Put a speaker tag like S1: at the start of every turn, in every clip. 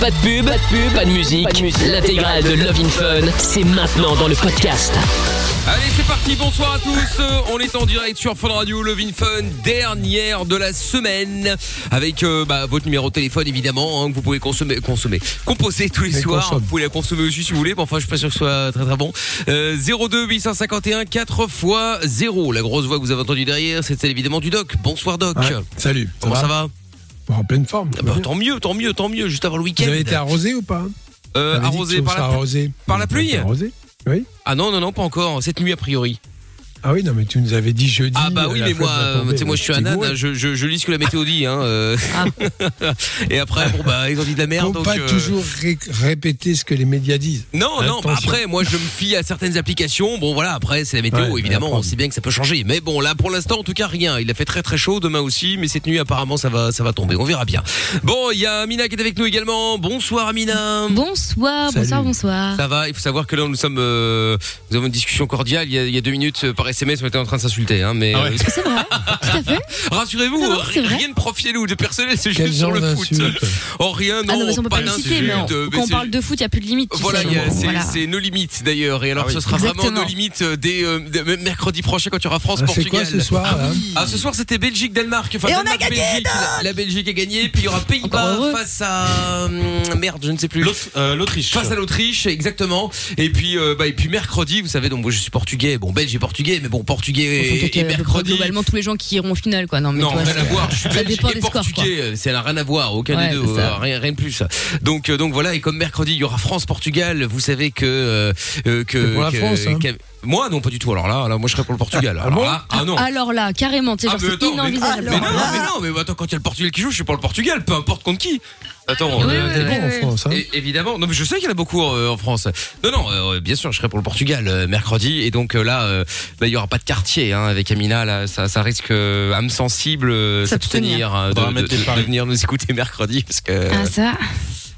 S1: Pas de pub, pas de pub, pas de musique. L'intégrale de Love in Fun, c'est maintenant dans le podcast.
S2: Allez, c'est parti, bonsoir à tous. Euh, On est en direct sur Fun Radio, Lovin Fun, dernière de la semaine, avec euh, bah, votre numéro de téléphone évidemment, hein, que vous pouvez consommer, consommer, composer tous les soirs.
S3: consomme.
S2: Vous pouvez la consommer aussi si vous voulez, mais enfin, je suis pas sûr que ce soit très très bon. Euh, 02 851 4 x 0. La grosse voix que vous avez entendue derrière, c'est celle évidemment du Doc. Bonsoir Doc.
S3: Ouais, salut.
S2: Comment ça va,
S3: Bon, En pleine forme.
S2: Ah bah, Tant mieux, tant mieux, tant mieux, juste avant le
S3: Vous
S2: week-end.
S3: avez été arrosé ou pas Vous avez
S2: Euh,
S3: dit
S2: arrosé
S3: que
S2: par
S3: ça
S2: la pluie.
S3: arrosé.
S2: par la
S3: Vous avez été
S2: pluie
S3: Arrosé Oui.
S2: Ah non, non, non, pas encore. Cette nuit a priori.
S3: Ah oui, non, mais tu nous avais dit jeudi.
S2: Ah bah oui,
S3: la
S2: mais
S3: flotte
S2: moi,
S3: va tomber.
S2: euh, tu sais, moi je suis un
S3: T'es
S2: âne,
S3: gouré.
S2: hein, je, je, je lis ce que la météo dit. Hein, euh. Et après, bon bah ils ont dit de la
S3: Ah.
S2: merde.
S3: Faut
S2: donc,
S3: pas
S2: euh,
S3: toujours ré- répéter ce que les médias disent.
S2: Non, non, bah,
S3: Attention.
S2: après, moi je me fie à certaines applications. Bon voilà, après c'est la météo,
S3: Ouais,
S2: évidemment,
S3: ouais,
S2: on
S3: pardon.
S2: sait bien que ça peut changer. Mais bon, là pour l'instant, en tout cas, rien. Il a fait très très chaud demain aussi, mais cette nuit apparemment ça va ça va tomber. On verra bien. Bon, il y a Amina qui est avec nous également. Bonsoir Amina.
S4: Bonsoir,
S3: Salut.
S4: bonsoir, bonsoir.
S2: Ça va, il faut savoir que là nous sommes, euh, nous avons une discussion cordiale. Il y a, il y a deux minutes euh, par SMS, on était en train de s'insulter, hein,
S3: Ah
S2: mais euh,
S4: C'est vrai, tout à fait.
S2: Rassurez-vous,
S4: Non, non, c'est
S2: ri-
S4: vrai.
S2: rien de profilé ou de personnel, c'est
S3: Quel
S2: juste sur
S3: genre
S2: le foot.
S3: d'insulte
S2: Oh rien, non,
S4: ah non, mais on peut pas le
S2: d'insulte,
S4: citer, mais on-
S2: euh, mais
S4: quand on
S2: c'est-
S4: parle de foot, il n'y a plus de limite. tu
S2: Voilà,
S4: sais,
S2: il y a-
S4: donc,
S2: c'est
S4: voilà.
S2: c'est nos limites d'ailleurs. Et alors,
S3: Ah
S2: ce sera vraiment
S4: Exactement.
S2: nos limites euh, dès, euh, dès- même mercredi prochain quand il y aura
S3: Ah, C'est
S2: France-Portugal.
S3: quoi ce soir là
S2: Ah, ce soir c'était Belgique-Danemark. Enfin,
S4: Et on a
S2: Danemark,
S4: gagné,
S2: Belgique, la, la Belgique a gagné. Puis il y aura Pays-Bas
S4: Encore heureux.
S2: face à. hum, Merde, je ne sais plus.
S5: L'Aut- euh, L'Autriche.
S2: Face à l'Autriche, exactement. Et puis, euh, bah, et puis mercredi, vous savez, donc moi je suis portugais. Bon, belge et portugais, mais bon, portugais
S4: Enfin,
S2: et,
S4: donc,
S2: et
S4: euh,
S2: mercredi.
S4: Globalement, tous les gens qui iront en finale, quoi. Non, mais
S2: Non,
S4: tu vois,
S2: rien à
S4: c'est-
S2: voir. Je suis
S4: ça
S2: belge
S4: dépend
S2: et
S4: des scores,
S2: portugais. euh, C'est là, rien à voir. Aucun
S4: Ouais,
S2: des deux.
S4: c'est ça.
S2: euh, rien, rien de plus. Donc, euh, donc voilà. Et comme mercredi, il y aura France-Portugal. Vous savez que euh, euh, que,
S3: C'est pour la
S2: que-
S3: France, hein.
S2: qu'à- moi non, pas du tout. Alors là, alors moi je serais pour le Portugal.
S3: Ah
S2: alors
S3: bon
S2: là, ah non.
S4: Alors là, carrément, tu sais,
S2: Ah,
S4: genre,
S2: mais
S4: c'est
S2: attends, mais,
S4: inenvisageable.
S2: mais non, mais non, mais attends, quand il y a le Portugal qui joue, je suis pour le Portugal, peu importe contre qui. Attends,
S4: Oui,
S2: euh,
S4: oui,
S2: t'es-
S3: C'est
S4: oui.
S3: bon en France. hein.
S2: é- évidemment, non mais je sais qu'il y en a beaucoup euh, en France. Non non, euh, bien sûr, je serai pour le Portugal euh, mercredi et donc euh, là, euh, bah, il y aura pas de quartier hein, avec Amina là, ça, ça risque euh, âme sensible euh, s'abstenir hein, de,
S5: Faudra mettre
S2: de-
S5: les
S2: de
S5: paris.
S2: venir nous écouter mercredi parce que euh,
S4: Ah, ça.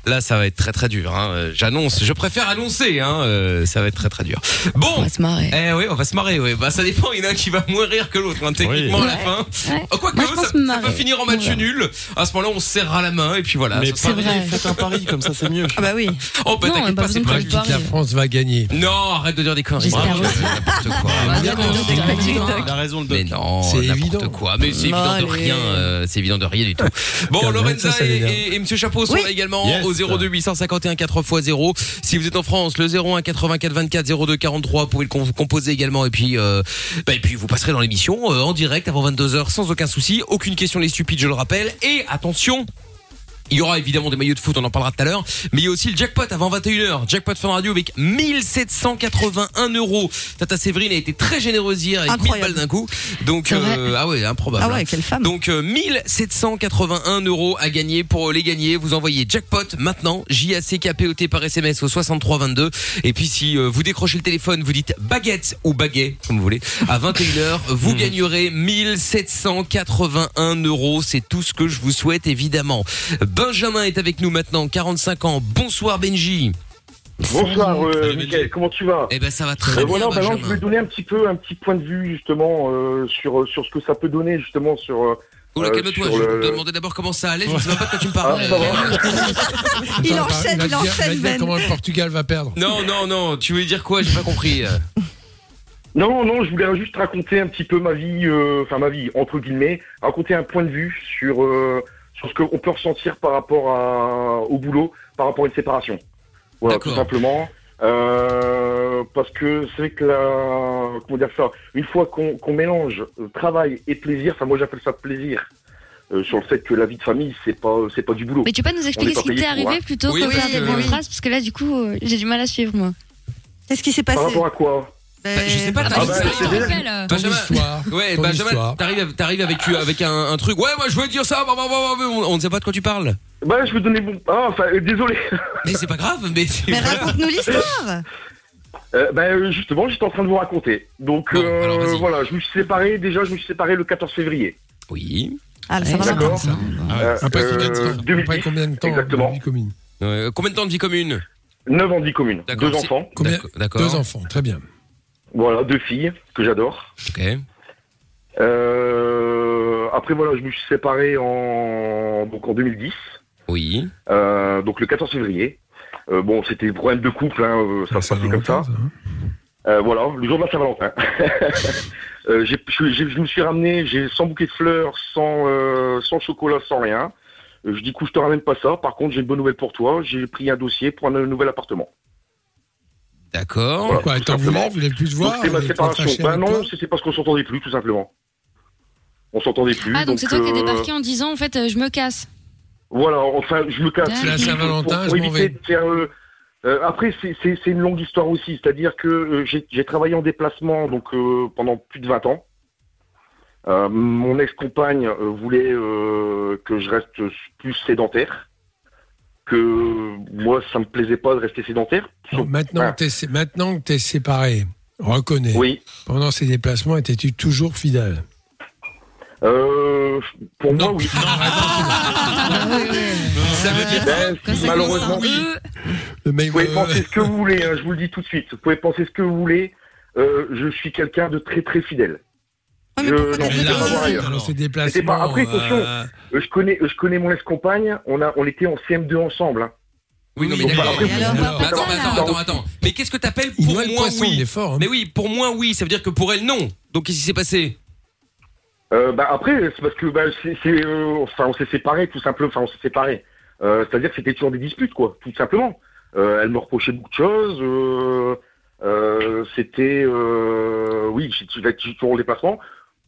S2: là ça va être très très dur. hein. Euh, J'annonce, je préfère annoncer, hein, euh, ça va être très très dur.
S4: On
S2: Bon.
S4: va se marrer.
S2: Eh oui, on va se marrer, oui. Bah ça dépend, il y en a un qui va moins rire que l'autre, hein, techniquement à la
S4: Ouais.
S2: fin.
S4: Ouais.
S2: Oh, Quoique,
S4: Moi, je
S2: ça,
S4: pense
S2: ça peut
S4: marrer.
S2: finir en match
S4: Ouais.
S2: nul. À ce moment-là, on se serrera la main et puis voilà.
S5: Mais
S2: ça sera-
S4: C'est vrai.
S5: Faites un pari, comme ça c'est mieux.
S6: Ah bah oui.
S2: Oh, bah
S4: Non,
S2: t'inquiète
S4: pas
S2: pas, c'est
S4: besoin de faire
S2: pas
S3: Moi, je
S4: du
S2: grave.
S3: dis que la
S4: Paris.
S3: France va gagner.
S2: Non, arrête de dire des conneries.
S4: J'espère
S2: Bravo,
S4: aussi.
S2: N'importe quoi.
S4: Ah,
S3: bien
S4: d'accord,
S3: entendu.
S4: d'accord, d'accord.
S5: Il a raison, le doc.
S2: Mais non,
S3: C'est
S2: n'importe
S3: évident.
S2: quoi. Mais c'est
S6: Bah,
S2: évident de
S6: allez.
S2: rien. euh, c'est évident de rien du tout. Bon,
S3: Regarde,
S2: Lorenza
S3: ça, ça
S2: et,
S3: l'énerve.
S2: et, et Monsieur Chapeau sont
S6: Oui.
S2: là également
S5: Yes.
S2: au 02 851 4 x 0. Si vous êtes en France, le 01 84 24 02 43, vous pouvez le com- composer également. Et puis, euh, bah, et puis vous passerez dans l'émission euh, en direct avant 22 h sans aucun souci. Aucune question les stupides, je le rappelle. Et attention. Il y aura évidemment des maillots de foot, on en parlera tout à l'heure. Mais il y a aussi le jackpot avant 21h. Jackpot Fun Radio avec 1781 euros. Tata Séverine a été très généreuse hier avec 1000
S6: Incroyable.
S2: balles d'un coup. Donc,
S4: C'est vrai.
S2: euh, ah ouais, improbable.
S6: Ah
S2: hein.
S6: ouais, quelle femme.
S2: Donc euh, 1781 euros à gagner pour euh, les gagner. Vous envoyez jackpot maintenant, J-A-C-K-P-O-T par SMS au 6322. Et puis si euh, vous décrochez le téléphone, vous dites baguette ou baguet, comme vous voulez, à 21h, vous
S6: Mmh.
S2: gagnerez 1781 euros. C'est tout ce que je vous souhaite évidemment. Benjamin est avec nous maintenant, 45 ans. Bonsoir Benji.
S7: Bonsoir, euh,
S5: Salut, Mehdi.
S7: Mickaël, comment tu vas
S2: Eh ben ça va très
S7: Et
S2: bien.
S7: voilà, bah non, je
S2: Benjamin.
S7: voulais donner un petit peu, un petit point de vue justement euh, sur sur ce que ça peut donner justement sur. euh,
S2: Oh là,
S7: euh,
S2: calme-toi,
S7: sur
S2: je
S7: le-
S2: te demandais d'abord comment ça allait, je ne sais même pas de quoi tu me parles.
S7: Ah, ça va.
S6: Il
S3: Attends,
S6: enchaîne,
S3: va
S6: il
S3: dire- va
S6: enchaîne,
S3: dire
S6: Ben.
S3: Comment le Portugal va perdre
S2: Non, non, non, tu voulais dire quoi J'ai pas compris.
S7: Non, non, je voulais juste raconter un petit peu ma vie, euh, enfin ma vie entre guillemets, raconter un point de vue sur euh, sur ce qu'on peut ressentir par rapport à au boulot, par rapport à une séparation. Voilà,
S2: D'accord.
S7: tout simplement. Euh, parce que c'est que la, comment dire ça, une fois qu'on qu'on mélange euh, travail et plaisir, enfin moi j'appelle ça plaisir, euh, sur le fait que la vie de famille c'est pas c'est pas du boulot.
S4: Mais tu peux pas nous
S7: est
S4: expliquer
S7: pas
S4: ce qui
S7: payé
S4: t'est
S7: pour,
S4: arrivé
S7: hein.
S4: plutôt
S2: Oui,
S4: que
S2: parce
S4: faire des
S2: que-
S4: bonnes phrases Parce que là, du coup, euh, j'ai du mal à suivre, moi.
S6: Qu'est-ce qui s'est passé
S7: Par rapport à quoi
S2: Bah, je sais pas,
S4: Ah,
S2: t'as
S7: bah,
S2: raison.
S7: c'est
S4: je te
S7: bien.
S4: rappelle, euh,
S3: Ton
S2: Benjamin.
S3: histoire.
S2: Ouais,
S3: ton
S2: Benjamin,
S3: histoire.
S2: t'arrives, t'arrives avec, tu- avec un, un truc. Ouais, moi je veux dire ça. bah, bah, bah, bah, on, on ne sait pas de quoi tu parles.
S7: Bah, je vais donner mon. Ah, enfin, euh, désolé.
S2: Mais c'est pas grave. Mais,
S6: Mais
S2: voilà.
S6: raconte-nous l'histoire.
S7: Euh, bah, euh, justement, j'étais en train de vous raconter. Donc,
S2: Bon,
S7: euh,
S2: alors, vas-y.
S7: voilà, je me suis séparé. Déjà, je me suis séparé le 14 février.
S2: Oui.
S6: Ah, ça va
S7: D'accord.
S6: maintenant.
S3: Ça.
S7: Euh,
S3: Après, Ah c'est quatre
S7: euh,
S3: ans. Après
S7: 2010,
S3: combien de temps
S7: exactement.
S3: de vie commune
S2: Euh, combien de temps de vie commune
S7: 9 ans de vie commune.
S2: D'accord,
S7: Deux
S2: c'est-
S7: enfants.
S3: Combien
S2: D'accord- D'accord.
S3: Deux enfants, très bien.
S7: Voilà, deux filles que j'adore.
S2: Ok.
S7: Euh, après, voilà, je me suis séparé en, donc, en 2010.
S2: Oui.
S7: Euh, donc le 14 février. Euh, bon, c'était des problèmes de couple, hein, euh, ça se passait comme ça. Euh, voilà, le jour de la Saint-Valentin. Euh, j'ai- je, j'ai- je me suis ramené, j'ai sans bouquet de fleurs, sans, euh, sans chocolat, sans rien. Euh, Je dis, coup, je te ramène pas ça. Par contre, j'ai une bonne nouvelle pour toi. J'ai pris un dossier pour un nouvel appartement.
S2: D'accord.
S7: Voilà,
S3: Quoi, elle
S7: tout
S3: t'en voulait,
S7: simplement.
S3: vous voulez plus te
S7: Donc,
S3: voir
S7: c'est ma
S3: elle était
S7: séparation.
S3: fâchée
S7: Ben
S3: avec
S7: non,
S3: toi
S7: c'était parce qu'on s'entendait plus, tout simplement. On s'entendait plus.
S4: Ah, donc c'est toi qui
S7: euh,
S4: as débarqué en disant, en fait, euh, je me casse.
S7: Voilà, enfin, je me casse.
S4: C'est la
S3: Saint-Valentin,
S7: Pour-
S3: je
S7: pour
S3: m'en
S7: éviter
S3: vais.
S7: de faire, euh, euh, après, c'est- c'est c'est une longue histoire aussi. C'est-à-dire que euh, j'ai j'ai travaillé en déplacement donc euh, pendant plus de 20 ans. Euh, mon ex-compagne euh, voulait euh, que je reste plus sédentaire. Que moi, ça me plaisait pas de rester sédentaire.
S3: Non, Maintenant
S7: Ah.
S3: que t'es sé- maintenant que t'es séparé, reconnais.
S7: Oui.
S3: Pendant ces déplacements, étais-tu toujours fidèle
S7: Euh, pour
S3: Non.
S7: moi, oui.
S2: Ça veut dire.
S7: Ben,
S4: Quand ça
S7: malheureusement,
S4: commence par
S7: oui.
S4: E,
S3: Le mec,
S7: Vous pouvez
S3: euh,
S7: penser ce que vous voulez, hein, je vous le dis tout de suite. Vous pouvez penser ce que vous voulez. Euh, je suis quelqu'un de très très fidèle.
S6: Ouais, mais
S7: Je-
S6: pourquoi
S7: Euh, non,
S6: t'as
S3: mais
S6: fait
S3: là,
S6: comme
S2: ouais,
S6: ça
S2: ouais.
S3: Dans ces
S7: C'était
S3: déplacements.
S7: pas- après, attention.
S3: euh,
S7: Euh, je connais, je connais mon ex-compagne. On a, on était en CM2 ensemble. hein.
S2: Oui, non, mais
S7: Bon,
S2: d'accord.
S7: après,
S6: Et alors,
S2: Mais
S4: on va
S2: Attends,
S4: pas
S2: mais attends,
S7: là.
S2: attends, attends. Mais qu'est-ce que t'appelles
S3: il
S2: pour
S3: noie le
S2: moi
S3: poisson, il est
S2: oui
S3: fort. hein.
S2: Mais oui, pour moi oui. Ça veut dire que pour elle non. Donc qu'est-ce qui s'est passé
S7: Euh, bah, après, c'est parce que bah, c'est, c'est, euh, enfin, on s'est séparés, tout simplement. Enfin, on s'est séparés. Euh, c'est-à-dire que c'était toujours des disputes, quoi, tout simplement. Euh, elle me reprochait beaucoup de choses. euh, euh, c'était, euh, oui, j'étais toujours en déplacement.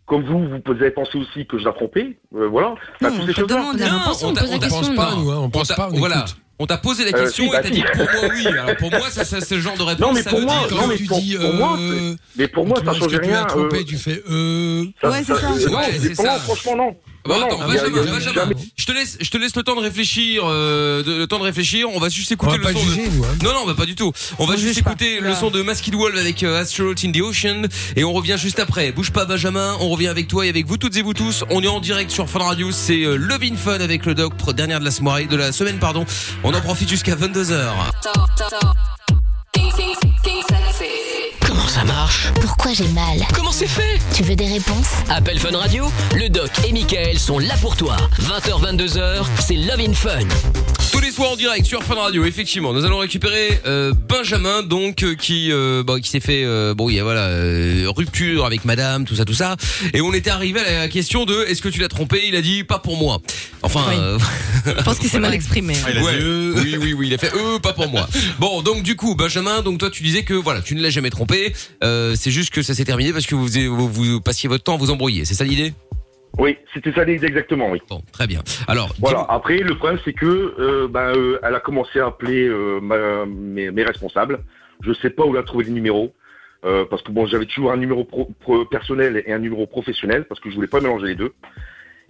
S7: Comme vous, vous pouvez penser aussi que je la trompais. euh, voilà. Bah,
S6: Non,
S7: toutes
S6: on
S7: ces
S6: te
S7: choses-là.
S6: demande,
S4: Non,
S6: hein.
S4: pense, on
S2: t'a-
S4: pose la
S3: On
S2: t'a-
S4: question.
S3: pense pas, nous, hein, on pense
S2: t'a-
S3: pas, on
S2: voilà.
S3: écoute.
S2: On t'a posé la
S7: Euh,
S2: question
S7: si,
S2: et
S7: bah,
S2: t'as
S7: si.
S2: dit pour moi oui. Alors pour moi ça, ça- c'est le genre de réponse.
S7: Non, mais
S2: ça
S7: pour
S2: veut
S7: moi,
S2: dire-
S7: non,
S3: Quand
S7: mais
S3: tu
S7: pour-
S3: dis,
S7: pour moi,
S3: euh,
S7: Mais pour moi, ça
S3: tu vois, est-ce
S7: change
S3: que tu l'as
S7: rien.
S3: trompé,
S7: euh,
S3: tu fais euh,
S6: Ouais, c'est ça.
S7: euh, non,
S2: Ouais, c'est
S7: pour moi,
S2: ça.
S7: Franchement, non.
S2: Bon,
S7: Non,
S2: Ah bah, attends,
S7: non,
S2: Benjamin,
S7: y a- y a-
S2: Benjamin,
S7: jamais.
S2: je te laisse, je te laisse le temps de réfléchir, euh, de- le temps de réfléchir. On va juste
S3: On
S2: écouter
S3: va
S2: le
S3: pas
S2: son. de-
S3: juger, nous. hein.
S2: Non, non, bah pas du tout. On va
S6: On
S2: juste
S6: juge pas.
S2: écouter le
S6: Voilà.
S2: son de Masked Wolf avec euh, Astronaut in the Ocean et on revient juste après. Bouge pas Benjamin, on revient avec toi et avec vous toutes et vous tous. On est en direct sur Fun Radio, c'est euh, Levin Fun avec le doc, pre- dernière de la soirée, de la semaine pardon. On en profite jusqu'à 22h.
S1: Comment ça marche
S8: Pourquoi j'ai mal
S1: Comment c'est fait
S8: Tu veux des réponses
S1: Appel Fun Radio, le doc et Michael sont là pour toi. 20h-22h, c'est Love in Fun.
S2: Tous les soirs en direct sur Fun Radio, effectivement. Nous allons récupérer euh, Benjamin, donc euh, qui euh, bon, qui s'est fait euh, bon, il y a voilà euh, rupture avec Madame, tout ça, tout ça. Et on était arrivé à la question de est-ce que tu l'as trompé Il a dit pas pour moi. Enfin,
S6: Oui.
S2: euh,
S6: Je pense qu'il s'est mal exprimé. hein.
S4: hein.
S5: Ah, il a dit,
S2: Ouais.
S5: euh,
S2: oui, oui, oui, il a fait euh, pas pour moi. Bon, donc du coup, Benjamin, donc toi tu disais que voilà, tu ne l'as jamais trompé. Euh, c'est juste que ça s'est terminé parce que vous, faisiez- vous vous passiez votre temps à vous embrouiller. C'est ça l'idée
S7: Oui, c'était ça l'idée exactement, oui.
S2: Bon, très bien. Alors,
S7: Voilà. Après, le problème, c'est que euh, ben, euh, elle a commencé à appeler euh, ma- mes, mes responsables. Je sais pas où elle a trouvé les numéros. euh, parce que bon, j'avais toujours un numéro pro- pro- personnel et un numéro professionnel parce que je voulais pas mélanger les deux.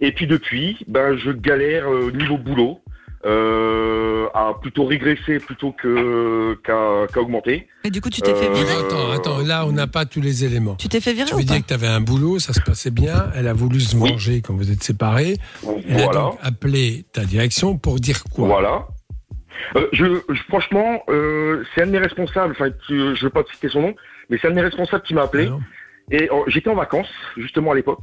S7: Et puis depuis, ben je galère euh, niveau boulot euh, à plutôt régresser plutôt que qu'à qu'à augmenter.
S6: Mais du coup, tu t'es fait
S7: Euh,
S6: virer.
S3: Attends, attends, là, on n'a pas tous les éléments.
S6: Tu t'es fait virer
S3: Tu
S6: ou
S3: veux
S6: pas
S3: dire que tu avais un boulot, ça se passait bien, elle a voulu se
S7: Oui.
S3: venger quand vous êtes séparés. Elle a
S7: Voilà.
S3: donc appelé ta direction pour dire quoi
S7: Voilà. Euh, je, je- franchement, euh, c'est un de mes responsables. Enfin, tu- je veux pas citer son nom, mais c'est un de mes responsables qui m'a appelé.
S3: Alors
S7: Et euh, j'étais en vacances, justement à l'époque.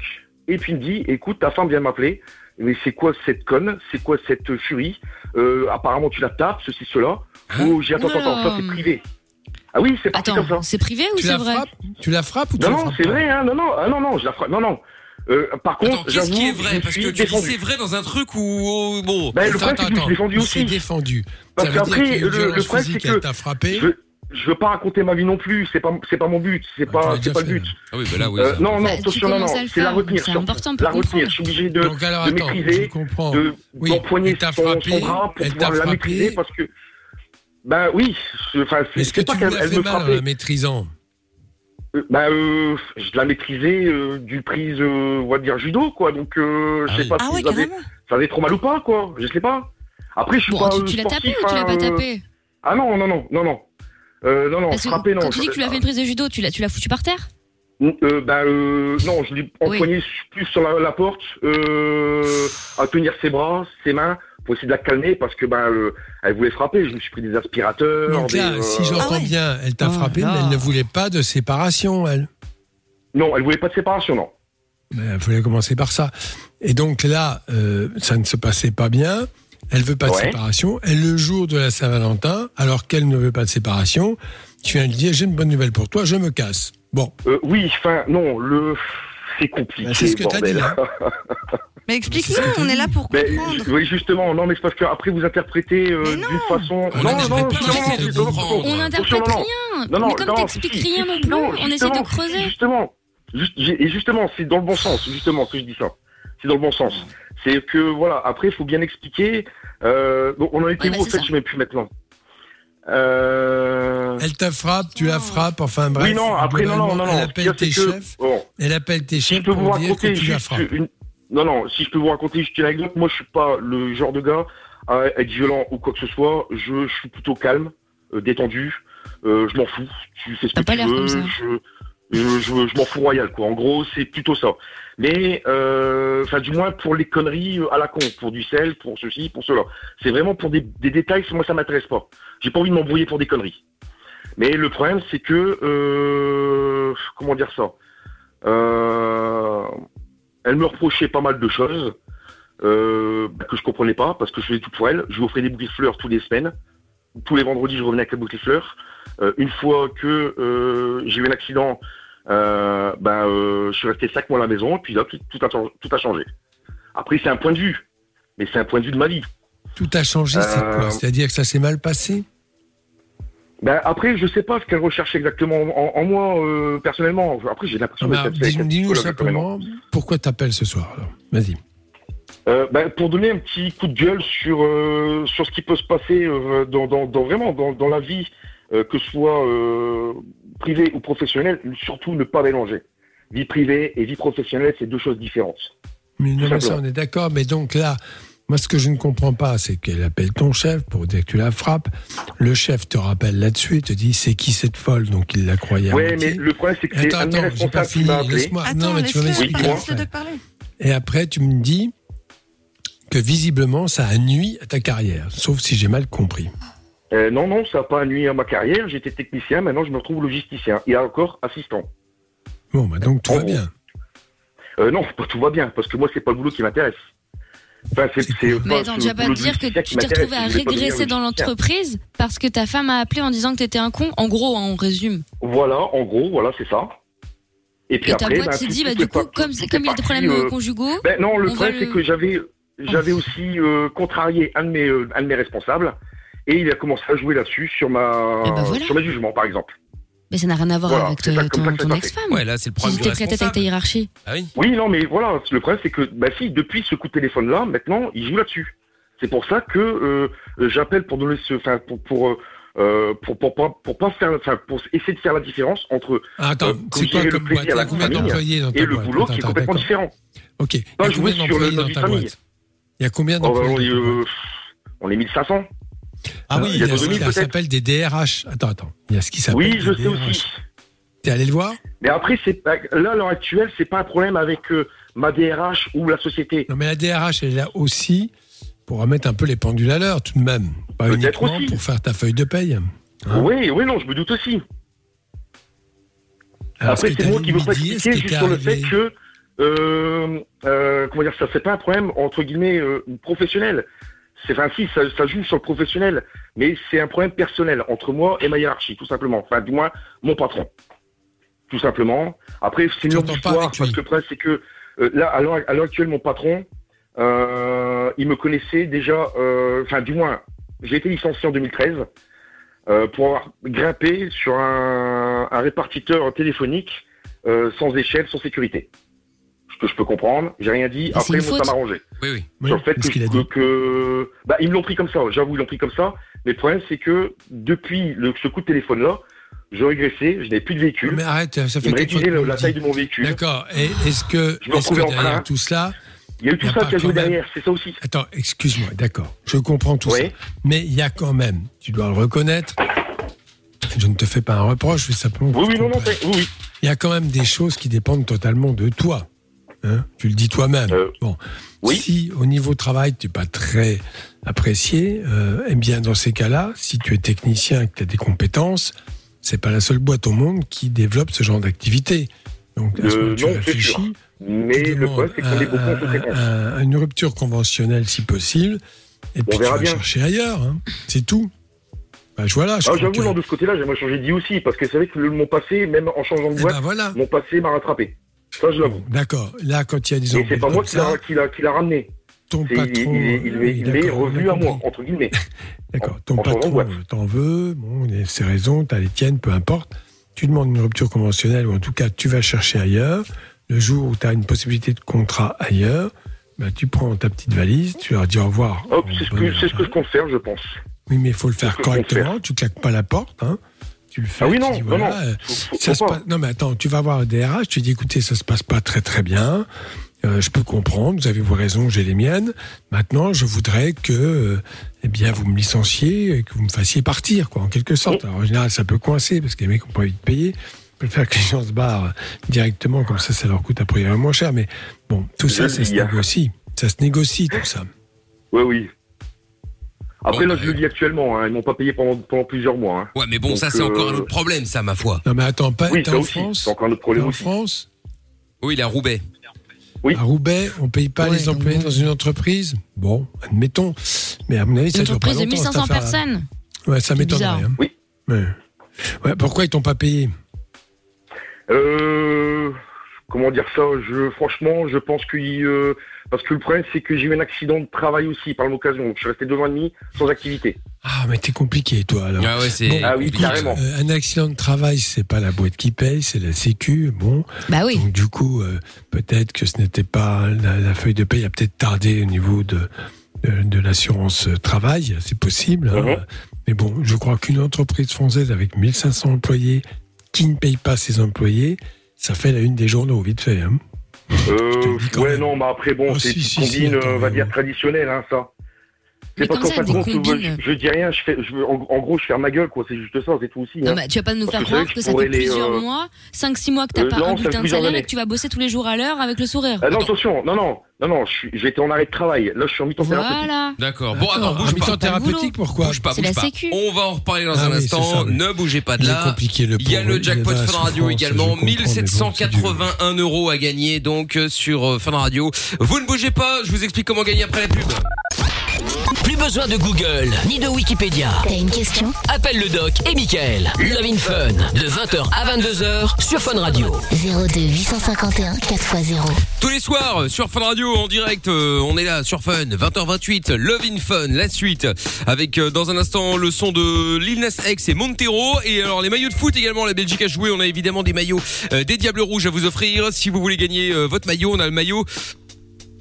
S7: Et puis il me dit, écoute, ta femme vient de m'appeler. Mais c'est quoi cette conne C'est quoi cette furie Euh, Apparemment, tu la tapes, ceci, cela.
S2: Hein
S7: oh, j'ai attends,
S4: Oula.
S7: attends, ça c'est privé. Ah oui, c'est parti comme ça.
S4: Attends, c'est privé ou
S3: tu
S4: c'est
S3: la
S4: vrai
S3: frappes Tu la frappes ou tu
S7: Non,
S3: la
S7: non,
S3: frappes
S7: c'est
S3: pas
S7: vrai, hein, non, non, ah, non, non, je la frappe. Non, non. Euh, par contre,
S2: Attends, qu'est-ce qui
S7: j'avoue,
S2: est
S7: je
S2: vrai
S7: me
S2: Parce
S7: suis
S2: que tu dis
S7: défendu.
S2: c'est vrai dans un truc où oh, bon.
S7: Ben, le problème,
S3: Attends,
S7: c'est que je me
S3: attends,
S7: suis défendu
S3: il s'est
S7: aussi.
S3: défendu.
S7: Parce
S3: ça veut dire qu'il y a
S7: qu'après,
S3: eu
S7: le,
S3: une
S7: le
S3: violence
S7: problème, c'est
S3: physique, elle
S7: que
S3: t'a frappé.
S7: je, je veux pas raconter ma vie non plus. C'est pas, c'est pas mon but. C'est
S3: Ah, tu l'as
S7: pas,
S3: déjà
S7: c'est pas le
S3: fait,
S7: but.
S2: Ah oui, bah là oui.
S7: Euh,
S2: ça-
S7: non, non,
S4: Bah, tu
S7: attention, non, non,
S4: commences à le
S7: c'est la
S4: faire,
S7: retenir.
S4: donc c'est
S7: surtout.
S4: important pour
S7: La
S4: comprendre.
S7: retenir. Je suis obligé de,
S3: Donc alors
S7: de
S3: attends, je
S7: maîtriser,
S3: comprends.
S7: de
S3: Oui,
S7: d'empoigner
S3: elle t'a
S7: son,
S3: frappé,
S7: son bras pour
S3: elle
S7: pouvoir
S3: t'a
S7: la
S3: frappé.
S7: maîtriser parce que ben oui, je- enfin c'est
S3: Est-ce que
S7: c'est pas
S3: tu lui
S7: qu'elle
S3: as
S7: elle
S3: fait
S7: me
S3: mal en la
S7: frappait.
S3: maîtrisant
S7: Euh, Ben euh, je la maîtrisais euh, du prise, euh, on va dire judo quoi. Donc euh,
S2: Ah
S7: je sais
S2: oui.
S7: pas
S6: Ah
S7: si
S6: ouais,
S7: ça avait,
S6: carrément.
S7: ça avait trop mal ou pas quoi. Je sais pas. Après je suis
S4: Bon,
S7: pas
S4: tu,
S7: euh,
S4: tu l'as tapé
S7: sportif,
S4: ou tu l'as
S7: hein,
S4: pas
S7: euh,
S4: tapé
S7: Ah non non non non non euh, non non
S4: Parce que
S7: frapper non.
S4: Quand tu dis que tu lui as fait une prise de judo, tu l'as tu l'as foutu par terre
S7: Euh, ben, euh, non, je l'ai empoigné plus sur la, la porte, euh, à tenir ses bras, ses mains, pour essayer de la calmer, parce que ben, euh, elle voulait frapper. Je me suis pris des aspirateurs.
S3: Donc là,
S7: des, euh,
S3: si j'entends
S6: Ah ouais.
S3: bien, elle t'a
S6: Oh
S3: frappé,
S6: là.
S3: mais elle ne voulait pas de séparation, elle.
S7: Non, elle voulait pas de séparation, non.
S3: Il fallait commencer par ça. Et donc là, euh, ça ne se passait pas bien. elle veut pas de
S7: Ouais.
S3: séparation. Et le jour de la Saint-Valentin, alors qu'elle ne veut pas de séparation, tu viens lui dire j'ai une bonne nouvelle pour toi, je me casse. Bon,
S7: Euh, oui, enfin, non, le. C'est compliqué.
S3: Bah, c'est ce que t'as
S7: bordel.
S3: dit, hein.
S6: Mais explique-nous,
S3: que t'as
S6: on est
S3: dit.
S6: là pour
S7: Ben,
S6: comprendre.
S7: ju- oui, justement, non, mais c'est parce que après vous interprétez euh,
S6: Mais non.
S7: d'une
S3: Ah,
S7: façon.
S2: On a des réponses, on essaie de comprendre.
S4: On n'interprète
S7: non, non.
S4: rien.
S7: Non, non,
S4: mais comme
S7: non,
S4: t'expliques
S7: si, si,
S4: rien
S7: si,
S4: non plus,
S7: non,
S4: on essaie de
S7: justement,
S4: creuser.
S7: Justement, juste- j'ai- et justement, c'est dans le bon sens, justement, que je dis ça. C'est dans le bon sens. C'est que, voilà, après, il faut bien expliquer. Euh, bon, on en était
S4: Ouais,
S7: où,
S4: bah,
S7: au
S4: c'est
S7: fait,
S4: ça.
S7: je ne sais plus maintenant. Euh...
S3: elle te frappe, tu la frappes, enfin bref.
S7: oui, non, après, non, non, non, non.
S3: Elle
S7: Ce qu'il y a,
S3: appelle
S7: c'est
S3: tes
S7: que-
S3: chefs,
S7: bon,
S3: elle appelle tes
S7: si
S3: chefs
S7: je peux vous
S3: pour dire
S7: raconter
S3: que tu la
S7: juste euh,
S3: frappes.
S7: une... Non, non, si je peux vous raconter juste une anecdote, moi, je suis pas le genre de gars à être violent ou quoi que ce soit. Je, je suis plutôt calme, euh, détendu. Euh, je m'en fous. Tu fais ce que
S4: T'as pas
S7: tu
S4: l'air
S7: veux.
S4: comme ça.
S7: Je, je, je- je m'en fous royal, quoi. En gros, c'est plutôt ça. Mais, euh, enfin, du moins pour les conneries euh, à la con, pour du sel, pour ceci, pour cela. C'est vraiment pour des, des détails. Moi, ça m'intéresse pas. J'ai pas envie de m'embrouiller pour des conneries. Mais le problème, c'est que euh, comment dire ça Euh, Elle me reprochait pas mal de choses euh, que je comprenais pas parce que je faisais tout pour elle. Je lui offrais des bouquets de fleurs tous les semaines. Tous les vendredis, je revenais avec un bouquet de fleurs. Euh, une fois que euh, j'ai eu un accident, euh, ben, euh, je suis resté cinq mois à la maison. Et puis là, tout, tout a, tout a changé. Après, c'est un point de vue, mais c'est un point de vue de ma vie.
S3: Tout a changé, c'est quoi
S7: Euh,
S3: C'est-à-dire que ça s'est mal passé
S7: Ben après, je sais pas ce qu'elle recherche exactement en, en moi euh, personnellement. Après, j'ai l'impression
S3: Ah bah,
S7: d'être avec
S3: dis-
S7: un
S3: Dis-nous
S7: psychologue, vraiment.
S3: simplement pourquoi t'appelles ce soir. alors. Vas-y.
S7: Euh, ben, pour donner un petit coup de gueule sur euh, sur ce qui peut se passer euh, dans, dans, dans- vraiment dans, dans la vie, euh, que ce soit euh, privée ou professionnelle, surtout ne pas mélanger. Vie privée et vie professionnelle, c'est deux choses différentes.
S3: Mais non, mais ça,
S7: simplement.
S3: on est d'accord. Mais donc là, moi, ce que je ne comprends pas, c'est qu'elle appelle ton chef pour dire que tu la frappes. Le chef te rappelle là-dessus et te dit c'est qui cette folle Donc il la croyait. à
S7: ouais, mais
S3: moitié.
S7: le problème c'est que c'est
S3: Attends,
S7: un de mes
S3: attends, j'ai pas
S7: responsables qui
S3: fini.
S7: m'a appelé.
S3: Laisse-moi.
S6: Attends,
S3: Non, mais tu vas
S6: laisse-le
S3: m'expliquer.
S7: Oui,
S6: laisse-le
S3: après.
S6: de parler.
S3: Et après, tu me dis que visiblement, ça a nuit à ta carrière. Sauf si j'ai mal compris.
S7: Euh, non, non, ça n'a pas nuit à ma carrière. J'étais technicien, maintenant je me retrouve logisticien et encore assistant.
S3: Bon, bah, donc tout
S7: En
S3: va
S7: gros.
S3: bien.
S7: Euh, non, pas tout va bien, parce que moi, c'est pas le boulot qui m'intéresse. Enfin, c'est, c'est
S4: Mais attends,
S7: ce
S4: tu vas pas
S7: boulot de
S4: dire que
S7: logisticien
S4: tu
S7: qui
S4: t'es
S7: m'intéresse,
S4: retrouvé à
S7: je vais pas devenir
S4: régresser dans
S7: logisticien.
S4: l'entreprise parce que ta femme a appelé en disant que t'étais un con. En gros, hein, on résume.
S7: Voilà, en gros, voilà, c'est ça. Et puis
S4: Et ta
S7: après,
S4: boîte
S7: ben,
S4: s'est
S7: tout-
S4: dit,
S7: tout
S4: bah,
S7: est
S4: du coup,
S7: parti-
S4: comme
S7: tout
S4: c'est-
S7: est
S4: comme il y a
S7: parti,
S4: des problèmes
S7: euh,
S4: euh, conjugaux,
S7: Ben non, le
S4: On
S7: problème
S4: va
S7: c'est
S4: le- Oh.
S7: que j'avais j'avais aussi euh, contrarié un de mes euh, un de mes responsables et il a commencé à jouer là-dessus sur ma
S4: Eh ben voilà.
S7: sur mes jugements par exemple.
S4: mais ça n'a rien à voir
S7: Voilà,
S4: avec
S7: c'est ça,
S4: ton-
S7: comme ça
S4: ton
S7: que ça
S4: ton
S7: s'est
S4: ex-femme.
S2: Ouais, là, c'est
S4: Si
S2: le problème du
S4: t'étais très tête avec ta
S2: responsable.
S4: hiérarchie.
S2: Ah oui.
S7: Oui, non, mais voilà, le problème c'est que bah si depuis ce coup de téléphone là, maintenant il joue là-dessus. C'est pour ça que euh, euh, j'appelle pour donner ce enfin pour pour euh, euh, pour, pour, pour, pour pas faire enfin pour essayer de faire la différence entre
S3: Ah, attends,
S7: Euh,
S3: c'est
S7: vous
S3: quoi
S7: gérez le
S3: comme boîte
S7: plaisir à la
S3: Il y a combien
S7: compagnie hein.
S3: d'employés dans ta
S7: et le
S3: boîte
S7: boulot qui
S3: Attends,
S7: est
S3: attends,
S7: complètement
S3: d'accord.
S7: différent.
S3: Ok. Il y
S7: Pas
S3: a
S7: jouer
S3: combien
S7: sur le
S3: d'employés
S7: nom
S3: dans
S7: d'une
S3: ta
S7: famille.
S3: boîte Il y a combien
S7: Oh, bah,
S3: d'employés
S7: on, est,
S3: dans ta boîte
S7: euh, on est 1500.
S5: Ah
S3: Alors,
S5: oui,
S3: il y a,
S7: il y a
S3: ce
S7: deux mille,
S3: qui
S7: peut-être.
S3: s'appelle des DRH. Attends, attends. Il y a ce qui s'appelle.
S7: Oui, je
S3: des
S7: sais
S3: DRH.
S7: aussi.
S3: T'es allé le voir
S7: Mais après, c'est pas- là, à l'heure actuelle, c'est pas un problème avec euh, ma DRH ou la société.
S3: Non, mais la DRH, elle est là aussi pour remettre un peu les pendules à l'heure, tout de même. Pas
S7: Peut-être
S3: uniquement
S7: aussi.
S3: pour faire ta feuille de paye. Hein
S7: Oui, oui, non, je me doute aussi.
S3: Alors,
S7: après,
S3: est-ce que
S7: c'est
S3: t'es
S7: moi
S3: allé
S7: qui veux
S3: lui
S7: pas
S3: dire ce
S7: expliquer juste
S3: qui t'est
S7: sur le fait
S3: arrivé
S7: que, euh, euh, comment dire, ça, c'est pas un problème entre guillemets euh, professionnel. C'est enfin si, ça, ça joue sur le professionnel, mais c'est un problème personnel entre moi et ma hiérarchie, tout simplement. Enfin, du moins, mon patron, tout simplement. Après, c'est une
S3: Tu
S7: longue
S3: t'entends pas
S7: histoire
S3: avec lui.
S7: parce que le problème, c'est que euh, là, à l'heure à l'heure actuelle, mon patron, euh, il me connaissait déjà. euh, Enfin, du moins, j'ai été licencié en 2013 euh, pour avoir grimpé sur un, un répartiteur téléphonique euh, sans échelle, sans sécurité. Ce que je peux comprendre, j'ai rien dit.
S4: Mais c'est
S7: Après,
S4: une
S7: moi, ça
S4: faute.
S7: m'a arrangé.
S2: Oui, oui.
S3: Oui,
S7: sur le fait
S3: qu'est-ce
S7: que,
S3: qu'il a
S7: que-
S3: dit
S7: que- bah, ils me l'ont pris comme ça. J'avoue, ils l'ont pris comme ça. Mais le problème, c'est que depuis le, ce coup de téléphone là, je régressais, je n'ai plus de véhicule.
S3: Mais arrête, ça fait
S7: ils me
S3: quelque chose.
S7: réduisaient le- la taille de mon véhicule.
S3: D'accord. Et Est-ce que,
S7: Je me
S3: est-ce que
S7: retrouvais en train.
S3: derrière tout cela.
S7: Il y a eu tout
S3: Y a
S7: ça
S3: pas
S7: qui a
S3: quand
S7: joué
S3: même-
S7: derrière. C'est ça aussi.
S3: Attends, excuse-moi, d'accord. Je comprends tout
S7: Oui.
S3: ça. Mais il y a quand même, tu dois le reconnaître. Je ne te fais pas un reproche, je fais simplement. que
S7: Oui,
S3: tu
S7: oui, non, non,
S3: comprennes.
S7: t'es- oui, oui.
S3: Il y a quand même des choses qui dépendent totalement de toi. hein. tu le dis toi-même.
S7: Euh,
S3: bon.
S7: oui.
S3: Si au niveau travail, tu n'es pas très apprécié, euh, eh bien, dans ces cas-là, si tu es technicien et que tu as des compétences, c'est pas la seule boîte au monde qui développe ce genre d'activité. Donc, à ce
S7: Euh,
S3: moment, tu
S7: non, c'est
S3: réfléchis.
S7: sûr. Mais
S3: tu
S7: le problème,
S3: demandes
S7: c'est qu'on est
S3: un-
S7: beaucoup en
S3: un-
S7: conséquence.
S3: un- une rupture conventionnelle si possible. Et puis
S7: verra
S3: tu vas
S7: bien.
S3: chercher ailleurs. hein. C'est tout. Bah, je- voilà, je
S7: Ah,
S3: crois
S7: J'avoue,
S3: que-
S7: non, de ce côté-là, j'aimerais changer de vie aussi, parce que c'est vrai que le- mon passé, même en changeant de
S3: Eh
S7: boîte,
S3: ben voilà.
S7: mon passé m'a rattrapé. Ça, je l'avoue.
S3: D'accord. Là, quand il y a des
S7: Et c'est
S3: embrouilles
S7: pas moi
S3: comme
S7: qui l'a-
S3: ça,
S7: qui l'a qui l'a ramené.
S3: ton
S7: C'est- Il, il- il
S3: patron...
S7: m'est-
S3: oui,
S7: il m'est
S3: euh, d'accord, on a
S7: revenu à moi,
S3: compris.
S7: entre guillemets.
S3: D'accord.
S7: En-
S3: Ton
S7: en changeant de
S3: patron
S7: boîte.
S3: euh, t'en veut, bon, il a ses raisons, t'as les tiennes, peu importe. Tu demandes une rupture conventionnelle ou en tout cas tu vas chercher ailleurs. Le jour où tu as une possibilité de contrat ailleurs, bah, tu prends ta petite valise, tu leur dis au revoir.
S7: Hop,
S3: en
S7: c'est ce,
S3: bonne et
S7: que-
S3: due
S7: c'est ce que je
S3: forme.
S7: compte faire, je pense.
S3: Oui, mais il faut le faire
S7: c'est ce que je compte
S3: correctement, tu claques pas la porte. hein. Tu le fais.
S7: Ah oui,
S3: tu
S7: non,
S3: dis,
S7: non,
S3: voilà,
S7: non.
S3: euh,
S7: Faut- faut-
S3: ça
S7: faut
S3: se
S7: pas.
S3: passe- Non, mais attends, tu vas voir le DRH, tu dis écoutez, ça se passe pas très très bien. Euh, je peux comprendre, vous avez vos raisons, j'ai les miennes. Maintenant, je voudrais que, euh, eh bien, vous me licenciez et que vous me fassiez partir, quoi, en quelque sorte. Alors, en général, ça peut coincer parce que les mecs n'ont pas envie de payer. Je préfère que les gens se barrent directement, comme ça, ça leur coûte a priori moins cher. Mais bon, tout ça,
S7: Je
S3: ça
S7: le
S3: se
S7: dis, hein.
S3: négocie. Ça se négocie, tout ça.
S7: Oui, oui. Après,
S2: Bon,
S7: là,
S2: bah,
S7: je le dis actuellement, hein, ils m'ont pas payé pendant, pendant plusieurs mois. hein.
S2: Ouais, mais bon,
S7: Donc,
S2: ça c'est encore
S7: euh,
S2: un autre problème, ça, ma foi.
S3: Non, mais attends, pas,
S7: Oui,
S3: t'es
S7: ça
S3: en
S7: aussi,
S3: France
S7: c'est encore notre
S3: T'es
S7: problème
S3: en
S7: aussi.
S3: France
S2: Oui, il est à Roubaix.
S7: Oui.
S3: À Roubaix, on paye pas
S6: Ouais,
S3: les employés
S6: donc
S3: dans une entreprise Bon, admettons. Mais à mon avis,
S4: Une
S3: ça dure pas
S4: entreprise de
S3: longtemps, cette
S4: 1500
S3: affaire-là.
S4: personnes.
S3: Ouais, ça
S4: C'est
S3: m'étonnerait.
S4: bizarre.
S3: hein.
S7: Oui.
S3: Ouais. Ouais, pourquoi ils t'ont pas payé
S7: Euh, comment dire ça je, Franchement, je pense que... euh, parce que le problème, c'est que j'ai eu un accident de travail aussi, par l'occasion. Donc, je suis resté deux mois et demi sans activité.
S3: Ah, mais t'es compliqué, toi, alors.
S2: Ah ouais, c'est.
S3: Bon,
S7: Ah oui,
S2: compliqué.
S7: carrément.
S3: Euh, un accident de travail, c'est pas la boîte qui paye, c'est la Sécu. Bon,
S4: Bah oui.
S3: donc du coup, euh, peut-être que ce n'était pas la, la feuille de paye a peut-être tardé au niveau de de, de l'assurance euh, travail, c'est possible. hein.
S7: Mhm.
S3: Mais bon, je crois qu'une entreprise française avec 1500 employés qui ne paye pas ses employés, ça fait la une des journaux, vite fait. hein. te
S7: Euh,
S3: le dis quand
S7: ouais,
S3: même.
S7: non, mais après, bon,
S3: Oh,
S7: c'est
S3: si,
S7: une
S3: si, si,
S7: combine,
S3: attends,
S7: euh, on va
S3: mais
S7: dire,
S3: oui.
S7: traditionnelle, hein, ça.
S4: Mais
S7: C'est parce
S4: comme
S7: qu'en fin
S4: ça,
S7: de
S4: des
S7: compte, je,
S4: combines.
S7: je dis rien, je fais, je, en, en gros, je ferme ma gueule, quoi, c'est juste ça, c'est tout aussi.
S4: Non,
S7: hein.
S4: bah, tu vas pas nous
S7: Parce que
S4: faire croire
S7: c'est vrai que
S4: que
S7: je
S4: ça
S7: pourrais
S4: fait
S7: les,
S4: plusieurs
S7: euh,
S4: mois, 5-6 mois que t'as
S7: euh,
S4: pas
S7: non,
S4: un
S7: ça fait
S4: bulletin de
S7: plusieurs
S4: salaire
S7: années.
S4: et que tu vas bosser tous les jours à l'heure avec le sourire.
S7: Ah non,
S2: Attends.
S7: attention, non, non, non, non, je suis- j'étais en arrêt de travail. Là, je suis en mi-temps thérapeutique.
S4: Voilà.
S2: D'accord. Bon,
S3: Attends,
S2: attends, bouge
S3: un mi-temps
S2: pas.
S3: thérapeutique, pourquoi
S2: Bouge pas,
S4: C'est
S2: bouge
S4: la
S2: pas.
S4: sécu.
S2: On va en reparler dans
S3: Ah
S2: un
S3: oui, c'est
S2: instant.
S3: ça, oui.
S2: Ne bougez pas de
S3: Il est
S2: là.
S3: compliqué le
S2: Il y a
S3: pauvre,
S2: le jackpot
S3: va à
S2: Fun Radio
S3: souffrance, je
S2: également,
S3: comprends, mais bon, c'est dur.
S2: 1781 euros à gagner donc euh, sur euh, Fun Radio. Vous ne bougez pas, je vous explique comment gagner après la pub.
S1: Plus besoin de Google ni de Wikipédia.
S8: T'as une question
S1: Appelle le doc et Michael. Love in Fun de 20h à 22h sur Fun Radio.
S8: 02 851 4x0.
S2: Tous les soirs euh, sur Fun Radio en direct, euh, on est là sur Fun 20h28, Love in Fun, la suite avec euh, dans un instant le son de Lil Nas X et Montero et alors les maillots de foot également la Belgique a joué, on a évidemment des maillots euh, des Diables Rouges à vous offrir si vous voulez gagner euh, votre maillot, on a le maillot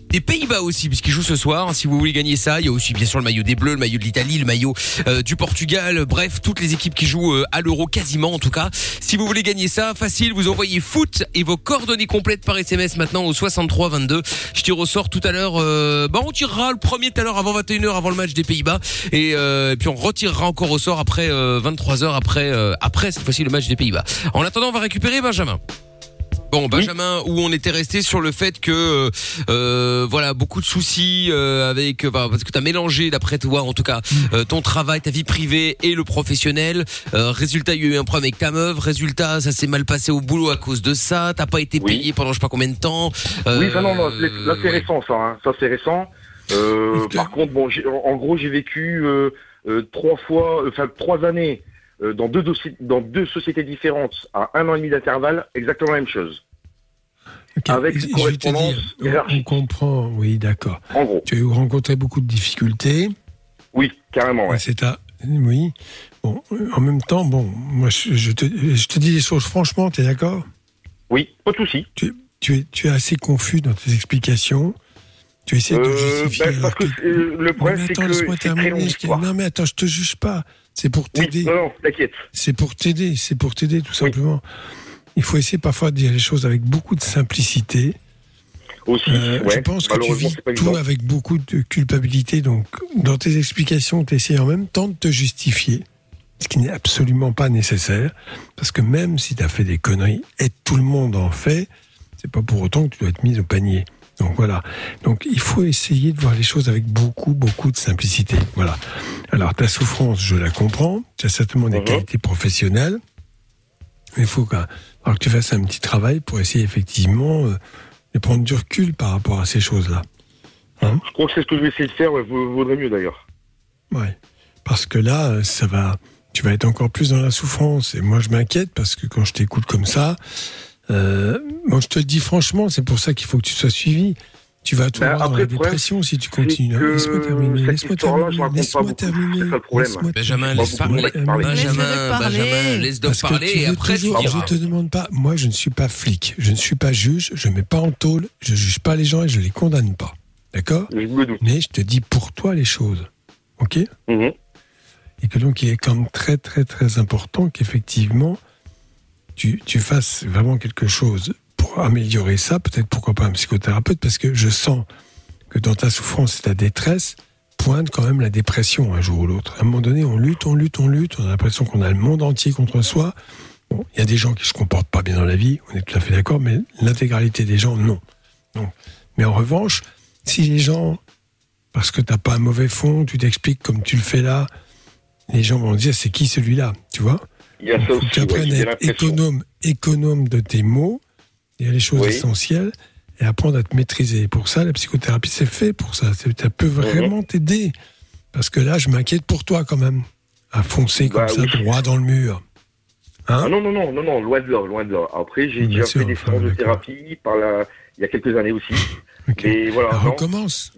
S2: des Pays-Bas aussi, puisqu'ils jouent ce soir. Si vous voulez gagner ça, il y a aussi bien sûr le maillot des Bleus, le maillot de l'Italie, le maillot euh, du Portugal. Bref, toutes les équipes qui jouent euh, à l'Euro quasiment en tout cas. Si vous voulez gagner ça, facile, vous envoyez foot et vos coordonnées complètes par SMS maintenant au 63 22. Je tire au sort tout à l'heure. euh, bah on tirera le premier tout à l'heure avant 21h avant le match des Pays-Bas et, euh, et puis on retirera encore au sort après 23h après euh, après cette fois-ci le match des Pays-Bas. En attendant, on va récupérer Benjamin. Bon, Benjamin, où on était resté sur le fait que euh, euh, voilà beaucoup de soucis euh, avec euh, bah, parce que t'as mélangé d'après toi en tout cas
S3: Mm.
S2: euh, ton travail, ta vie privée et le professionnel. Euh, résultat, il y a eu un problème avec ta meuf. Résultat, ça s'est mal passé au boulot à cause de ça. T'as pas été
S7: Oui.
S2: payé pendant je sais pas combien de temps.
S7: Oui,
S2: Euh,
S7: ça, non, non, là, là, c'est
S2: ouais.
S7: récent, ça, hein. ça, c'est récent. Euh,
S3: Ok.
S7: Par contre, bon, j'ai- en en gros, j'ai vécu euh, euh, trois fois, euh, enfin, trois années euh, dans, deux dossiers- dans deux sociétés différentes à un an et demi d'intervalle, exactement la même chose.
S3: Ok,
S7: Avec
S3: je
S7: une
S3: vais te
S7: correspondance
S3: dire, on- on
S7: hiérarchique.
S3: comprend, oui, d'accord.
S7: En gros,
S3: Tu as rencontré beaucoup de difficultés.
S7: oui, carrément, ouais.
S3: C'est à. Oui. Bon, en même temps, bon, moi, je, je te, je te dis les choses franchement, t'es d'accord
S7: Oui, pas de souci.
S3: tu es, tu es assez confus dans tes explications. Tu essaies de
S7: Euh,
S3: justifier.
S7: ben, parce
S3: alors
S7: que
S3: que-
S7: euh, le
S3: Non,
S7: problème,
S3: mais
S7: c'est
S3: attends,
S7: que
S3: laisse-moi
S7: c'est très long
S3: terminer. je te-
S7: histoire.
S3: Non, mais attends, je te juge pas. C'est pour
S7: Oui,
S3: t'aider.
S7: non, non, t'inquiète.
S3: C'est pour t'aider. C'est pour t'aider, tout
S7: Oui.
S3: simplement. Il faut essayer parfois de dire les choses avec beaucoup de simplicité.
S7: Aussi,
S3: Euh,
S7: ouais,
S3: je pense que tu
S7: malheureusement,
S3: vis
S7: c'est pas évident.
S3: tout avec beaucoup de culpabilité. Donc, dans tes explications, tu essaies en même temps de te justifier, ce qui n'est absolument pas nécessaire. Parce que même si tu as fait des conneries et tout le monde en fait, c'est pas pour autant que tu dois être mise au panier. Donc voilà. Donc il faut essayer de voir les choses avec beaucoup, beaucoup de simplicité. Voilà. Alors ta souffrance, je la comprends. Tu as certainement des
S7: Mhm.
S3: qualités professionnelles. Mais il faut quand même- alors que tu fasses un petit travail pour essayer effectivement euh, de prendre du recul par rapport à ces choses-là.
S7: Je crois que c'est ce que je vais essayer de faire, ouais, vaut- vaudrait mieux d'ailleurs.
S3: Ouais. Parce que là, euh, ça va, tu vas être encore plus dans la souffrance. Et moi, je m'inquiète parce que quand je t'écoute comme ça, euh, moi, je te le dis franchement, c'est pour ça qu'il faut que tu sois suivi. Tu vas te
S7: Ben,
S3: voir dans
S7: après,
S3: la
S7: le problème,
S3: dépression si tu
S7: c'est
S3: continues.
S7: que
S3: Laisse-moi terminer.
S7: cette
S3: Laisse-moi
S7: histoire-là, je
S3: terminer.
S7: raconte pas
S3: Laisse-moi
S7: beaucoup,
S3: terminer.
S7: c'est ça le problème.
S3: laisse-moi
S2: Benjamin,
S3: terminer.
S2: laisse
S7: Laisse-le
S2: parler.
S7: parler.
S2: euh, Benjamin,
S6: parler.
S2: Benjamin, laisse Doc
S3: Parce que
S2: parler
S3: tu
S2: et
S3: veux
S2: après tu
S3: toujours-
S2: diras.
S3: Je te demande pas. Moi, je ne suis pas flic. Je ne suis pas juge. Je mets pas en tôle. Je juge pas les gens et je les condamne pas. D'accord
S7: Je me doute.
S3: Mais je te dis pour toi les choses. Ok
S7: Mhm.
S3: et que donc il est quand même très très très important qu'effectivement tu, tu fasses vraiment quelque chose pour améliorer ça, peut-être pourquoi pas un psychothérapeute, parce que je sens que dans ta souffrance et ta détresse pointe quand même la dépression un jour ou l'autre. À un moment donné, on lutte, on lutte, on lutte, on a l'impression qu'on a le monde entier contre soi. Bon, il y a des gens qui se comportent pas bien dans la vie, on est tout à fait d'accord, mais l'intégralité des gens, non. non. Mais en revanche, si les gens, parce que t'as pas un mauvais fond, tu t'expliques comme tu le fais là, les gens vont dire c'est qui celui-là, tu vois
S7: Il y a ça
S3: Faut que
S7: aussi,
S3: tu
S7: ouais,
S3: apprennes
S7: j'ai
S3: à être
S7: l'impression.
S3: économe, économe de tes mots et à les choses
S7: Oui.
S3: essentielles et apprendre à te maîtriser. Et pour ça, la psychothérapie, c'est fait pour ça. C'est- Ça
S7: Mhm.
S3: peut vraiment t'aider. Parce que là, je m'inquiète pour toi quand même. À foncer comme
S7: Bah
S3: ça,
S7: oui.
S3: droit dans le mur.
S7: Ah non, non, non, non, non, loin de là, loin de là. Après, j'ai
S3: hein Bien
S7: déjà
S3: sûr,
S7: fait des
S3: enfin,
S7: séances de
S3: d'accord.
S7: thérapie par la... il y a quelques années aussi.
S3: Ok.
S7: Mais voilà,
S3: Alors,
S7: non.
S3: recommence.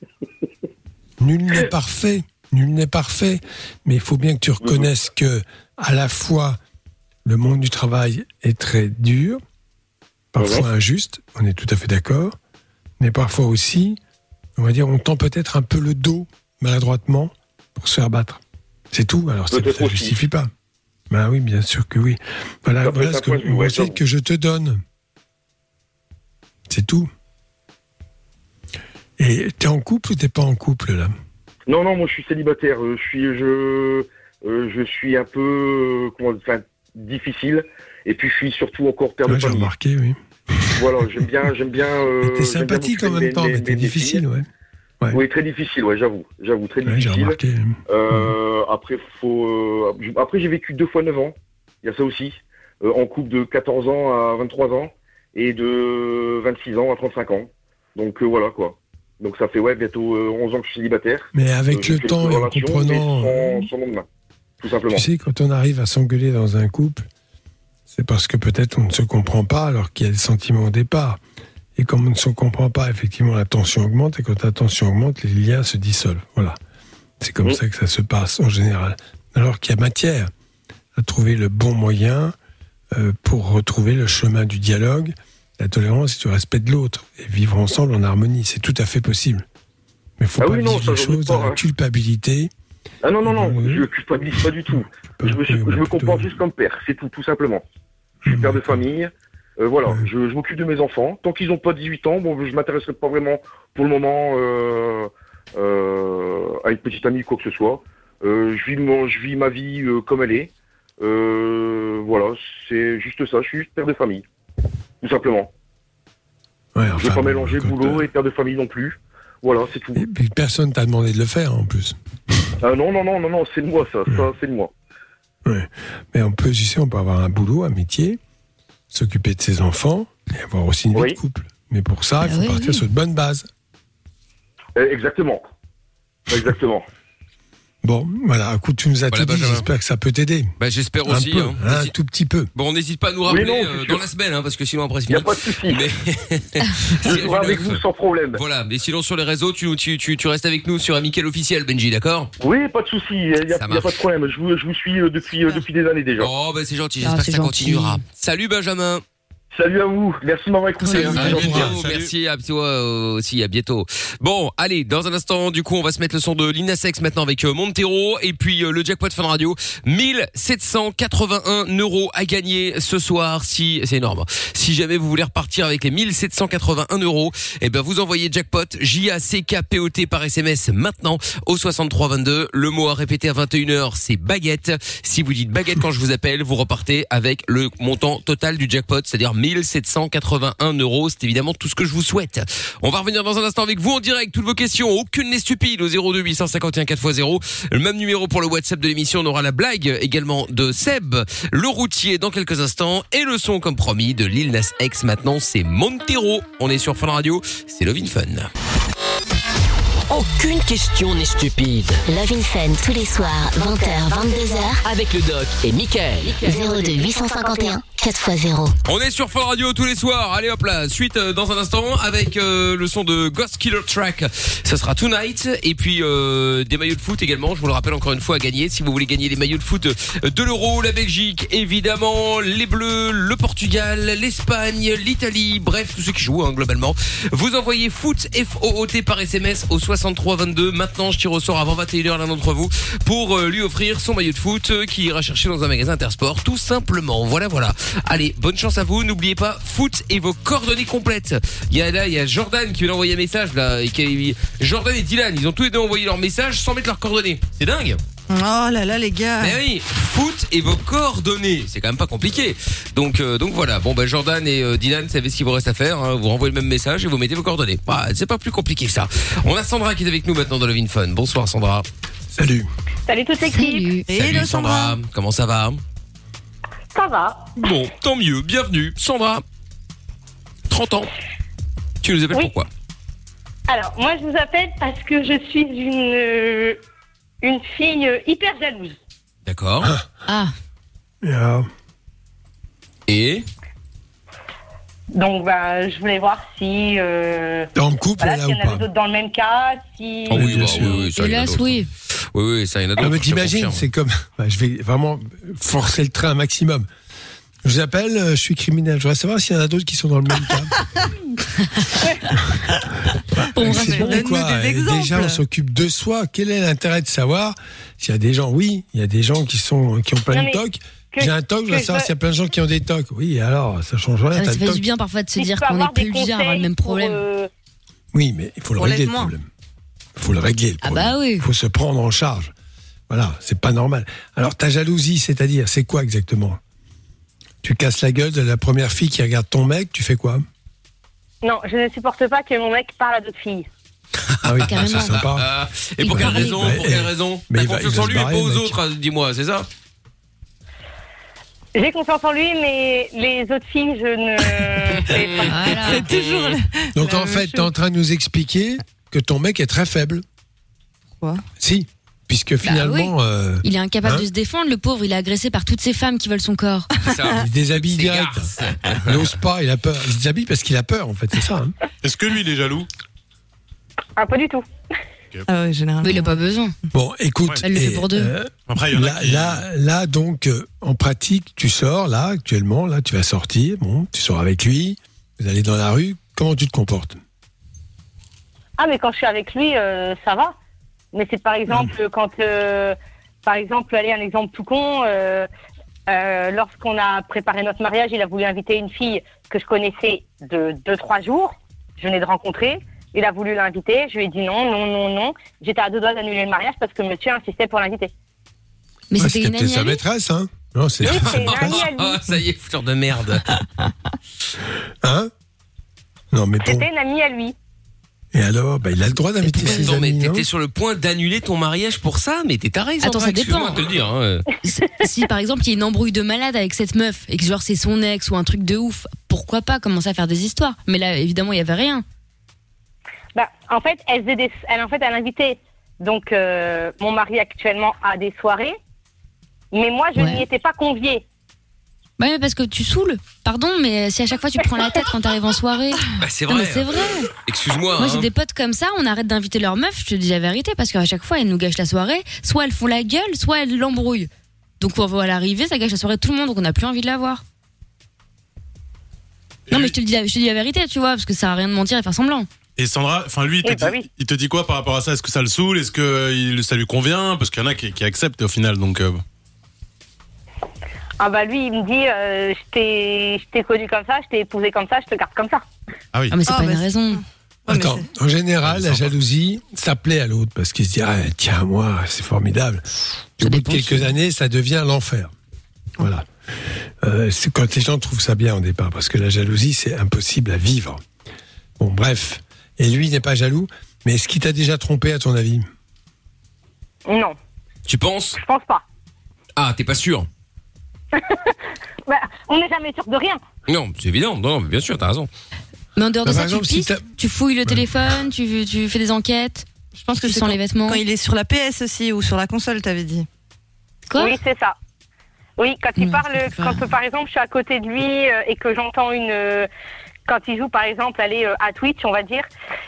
S3: Nul n'est parfait. Nul n'est parfait. Mais il faut bien que tu reconnaisses que, à la fois, le monde du travail est très dur, parfois injuste, on est tout à fait d'accord, mais parfois aussi, on va dire, on tend peut-être un peu le dos maladroitement pour se faire battre. C'est tout. Alors, ça
S7: Peut-être
S3: ne
S7: aussi.
S3: justifie pas. Ben oui, bien sûr que oui. Voilà,
S7: Ça peut
S3: voilà
S7: être
S3: ce
S7: un point de
S3: que,
S7: vue, ouais,
S3: conseil
S7: j'avoue.
S3: que je te donne. C'est tout. Et t'es en couple ou t'es pas en couple là
S7: Non, non, moi je suis célibataire. Euh, Je suis, je, euh, je suis un peu, euh, comment, enfin, difficile. Et puis je suis surtout encore père Ah, de
S3: Ouais, J'ai
S7: famille.
S3: remarqué, oui.
S7: Voilà, j'aime bien, j'aime bien. euh,
S3: Mais t'es
S7: j'aime bien
S3: sympathique en
S7: m'occuper
S3: même
S7: de
S3: temps,
S7: mes-
S3: mais
S7: mes-
S3: t'es
S7: mes filles.
S3: difficile, ouais. ouais.
S7: Oui, très difficile, ouais, j'avoue, j'avoue, très
S3: Ouais, J'ai
S7: difficile.
S3: remarqué.
S7: Euh, après, faut, euh, je- après j'ai vécu deux fois 9 ans. Il y a ça aussi. Euh, en couple de 14 ans à 23 ans et de 26 ans à 35 ans. Donc euh, voilà quoi. Donc ça fait ouais bientôt euh, 11 ans que je suis célibataire.
S3: Mais
S7: Euh,
S3: avec
S7: j'ai
S3: le
S7: fait
S3: temps
S7: une
S3: et en
S7: relation,
S3: comprenant. euh,
S7: mais Sans, sans nom de main, tout simplement.
S3: Tu sais, quand on arrive à s'engueuler dans un couple, c'est parce que peut-être on ne se comprend pas alors qu'il y a le sentiment au départ. Et comme on ne se comprend pas, effectivement, la tension augmente. Et quand la tension augmente, les liens se dissolvent. Voilà. C'est comme
S7: Oui.
S3: ça que ça se passe en général. Alors qu'il y a matière à trouver le bon moyen euh, pour retrouver le chemin du dialogue, la tolérance et du respect de l'autre. Et vivre ensemble en harmonie. C'est tout à fait possible. Mais il ne faut
S7: Ah
S3: pas
S7: oui, non,
S3: vivre
S7: ça,
S3: les
S7: j'en
S3: choses
S7: doute pas,
S3: dans la
S7: hein.
S3: culpabilité.
S7: Ah non, non, non,
S3: Oui.
S7: je culpabilise pas du tout. Je me, suis- je me comporte juste comme père, c'est tout, tout simplement. Je
S3: Mm.
S7: suis père de famille, euh, voilà,
S3: Oui.
S7: je, je m'occupe de mes enfants. Tant qu'ils n'ont pas 18 ans, bon, je m'intéresserai pas vraiment pour le moment euh, euh, à une petite amie, quoi que ce soit. Euh, je, vis mon, je vis ma vie euh, comme elle est. Euh, voilà, c'est juste ça, je suis juste père de famille, tout simplement. je
S3: Ouais,
S7: ne
S3: enfin,
S7: veux pas
S3: bon,
S7: mélanger
S3: quand,
S7: boulot
S3: euh,
S7: et père de famille non plus. Voilà, c'est tout.
S3: Et puis personne t'a demandé de le faire en plus.
S7: Ah non, non, non, non, non, c'est de moi ça, ça c'est de moi.
S3: Mais on peut, tu sais, on peut avoir un boulot, un métier, s'occuper de ses enfants et avoir aussi une vie
S7: Oui.
S3: de couple. Mais pour ça, il
S4: Bah
S3: faut
S4: oui,
S3: partir
S4: oui.
S3: sur de bonnes bases.
S7: Euh, Exactement. Exactement.
S3: Bon, voilà, écoute, tu nous as
S2: Voilà,
S3: tout dit,
S2: Benjamin.
S3: j'espère que ça peut t'aider.
S2: Bah, j'espère
S3: Un
S2: aussi.
S3: peu,
S2: hein.
S3: un
S2: Vas-y.
S3: tout petit peu.
S2: Bon, on n'hésite pas à nous
S7: Oui,
S2: rappeler
S7: non, c'est
S2: euh,
S7: sûr.
S2: dans la semaine, hein, parce que sinon après c'est
S7: Il n'y a
S2: fini.
S7: pas de souci.
S2: Mais
S7: Je
S2: Si,
S7: jouerai avec
S2: Rudolph.
S7: vous sans problème.
S2: Voilà, mais sinon sur les réseaux, tu, tu, tu, tu restes avec nous sur Amical Officiel, Benji, d'accord
S7: Oui, pas de souci. Il n'y a,
S2: Ça
S7: il y a pas
S2: marche.
S7: de problème. Je vous, je vous suis euh, depuis, euh,
S4: Super.
S7: depuis des années déjà.
S2: Oh, bah c'est
S4: Ah,
S2: gentil, j'espère que
S4: c'est
S2: ça
S4: gentil.
S2: continuera. Salut Benjamin
S7: Salut à vous. Merci de m'avoir écouté.
S2: Salut,
S7: hein. C'est
S3: Salut,
S2: à
S3: Benjamin.
S7: gentil.
S2: bientôt.
S5: Salut.
S2: Merci à toi euh, aussi, à bientôt. Bon, allez, dans un instant, du coup, on va se mettre le son de Lina Sex maintenant avec euh, Montero et puis euh, le jackpot Fun Radio. 1781 euros à gagner ce soir si, c'est énorme. hein. Si jamais vous voulez repartir avec les 1781 euros, eh ben, vous envoyez jackpot, J-A-C-K-P-O-T par SMS maintenant au 6322. Le mot à répéter à 21h, c'est baguette. Si vous dites baguette quand je vous appelle, vous repartez avec le montant total du jackpot, c'est-à-dire 1781 euros. C'est évidemment tout ce que je vous souhaite. On va revenir dans un instant avec vous en direct. Toutes vos questions, aucune n'est stupide au 02 851 4x0. Le même numéro pour le WhatsApp de l'émission. On aura la blague également de Seb, le routier dans quelques instants et le son comme promis de Lil Nas X. Maintenant, c'est Montero. On est sur Fun Radio. C'est Lovin Fun.
S9: Aucune question n'est stupide.
S8: Love in Fun tous les soirs, 20h, 22h.
S9: Avec le doc et Michael.
S8: 02 851 4x0.
S2: On est sur Fun Radio tous les soirs. Allez hop là, suite euh, dans un instant avec euh, le son de Ghost Killer Track. Ça sera Tonight et puis euh, des maillots de foot également. Je vous le rappelle encore une fois à gagner. Si vous voulez gagner les maillots de foot euh, de l'Euro, la Belgique évidemment, les Bleus, le Portugal, l'Espagne, l'Italie, bref tous ceux qui jouent hein, globalement. Vous envoyez foot F O O T par SMS au 63 22. Maintenant je tire au sort avant 21h l'un d'entre vous pour euh, lui offrir son maillot de foot euh, qu'il ira chercher dans un magasin Intersport tout simplement. Voilà voilà. Allez, bonne chance à vous. N'oubliez pas foot et vos coordonnées complètes. Il y a là, il y a Jordan qui vient d'envoyer un message là. Et qui- Jordan et Dylan, ils ont tous les deux envoyé leur message sans mettre leurs coordonnées. C'est dingue.
S6: Oh là là, les gars.
S2: Mais oui, foot et vos coordonnées. C'est quand même pas compliqué. Donc euh, donc voilà. Bon bah Jordan et euh, Dylan, vous savez ce qu'il vous reste à faire. hein. Vous renvoyez le même message et vous mettez vos coordonnées. Bah, c'est pas plus compliqué que ça. On a Sandra qui est avec nous maintenant dans le Fun. Bonsoir Sandra.
S3: Salut.
S10: Salut toute l'équipe.
S6: Et
S2: Salut,
S6: le Sandra.
S2: Comment ça va
S10: Ça va
S2: Bon, tant mieux. Bienvenue, Sandra. 30 ans. Tu nous appelles
S10: Oui.
S2: pourquoi
S10: Alors, moi, je vous appelle parce que je suis une, euh, une fille euh, hyper jalouse.
S2: D'accord.
S4: Ah,
S3: Et euh, alors,
S2: Et
S10: Donc, bah, je voulais voir si. euh,
S3: T'es en couple
S10: voilà,
S3: là
S10: s'il y
S3: ou
S10: en avait
S3: pas Ah
S10: d'autres dans le même cas. Si.
S2: Oh oui,
S3: bien
S2: bah,
S3: sûr.
S2: oui, oui, ça, il y en a
S4: hélas,
S2: d'autres.
S4: oui.
S2: Oui, oui, ça, il y en a d'autres.
S3: Non, Ah, mais
S2: je te
S3: t'imagines,
S2: confirme.
S3: c'est comme. Bah, je vais vraiment forcer le train un maximum. Je vous appelle, euh, je suis criminel. Je voudrais savoir s'il y en a d'autres qui sont dans le même cas. Bah,
S4: Pour me
S3: euh, C'est
S4: rappeler.
S3: bon,
S6: Donne-nous
S3: quoi.
S6: des
S3: Et Déjà,
S6: exemples.
S3: on s'occupe de soi. Quel est l'intérêt de savoir s'il y a des gens Oui, il y a des gens qui sont euh, qui ont plein
S10: Non,
S3: de
S10: mais
S3: tocs.
S10: que-
S3: J'ai un toc, je
S10: que
S3: veux
S10: je
S3: savoir
S10: veux-
S3: s'il y a plein de gens qui ont des tocs. Oui, alors ça change rien.
S4: Ah,
S3: t'as
S4: Ça
S3: le
S4: fait
S3: toc.
S4: du bien parfois de se
S10: si je
S4: dire
S10: peux
S4: qu'on
S10: avoir
S4: est
S10: des
S4: plusieurs à le
S10: conseils
S4: même
S10: pour,
S4: problème.
S10: euh,
S3: Oui, mais il faut le régler le
S6: Enlève-moi.
S3: problème. Il faut le régler le
S4: Ah
S3: problème.
S4: bah oui.
S3: Il faut se prendre en charge. Voilà, c'est pas normal. Alors ta jalousie, c'est-à-dire, c'est quoi exactement Tu casses la gueule de la première fille qui regarde ton mec, tu fais quoi
S10: Non, je ne supporte pas que mon mec parle à d'autres filles.
S3: Ah oui,
S4: Carrément.
S3: c'est sympa.
S2: Ah, et
S4: Il
S2: pour
S4: va
S2: quelle
S4: arriver.
S2: raison Pour
S3: Ouais,
S2: quelle
S3: eh,
S2: raison
S3: mais
S2: T'as
S3: il va- il
S2: confiance
S3: va
S2: en
S3: se
S2: lui et pas
S3: barrer,
S2: aux
S3: le mec.
S2: autres, hein, dis-moi, c'est ça
S10: J'ai confiance en lui, mais les autres filles, je ne. c'est pas-
S4: Voilà.
S6: C'est toujours. le-
S3: Donc
S6: La
S3: en
S6: même
S3: fait,
S6: chose.
S3: tu es en train de nous expliquer que ton mec est très faible.
S6: Quoi
S3: Si, puisque finalement, euh,
S4: Bah Il est incapable
S3: Hein
S4: de se défendre, le pauvre. Il est agressé par toutes ces femmes qui veulent son corps.
S2: C'est ça.
S3: il déshabille
S2: C'est
S3: direct.
S2: garce.
S3: Il n'ose pas, il a peur. Il se déshabille parce qu'il a peur, en fait, c'est ça. hein.
S5: Est-ce que lui, il est jaloux
S10: Ah, pas du tout.
S6: Ah ouais, généralement.
S4: Mais il a pas besoin.
S3: Bon, écoute.
S5: Ouais.
S4: Elle le fait
S3: et,
S4: pour deux.
S3: euh,
S5: Après, il y en a
S3: Là,
S5: qui-
S3: là, là, donc, euh, en pratique, tu sors, là, actuellement, là, tu vas sortir, bon, tu sors avec lui, vous allez dans la rue, comment tu te comportes
S10: Ah, mais quand je suis avec lui, euh, ça va. Mais c'est par exemple quand, euh, par exemple, allez, un exemple tout con. euh, euh, Lorsqu'on a préparé notre mariage, il a voulu inviter une fille que je connaissais de 2-3 jours. Je venais de rencontrer. Il a voulu l'inviter. Je lui ai dit non, non, non, non. J'étais à deux doigts d'annuler le mariage parce que monsieur insistait pour l'inviter.
S4: Mais
S3: Parce
S4: c'était
S3: que
S4: une
S3: t'es
S4: amie.
S3: sa
S4: à lui.
S3: maîtresse, hein Non, c'est...
S10: Oui, c'est une amie à
S2: Ah,
S10: lui.
S2: ça y est, fouteur de merde.
S3: Hein Non, mais bon.
S10: C'était une amie à lui.
S3: Et alors bah, Il a le
S4: Ah,
S3: droit d'inviter ses
S2: Non, mais
S3: amis, non
S2: t'étais sur le point d'annuler ton mariage pour ça, mais t'es taré, Sandra.
S4: hein. Attends, ça
S2: excuse-moi
S4: dépend.
S2: de te le dire. hein.
S4: Si- si par exemple il y a une embrouille de malade avec cette meuf et que genre c'est son ex ou un truc de ouf, pourquoi pas commencer à faire des histoires Mais là évidemment il y avait rien.
S10: Bah, en fait, elle, faisait des- elle, en fait, elle invitait donc euh, mon mari actuellement à des soirées, mais moi je
S4: Ouais.
S10: n'y étais pas conviée.
S4: Bah mais parce que tu saoules. Pardon, mais si à chaque fois tu prends la tête quand t'arrives en soirée.
S2: Bah, c'est
S4: Non, mais
S2: vrai.
S4: c'est vrai.
S2: Excuse-moi.
S4: Moi
S2: hein.
S4: j'ai des potes comme ça, on arrête d'inviter leurs meufs, je te dis la vérité, parce qu'à chaque fois elles nous gâchent la soirée, soit elles font la gueule, soit elles l'embrouillent. Donc on va à l'arrivée, ça gâche la soirée de tout le monde, donc on n'a plus envie de la voir. Non mais je te, le dis la, je te dis la vérité, tu vois, parce que ça sert à rien de mentir et faire semblant.
S5: Et Sandra, enfin lui, il te,
S10: Oui,
S5: dit,
S10: bah oui.
S5: il te dit quoi par rapport à ça Est-ce que ça le saoule Est-ce que euh, il- ça lui convient Parce qu'il y en a qui, qui acceptent au final, donc. euh,
S10: Ah bah lui, il me dit, euh, je t'ai- je t'ai connu comme ça, je t'ai épousé comme ça, je te garde comme ça.
S5: Ah oui.
S4: Ah mais c'est
S6: Ah,
S4: pas
S6: bah,
S4: une
S6: c'est-
S4: raison.
S6: Ouais, mais
S3: Attends,
S6: c'est-
S3: en général,
S5: C'est
S3: la
S5: sympa.
S3: jalousie, ça plaît à l'autre parce qu'il se dit, ah, tiens, moi, c'est formidable. Puis Au bout de
S4: dépend
S3: quelques années, ça devient l'enfer. Voilà. Euh, c'est quand les gens trouvent ça bien au départ, parce que la jalousie, c'est impossible à vivre. Bon, bref. Et lui, il n'est pas jaloux. Mais est-ce qu'il t'a déjà trompé, à ton avis
S10: Non,
S2: Tu penses
S10: je pense pas.
S2: Ah, t'es pas sûr
S10: Bah, on n'est jamais sûr de rien.
S2: Non, c'est évident. Non, non, bien sûr, t'as raison.
S4: Mais en dehors
S3: Bah,
S4: de
S3: par
S4: ça,
S3: exemple,
S4: tu
S3: si
S4: pisses,
S3: t'as-
S4: tu fouilles le téléphone, tu, tu fais des enquêtes.
S6: Je pense que
S4: Tu
S6: c'est
S4: sens
S6: quand,
S4: les vêtements.
S6: quand il est sur la PS aussi ou sur la console, t'avais dit.
S4: Quoi
S10: Oui, c'est ça. Oui, quand il
S4: Non,
S10: parle,
S4: je sais pas.
S10: quand euh, par exemple je suis à côté de lui euh, et que j'entends une. euh, quand il joue par exemple, allez euh, à Twitch, on va dire.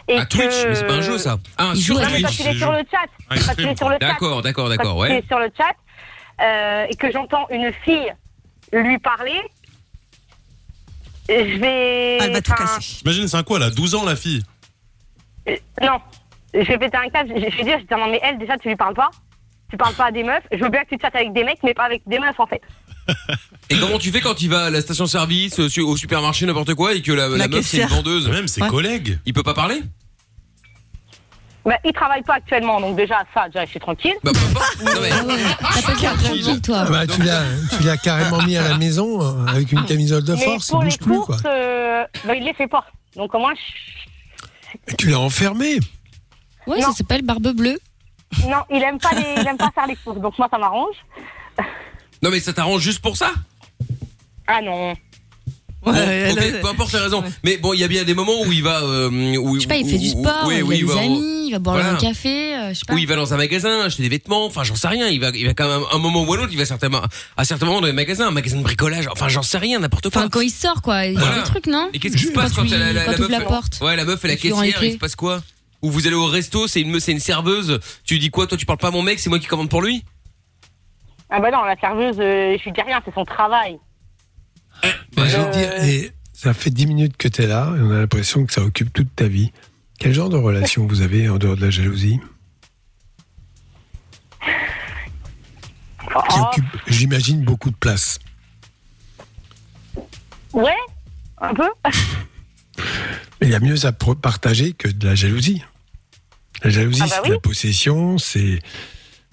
S10: Et
S2: À Twitch,
S10: que-
S2: mais c'est pas un jeu ça. Ah,
S4: il
S2: sur
S4: joue à
S10: Non, mais quand
S2: Twitch.
S10: il est sur le chat.
S5: Ah, il
S10: quand il
S5: stream,
S10: est sur le chat.
S2: D'accord, d'accord, d'accord,
S10: quand
S2: ouais.
S10: il est sur le chat euh, et que j'entends une fille lui parler, je vais.
S6: Ah, elle va tout
S10: enfin,
S6: casser.
S5: J'imagine, c'est un quoi, elle a 12 ans, la fille.
S10: euh, non, je vais péter un câble. Je je vais dire, je vais dire, non, mais elle, déjà, tu lui parles pas. Tu parles pas à des meufs. Je veux bien que tu chattes avec des mecs, mais pas avec des meufs, en fait.
S2: Et comment tu fais quand il va à la station service, au su- au supermarché, n'importe quoi, et que la, la meuf c'est une
S6: caissière.
S2: vendeuse
S5: Même ses
S6: Ouais.
S5: collègues.
S2: Il peut pas parler
S10: Bah, il travaille pas actuellement, donc déjà, ça, déjà, je suis tranquille.
S2: Bah, peu importe. Non, mais-
S4: T'as pas bien grandi, toi.
S3: Ah bah, tu l'as, tu l'as carrément mis à la maison euh, avec une camisole de
S10: mais
S3: force, il
S10: pour les
S3: bouge plus quoi.
S10: courses, euh, bah, il les fait pas. Donc, au moins, je-
S3: Et tu l'as enfermé.
S4: Ouais, ça s'appelle Barbe Bleue.
S10: non, il aime pas, les... il aime pas faire les courses. Donc, moi, ça m'arrange.
S2: non, mais ça t'arrange juste pour ça
S10: Ah non.
S6: Ouais,
S2: Bon,
S6: elle
S2: ok,
S6: a-
S2: peu importe les raisons. Mais bon, il y a bien des moments où il va. euh, où,
S4: Je sais pas, il fait du sport, il a des
S2: va,
S4: amis, il va boire
S2: bah, Voilà.
S4: un café, euh, je sais pas.
S2: où il va dans un magasin acheter des vêtements, enfin j'en sais rien. Il va, il va quand même un moment ou à l'autre, il va certainement à certains moments dans les magasins, un magasin de bricolage, enfin j'en sais rien, n'importe quoi.
S4: Enfin, quand il sort, quoi. Il
S2: Voilà.
S4: fait des trucs, non
S2: Et qu'est-ce qui se passe quand,
S4: tu-
S2: la, la-
S4: quand
S2: la
S4: t'ouvres
S2: meuf
S4: la porte
S2: Ouais, la meuf et la
S4: Tu rentres
S2: caissière, il
S4: clé.
S2: se passe quoi Ou vous allez au resto, c'est une meuf, c'est une serveuse. Tu dis quoi Toi, tu parles pas à mon mec, c'est moi qui commande pour lui
S10: Ah bah non, la serveuse, euh, je lui dis rien, c'est son travail.
S3: Bah, je veux
S4: euh,
S3: dire, et ça fait 10 minutes que tu es là et on a l'impression que ça occupe toute ta vie. Quel genre de relation vous avez en dehors de la jalousie Qui
S4: Ah.
S10: Oh,
S3: occupe, j'imagine, beaucoup de place.
S10: ouais, un peu.
S3: Mais il y a mieux à pro- partager que de la jalousie. La jalousie,
S10: Ah bah
S3: c'est
S10: oui.
S3: de la possession, c'est.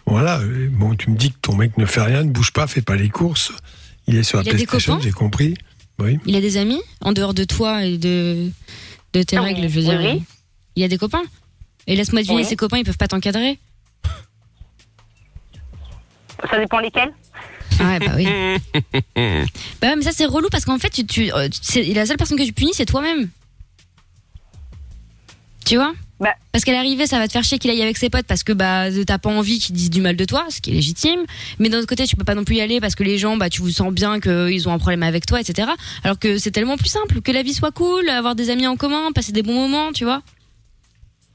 S3: Voilà. euh, Bon, tu me dis que ton mec ne fait rien, ne bouge pas, fait pas les courses. Il est sur la
S4: Il a des
S3: PlayStation,
S4: copains
S3: j'ai compris. Oui.
S4: Il a des amis en dehors de toi et de, de tes
S10: Ah oui,
S4: règles, je veux dire.
S10: oui.
S4: Il a des copains. Et laisse-moi deviner,
S10: Oui.
S4: ses copains, ils peuvent pas t'encadrer.
S10: Ça dépend lesquels.
S4: Ah ouais, bah oui. bah ouais, mais ça c'est relou parce qu'en fait, tu, tu, euh, tu- c'est- la seule personne que tu punis, c'est toi-même. Tu vois
S10: Bah.
S4: Parce qu'à l'arrivée, ça va te faire chier qu'il aille avec ses potes parce que bah t'as pas envie qu'ils disent du mal de toi, ce qui est légitime. Mais d'un autre côté, tu peux pas non plus y aller parce que les gens, bah tu vous sens bien qu'ils ont un problème avec toi, etc. Alors que c'est tellement plus simple que la vie soit cool, avoir des amis en commun, passer des bons moments, tu vois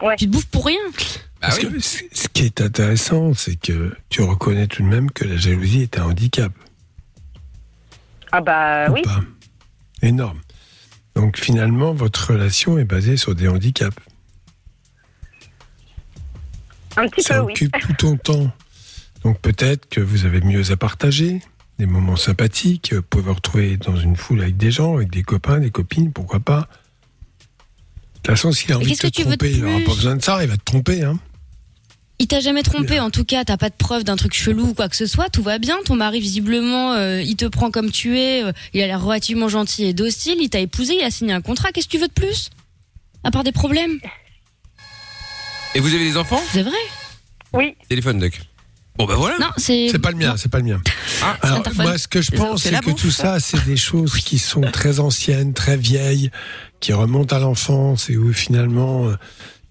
S10: Ouais.
S4: Tu te bouffes pour rien.
S2: Bah
S3: Parce
S2: oui.
S3: que c- ce qui est intéressant, c'est que tu reconnais tout de même que la jalousie est un handicap.
S10: Ah bah
S3: ou
S10: oui.
S3: pas Énorme. Donc finalement, votre relation est basée sur des handicaps.
S10: Un petit
S3: Ça
S10: peu, oui.
S3: occupe tout ton temps. Donc peut-être que vous avez mieux à partager, des moments sympathiques, vous pouvez vous retrouver dans une foule avec des gens, avec des copains, des copines, pourquoi pas. De toute façon, s'il a envie de
S4: qu'est-ce
S3: te
S4: que tu veux de
S3: tromper, il n'aura
S4: plus
S3: pas besoin de ça, il va te tromper. Hein.
S4: Il t'a jamais trompé, en tout cas, t'as pas de preuve d'un truc chelou ou quoi que ce soit, tout va bien, ton mari visiblement, euh, il te prend comme tu es, euh, il a l'air relativement gentil et docile, il t'a épousé, il a signé un contrat, qu'est-ce que tu veux de plus À part des problèmes,
S2: Et vous avez des enfants
S4: c'est vrai
S10: Oui.
S2: Téléphone, Doc. Bon bah voilà.
S4: Non, c'est...
S3: C'est pas le mien, c'est pas le mien.
S2: Ah,
S3: Alors,
S4: interphone.
S3: moi, ce que je
S6: C'est ça,
S3: pense,
S6: c'est
S3: c'est
S6: la
S3: que
S6: bouffe.
S3: tout ça, c'est des choses qui sont très anciennes, très vieilles, qui remontent à l'enfance et où finalement, euh,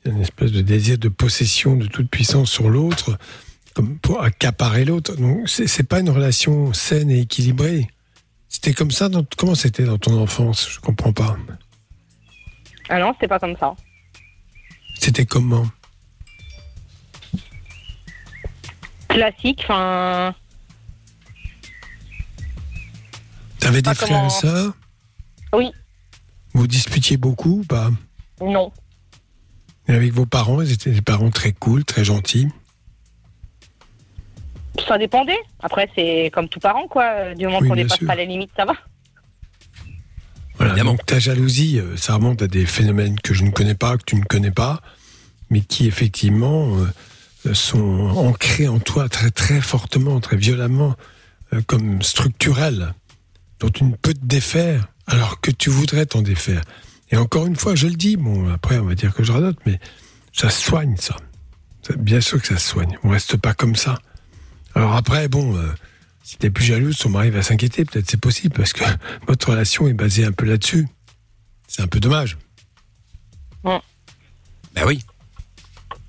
S3: il y a une espèce de désir de possession, de toute puissance sur l'autre, comme pour accaparer l'autre. Donc, c'est c'est pas une relation saine et équilibrée. C'était comme ça dans, Comment c'était dans ton enfance Je comprends pas.
S10: Ah non, c'était pas comme ça.
S3: C'était comment
S10: Classique, enfin.
S3: T'avais des
S10: Pas
S3: frères
S10: comment-
S3: et sœurs
S10: Oui.
S3: Vous disputiez beaucoup ou pas
S10: Non.
S3: Et avec vos parents, ils étaient des parents très cool, très gentils.
S10: Ça dépendait. Après, c'est comme tout parent, quoi. Du moment
S3: Oui,
S10: qu'on
S3: bien
S10: dépasse
S3: sûr.
S10: pas les limites, ça va.
S3: Voilà,
S2: Évidemment.
S3: donc ta jalousie, euh, ça remonte à des phénomènes que je ne connais pas, que tu ne connais pas, mais qui effectivement euh, sont ancrés en toi très très fortement, très violemment, euh, comme structurels, dont tu ne peux te défaire alors que tu voudrais t'en défaire. Et encore une fois, je le dis, bon, après on va dire que je radote, mais ça se soigne ça. Ça- Bien sûr que ça se soigne, on reste pas comme ça. Alors après, bon, euh, si t'es plus jalouse, ton mari va s'inquiéter, peut-être c'est possible, parce que votre relation est basée un peu là-dessus. C'est un peu dommage.
S2: Bah oui.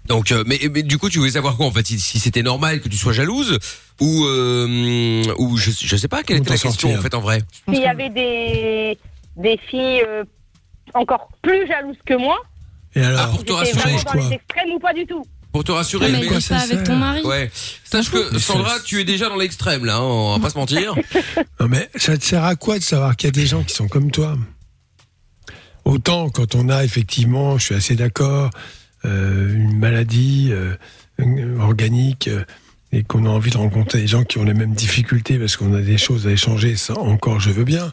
S2: Donc, euh, mais, mais du coup, tu voulais savoir quoi en fait Si, si c'était normal que tu sois jalouse ou euh, ou je, je sais pas quelle était la question en fait en vrai.
S11: S'il y avait des, des filles euh, encore plus jalouses que moi,
S3: Et alors
S2: Ah, Pour te
S11: j'étais
S2: rassurer,
S11: vraiment dans les extrêmes ou pas du tout.
S2: pour te rassurer,
S4: mais dis pas avec ton mari.
S2: Ouais. Sache que Sandra, tu es déjà dans l'extrême là. hein, on va pas se mentir.
S3: Non, mais ça te sert à quoi de savoir qu'il y a des gens qui sont comme toi Autant quand on a effectivement, je suis assez d'accord, euh, une maladie euh, une- organique euh, et qu'on a envie de rencontrer des gens qui ont les mêmes difficultés parce qu'on a des choses à échanger, ça encore je veux bien.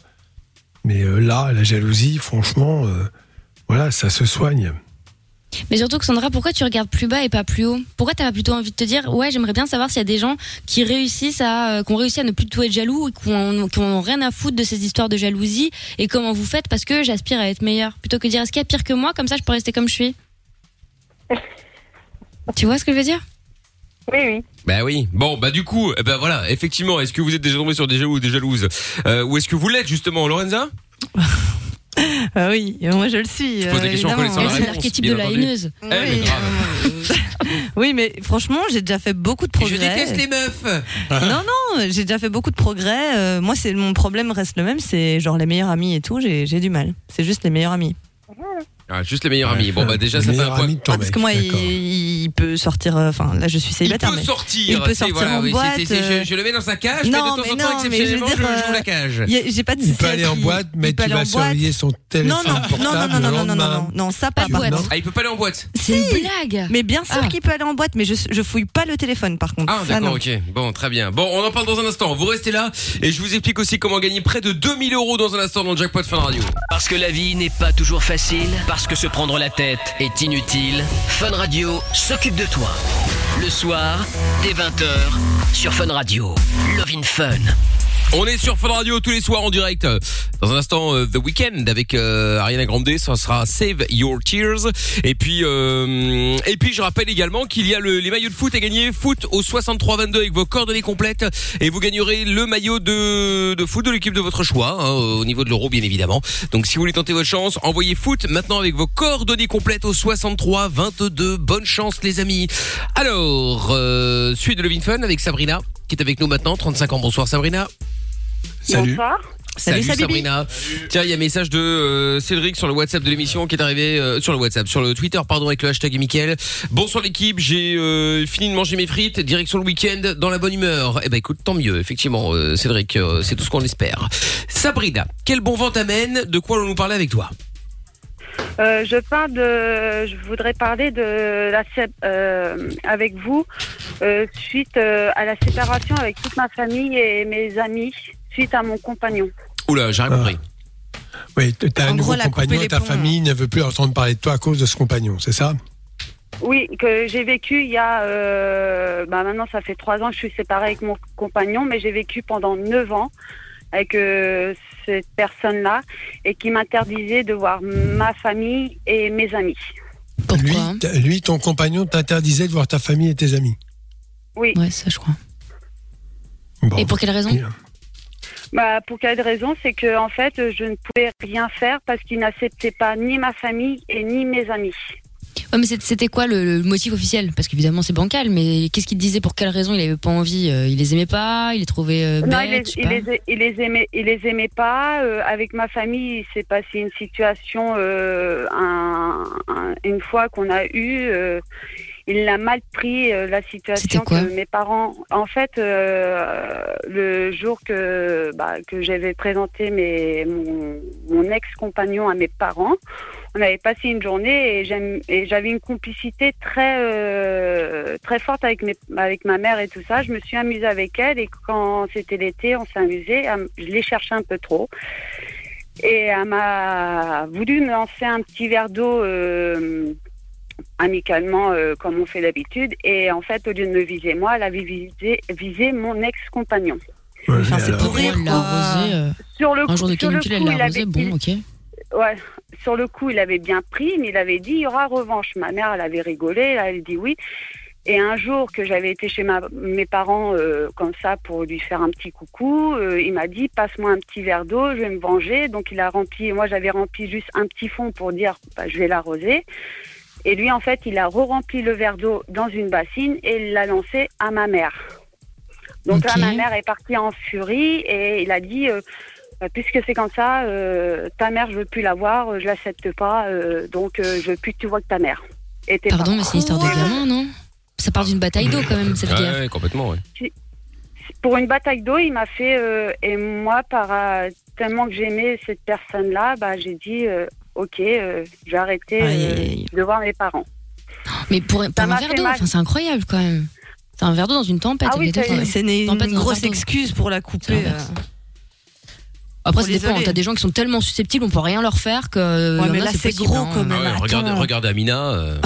S3: Mais euh, là, la jalousie, franchement, euh, voilà, ça se soigne.
S4: Mais surtout que Sandra, pourquoi tu regardes plus bas et pas plus haut Pourquoi t'as pas plutôt envie de te dire ouais j'aimerais bien savoir s'il y a des gens qui réussissent à, euh, qui ont réussi à ne plus tout être jaloux et qui ont, qui ont rien à foutre de ces histoires de jalousie et comment vous faites parce que j'aspire à être meilleure plutôt que dire est-ce qu'il y a pire que moi comme ça je peux rester comme je suis. tu vois ce que je veux dire
S11: Oui, oui.
S2: Bah oui. Bon, bah du coup, eh ben voilà. Effectivement, est-ce que vous êtes déjà tombé sur des jaloux ou des jalouses Euh, Ou est-ce que vous l'êtes justement, Lorenza
S6: Ah oui, euh, moi je le suis. euh,
S2: pose des questions en
S6: évidemment.
S2: connaissant
S4: Elle,
S2: la
S4: c'est
S2: réponse,
S4: l'archétype
S2: bien
S4: de la
S2: entendu.
S4: haineuse.
S2: Eh, mais
S6: Oui,
S2: grave.
S6: oui, mais franchement, j'ai déjà fait beaucoup de progrès.
S2: meufs.
S6: Non, non, j'ai déjà fait beaucoup de progrès. Euh, moi, c'est mon problème reste le même, c'est genre les meilleurs amis et tout. J'ai j'ai du mal. C'est juste les meilleurs amis.
S2: Ah, juste les meilleurs amis. Bon, bah déjà,
S3: Le
S2: ça fait un
S3: meilleur
S2: point.
S3: ami de ton
S6: Ah, parce
S3: mec,
S6: que moi,
S3: d'accord.
S6: il, il peut sortir. euh, Enfin, là, je suis
S2: Il
S6: célibataire.
S2: peut
S6: mais
S2: sortir.
S6: il peut
S2: tu sais,
S6: sortir
S2: voilà,
S6: en
S2: oui,
S6: boîte,
S2: c'est- c'est- je-
S6: euh,
S2: je le mets dans sa cage, mais
S6: Non,
S2: de temps
S6: mais
S2: en
S6: non,
S2: temps,
S6: mais
S2: exceptionnellement,
S6: je
S2: je,
S6: veux dire,
S2: je joue
S6: euh,
S2: la cage.
S6: il y a- j'ai pas de
S3: Il
S6: souci
S3: peut
S6: avec
S3: aller en
S6: lui.
S3: boîte,
S6: Il
S3: mais
S6: peut
S3: tu
S6: aller
S3: vas
S6: en boîte.
S3: surveiller son
S6: Non,
S3: téléphone
S6: non, non, non,
S3: portable
S6: non,
S3: le
S6: non, non, non,
S3: lendemain.
S6: non, non, ça pas
S4: Pas boîte.
S2: Ah, il peut pas aller en boîte.
S4: C'est une blague.
S6: Mais bien sûr
S4: Ah.
S6: qu'il peut aller en boîte, mais je, je fouille pas le téléphone par contre.
S2: Ah,
S6: Ça,
S2: d'accord,
S6: non.
S2: ok. Bon, très bien. Bon, on en parle dans un instant. Vous restez là et je vous explique aussi comment gagner près de 2000 euros dans un instant dans le Jackpot Fun Radio.
S1: Parce que la vie n'est pas toujours facile, parce que se prendre la tête est inutile, Fun Radio s'occupe de toi. Le soir, dès 20h, sur Fun Radio. Love in Fun.
S2: On est sur Fun Radio tous les soirs en direct. Dans un instant, euh, The Weeknd avec euh, Ariana Grande, ça sera Save Your Tears. Et puis, euh, et puis je rappelle également qu'il y a le- les maillots de foot à gagner. Foot au 63-22 avec vos coordonnées complètes et vous gagnerez le maillot de, de foot de l'équipe de votre choix hein, au niveau de l'euro bien évidemment. Donc si vous voulez tenter votre chance, envoyez foot maintenant avec vos coordonnées complètes au 63-22. Bonne chance les amis. Alors, euh, suite de Levin Fun avec Sabrina qui est avec nous maintenant, 35 ans. Bonsoir Sabrina.
S3: Salut.
S11: Bonsoir.
S6: Salut, Sabibi.
S2: Sabrina. Tiens, il y a un message de euh, Cédric sur le WhatsApp de l'émission qui est arrivé euh, sur le WhatsApp, sur le Twitter, pardon, avec le hashtag Mickaël. Bonsoir l'équipe, j'ai euh, fini de manger mes frites, direction le week-end, dans la bonne humeur. Eh ben écoute, tant mieux, effectivement, euh, Cédric, euh, c'est tout ce qu'on espère. Sabrina, quel bon vent t'amène De quoi allons-nous parler avec toi
S11: Euh, je parle de, je voudrais parler de la sé- euh, avec vous euh, suite euh, à la séparation avec toute ma famille et mes amis suite à mon compagnon.
S2: Oula, j'ai rien
S3: Ah.
S2: compris.
S3: Oui, t- t'as
S6: En
S3: un nouveau
S6: gros, elle a coupé
S3: compagnon,
S6: les
S3: ta
S6: ponts. hein.
S3: famille ne veut plus entendre parler de toi à cause de ce compagnon, c'est ça
S11: Oui, que j'ai vécu il y a, euh, bah maintenant ça fait trois ans que je suis séparée avec mon compagnon, mais j'ai vécu pendant neuf ans avec euh, cette personne-là et qui m'interdisait de voir ma famille et mes amis.
S3: lui, t- lui, ton compagnon t'interdisait de voir ta famille et tes amis.
S4: Ouais ça je crois.
S3: Bon.
S4: Et pour quelle raison
S11: Bah, pour quelle raison C'est que en fait, je ne pouvais rien faire parce qu'il n'acceptait pas ni ma famille et ni mes amis.
S4: Ouais, mais c'est- c'était quoi le, le motif officiel Parce qu'évidemment c'est bancal, mais qu'est-ce qu'il te disait Pour quelle raison il avait pas envie Euh, Il les aimait pas Il les trouvait euh,
S11: non, il les,
S4: bêtes je sais
S11: il
S4: pas.
S11: les- il les aimait, il les aimait pas. Euh, avec ma famille, il s'est passé une situation euh, un- un- une fois qu'on a eu. euh, il l'a mal pris euh, la situation
S4: C'était quoi
S11: que mes parents. En fait, euh, le jour que bah, que j'avais présenté mes mon, mon ex-compagnon à mes parents, on avait passé une journée et j'aime et j'avais une complicité très euh, très forte avec mes avec ma mère et tout ça. Je me suis amusée avec elle et quand c'était l'été, on s'est amusé. à m- Je l'ai cherché un peu trop. Et elle m'a voulu me lancer un petit verre d'eau euh, amicalement, euh, comme on fait d'habitude. Et en fait, au lieu de me viser moi, elle avait visé, visé mon ex-compagnon.
S3: Ouais,
S6: Enfin,
S3: mais
S6: c'est
S3: alors-
S6: pourri.
S4: Pourquoi elle l'a arrosé euh,
S11: Sur le
S4: Un jour de
S11: sur le
S4: canicule, elle
S11: coup,
S4: l'a
S11: il
S4: arrosé,
S11: avait-
S4: bon ok.
S11: Ouais, sur le coup, il avait bien pris, mais il avait dit il y aura revanche. Ma mère, elle avait rigolé, là, elle dit oui. Et un jour que j'avais été chez ma- mes parents euh, comme ça pour lui faire un petit coucou, euh, il m'a dit passe-moi un petit verre d'eau, je vais me venger. Donc il a rempli, moi j'avais rempli juste un petit fond pour dire bah, je vais l'arroser. Et lui, en fait, il a re-rempli le verre d'eau dans une bassine et il l'a lancé à ma mère. Donc là, ma mère est partie en furie et il a dit, euh, euh, puisque c'est comme ça, euh, ta mère, je veux plus la voir, euh, je l'accepte pas, euh, donc euh, je veux plus que tu vois que ta mère. Et t'es
S4: Pardon,
S11: pas-
S4: mais c'est une histoire de gamin, non Ça part d'une bataille d'eau quand même, cette guerre.
S2: Ouais, complètement, ouais.
S11: Pour une bataille d'eau, il m'a fait, euh, et moi, par euh, tellement que j'aimais cette personne-là, bah, j'ai dit, euh, ok, euh, je vais arrêter euh, de voir mes parents.
S4: Mais pour, pour
S11: m'a
S4: un verre
S11: fait
S4: d'eau,
S11: mal.
S4: enfin, c'est incroyable quand même. C'est un verre d'eau dans une tempête.
S11: Ah oui,
S4: il était
S11: ça y est,
S4: dans-
S11: c'est une-
S4: tempête
S11: une
S4: dans un
S11: grosse
S4: verre d'eau.
S6: excuse pour la couper. euh.
S4: C'est l'inverse. Après,
S6: Pour
S4: ça dépend.
S6: l'isoler.
S4: T'as des gens qui sont tellement susceptibles, on peut rien leur faire que.
S6: Ouais,
S4: il y en
S6: mais
S4: a,
S6: là, c'est
S4: possible,
S6: gros,
S4: hein.
S6: quand
S2: Ah ouais, regarde, regarde Amina. euh,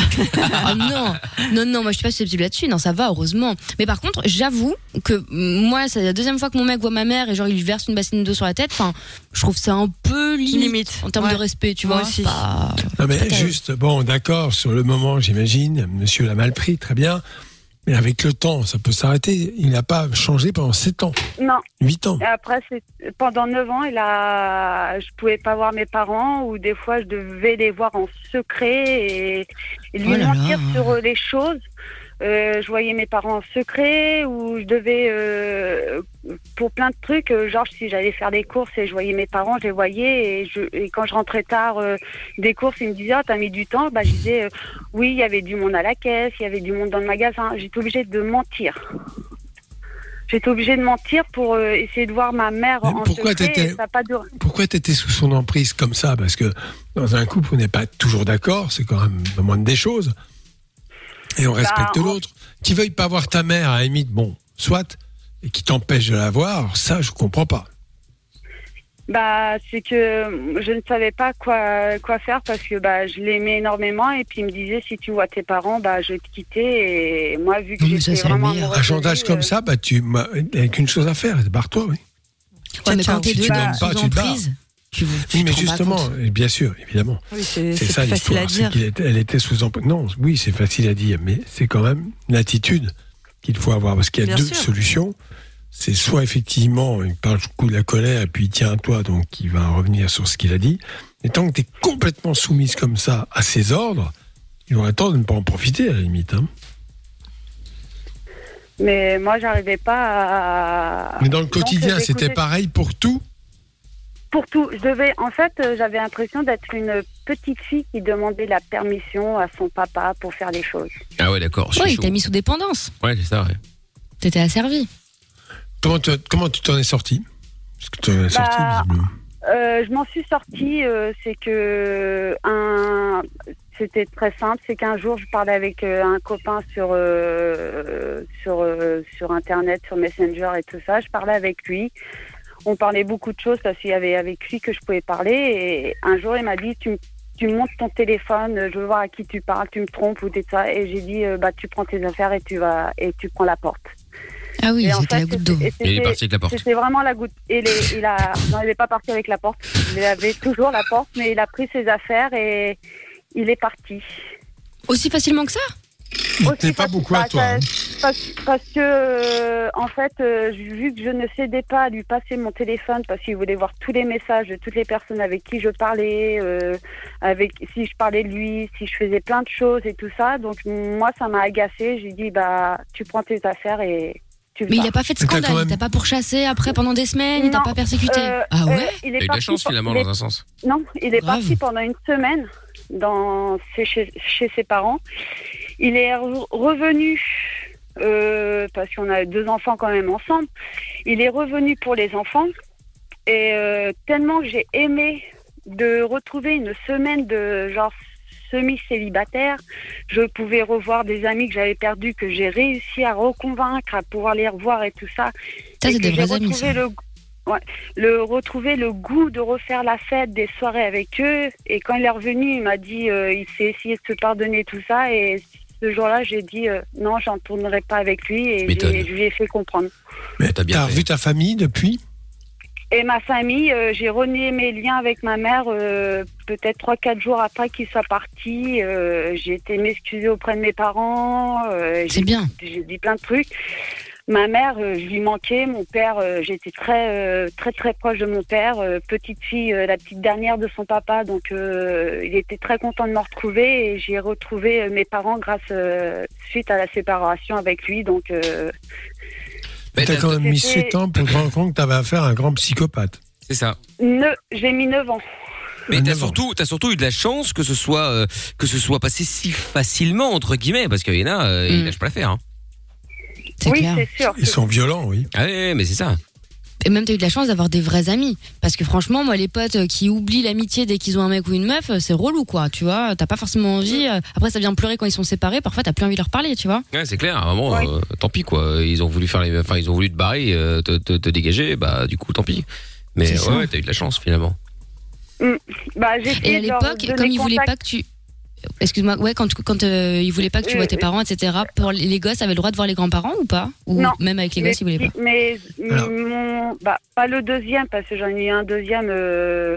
S4: Ah non, non, non, moi je suis pas susceptible là-dessus. Non, ça va, heureusement. Mais par contre, j'avoue que mm, moi, c'est la deuxième fois que mon mec voit ma mère et genre il lui verse une bassine d'eau sur la tête. Enfin, je trouve ça un peu limite, en termes de respect, tu
S6: Moi
S4: vois.
S6: aussi.
S4: C'est pas-
S3: Non, mais
S4: c'est pas
S3: juste, bon, d'accord, sur le moment, j'imagine, monsieur l'a mal pris, très bien. Mais avec le temps, ça peut s'arrêter. Il n'a pas changé pendant 7 ans,
S11: Non.
S3: 8 ans.
S11: Et après, c'est- pendant 9 ans, il a... je pouvais pas voir mes parents ou des fois, je devais les voir en secret et, et lui
S4: Oh là
S11: mentir
S4: là.
S11: sur euh, les choses. Euh, je voyais mes parents en secret ou je devais, euh, pour plein de trucs, euh, genre si j'allais faire des courses et je voyais mes parents, je les voyais et, je, et quand je rentrais tard euh, des courses, ils me disaient Ah, t'as mis du temps bah, Je disais euh, Oui, il y avait du monde à la caisse, il y avait du monde dans le magasin. J'étais obligée de mentir. J'étais obligée de mentir pour euh, essayer de voir ma mère
S3: Mais
S11: en
S3: pourquoi
S11: secret.
S3: t'étais-
S11: et ça a pas duré.
S3: Pourquoi tu étais sous son emprise comme ça Parce que dans un couple, on n'est pas toujours d'accord, c'est quand même le moindre des choses. Et
S11: Bah,
S3: on respecte
S11: on-
S3: l'autre. Qui veuille pas voir ta mère, à la limite, bon, soit, et qui t'empêche de la voir, ça, je comprends pas.
S11: Bah, c'est que je ne savais pas quoi, quoi faire parce que bah, je l'aimais énormément et puis il me disait si tu vois tes parents, bah, je vais te quitter. Et moi, vu que
S4: Non, mais ça,
S11: j'étais
S4: c'est la
S11: vraiment
S4: meilleure.
S11: amoureuse
S3: Un
S11: de
S3: chantage
S11: lui,
S3: comme
S11: euh,
S3: ça, bah, tu n'as qu'une chose à faire, barre-toi, oui.
S4: Ouais, mais quand t'es
S3: Si
S4: deux
S3: tu l'aimes pas,
S4: sous
S3: tu te barres.
S4: emprise, tu, tu
S3: Oui, mais
S4: te rends pas
S3: justement,
S4: compte.
S3: bien sûr, évidemment.
S6: Oui, c'est
S3: C'est
S6: c'est
S3: ça
S6: plus facile à
S3: l'histoire. c'est
S6: dire.
S3: qu'il était- Elle était sous emprise. Non, oui, c'est facile à dire, mais c'est quand même l'attitude qu'il faut avoir. Parce qu'il y a
S6: Bien
S3: deux
S6: sûr.
S3: solutions. C'est soit effectivement, il parle du coup de la colère et puis tiens-toi, donc il va revenir sur ce qu'il a dit. Et tant que tu es complètement soumise comme ça à ses ordres, il aurait tort de ne pas en profiter à la limite. hein.
S11: Mais moi, j'arrivais
S6: Ah,
S11: pas à.
S3: Mais dans le
S6: euh,
S11: Donc, euh,
S3: quotidien,
S11: j'écoutais-
S3: c'était pareil pour tout.
S11: Pour tout. Je devais. En fait, euh, j'avais l'impression d'être une petite fille qui demandait la permission à son papa pour faire les choses.
S2: Ah ouais, d'accord. je suis
S4: Ouais, il
S2: chaud.
S4: t'a mis sous dépendance.
S2: Ouais, c'est ça, ouais.
S4: T'étais asservi.
S3: Comment tu comment tu t'en es sorti Parce que tu t'en es sorti,
S11: Bah,
S3: visiblement.
S11: Euh, je m'en suis sortie, euh, c'est que un, c'était très simple, c'est qu'un jour je parlais avec euh, un copain sur euh, sur euh, sur internet, sur Messenger et tout ça. Je parlais avec lui. On parlait beaucoup de choses parce qu'il y avait avec lui que je pouvais parler. Et un jour il m'a dit tu me- tu me montes ton téléphone, euh, je veux voir à qui tu parles, tu me trompes ou t'es ça. Et j'ai dit euh, bah tu prends tes affaires et tu vas et tu prends la porte.
S4: Ah oui,
S11: et en
S4: c'était
S11: fait,
S4: la goutte d'eau.
S11: c'était-
S2: Il est
S11: c'était-
S2: parti avec la porte.
S11: c'était vraiment la goutte. Il est, il a, non, il n'est pas parti avec la porte. Il avait toujours la porte, mais il a pris ses affaires et il est parti.
S4: Aussi facilement que ça
S3: Il
S11: Aussi
S3: tenait pas
S11: parce-
S3: beaucoup à
S11: bah,
S3: toi.
S11: ça-
S3: hein.
S11: Parce, parce que, euh, en fait, euh, vu que je ne cédais pas à lui passer mon téléphone parce qu'il voulait voir tous les messages de toutes les personnes avec qui je parlais, euh, avec si je parlais de lui, si je faisais plein de choses et tout ça, donc moi, ça m'a agacée. J'ai dit, bah, tu prends tes affaires et tu
S4: Mais
S11: pars.
S4: il a pas fait de
S3: Mais t'as
S4: scandale.
S3: quand
S4: Il
S3: même-
S4: t'a pas pourchassé après pendant des semaines, il t'a
S11: Non,
S4: pas persécuté.
S11: Euh,
S4: ah ouais
S11: euh, il est
S2: T'as eu de la
S11: parti
S2: chance,
S11: pe-
S2: finalement,
S11: il est-
S2: dans un sens.
S11: Non, il est
S4: Grave.
S11: parti pendant une semaine dans chez, chez- chez ses parents. Il est re- revenu euh, parce qu'on a deux enfants quand même ensemble. Il est revenu pour les enfants et euh, tellement que j'ai aimé de retrouver une semaine de genre semi-célibataire. Je pouvais revoir des amis que j'avais perdus, que j'ai réussi à reconvaincre, à pouvoir les revoir et tout ça.
S4: Ça, c'est
S11: Et que
S4: des
S11: j'ai
S4: vrais amis,
S11: retrouvé
S4: ça.
S11: Le... ouais, le- retrouver le goût de refaire la fête, des soirées avec eux. Et quand il est revenu, il m'a dit, euh, il s'est essayé de se pardonner tout ça. Et ce jour-là, j'ai dit, euh, non, j'en tournerai pas avec lui.
S2: Tu
S11: Et
S2: m'étonnes.
S11: j'ai- je lui ai fait comprendre.
S3: Mais
S2: t'as bien
S3: t'as
S2: fait.
S3: revu ta famille depuis
S11: Et ma famille, euh, j'ai renoué mes liens avec ma mère euh, peut-être trois quatre jours après qu'il soit parti. Euh, j'ai été m'excuser auprès de mes parents. euh,
S4: C'est
S11: j'ai-
S4: bien.
S11: J'ai dit plein de trucs. Ma mère, euh, je lui manquais. Mon père, euh, j'étais très, euh, très, très proche de mon père. euh, petite fille, euh, la petite dernière de son papa. Donc, euh, il était très content de me retrouver et j'ai retrouvé euh, mes parents grâce euh, suite à la séparation avec lui. Donc, euh,
S3: Mais t'as quand même mis
S11: C'était-
S3: 7 ans pour te rendre compte que t'avais affaire à un grand psychopathe.
S2: C'est ça.
S11: ne- j'ai mis 9 ans.
S2: Mais t'as surtout, t'as surtout eu de la chance que ce soit, euh, que ce soit passé si facilement entre guillemets, parce qu'il y en a, euh,
S6: Mm.
S2: ils lâchent pas l'affaire. Hein.
S11: Oui, c'est sûr.
S3: sont violents, oui.
S2: Ah oui, oui, mais c'est ça.
S4: Et même t'as eu de la chance d'avoir des vrais amis. Parce que franchement, moi, les potes euh, qui oublient l'amitié dès qu'ils ont un mec ou une meuf, euh, c'est relou, quoi. Tu vois, t'as pas forcément envie.
S11: Mm.
S4: euh, Après, ça vient pleurer quand ils sont séparés. Parfois, t'as plus envie de leur parler, tu vois.
S2: Ouais, c'est clair. À un moment, euh, tant pis quoi. Ils ont voulu faire, les... enfin, ils ont voulu te barrer, euh, te, te- te dégager. Bah, du coup, tant pis. Mais ouais, ouais, t'as eu de la chance finalement.
S11: Mm. Bah, j'ai essayé
S4: Et à
S11: de leur
S4: l'époque,
S11: donner
S4: comme ils voulaient
S11: contact.
S4: pas que tu. Excuse-moi, ouais, quand, tu- quand euh, ils voulaient pas que tu vois tes
S11: Euh,
S4: parents, etc., pour les les gosses avaient le droit de voir les grands-parents ou pas Ou
S11: Non.
S4: même avec les gosses, ils
S11: Mais-
S4: voulaient pas
S11: Mais
S4: Alors.
S11: mon, bah, pas le deuxième, parce que j'en ai eu un deuxième euh,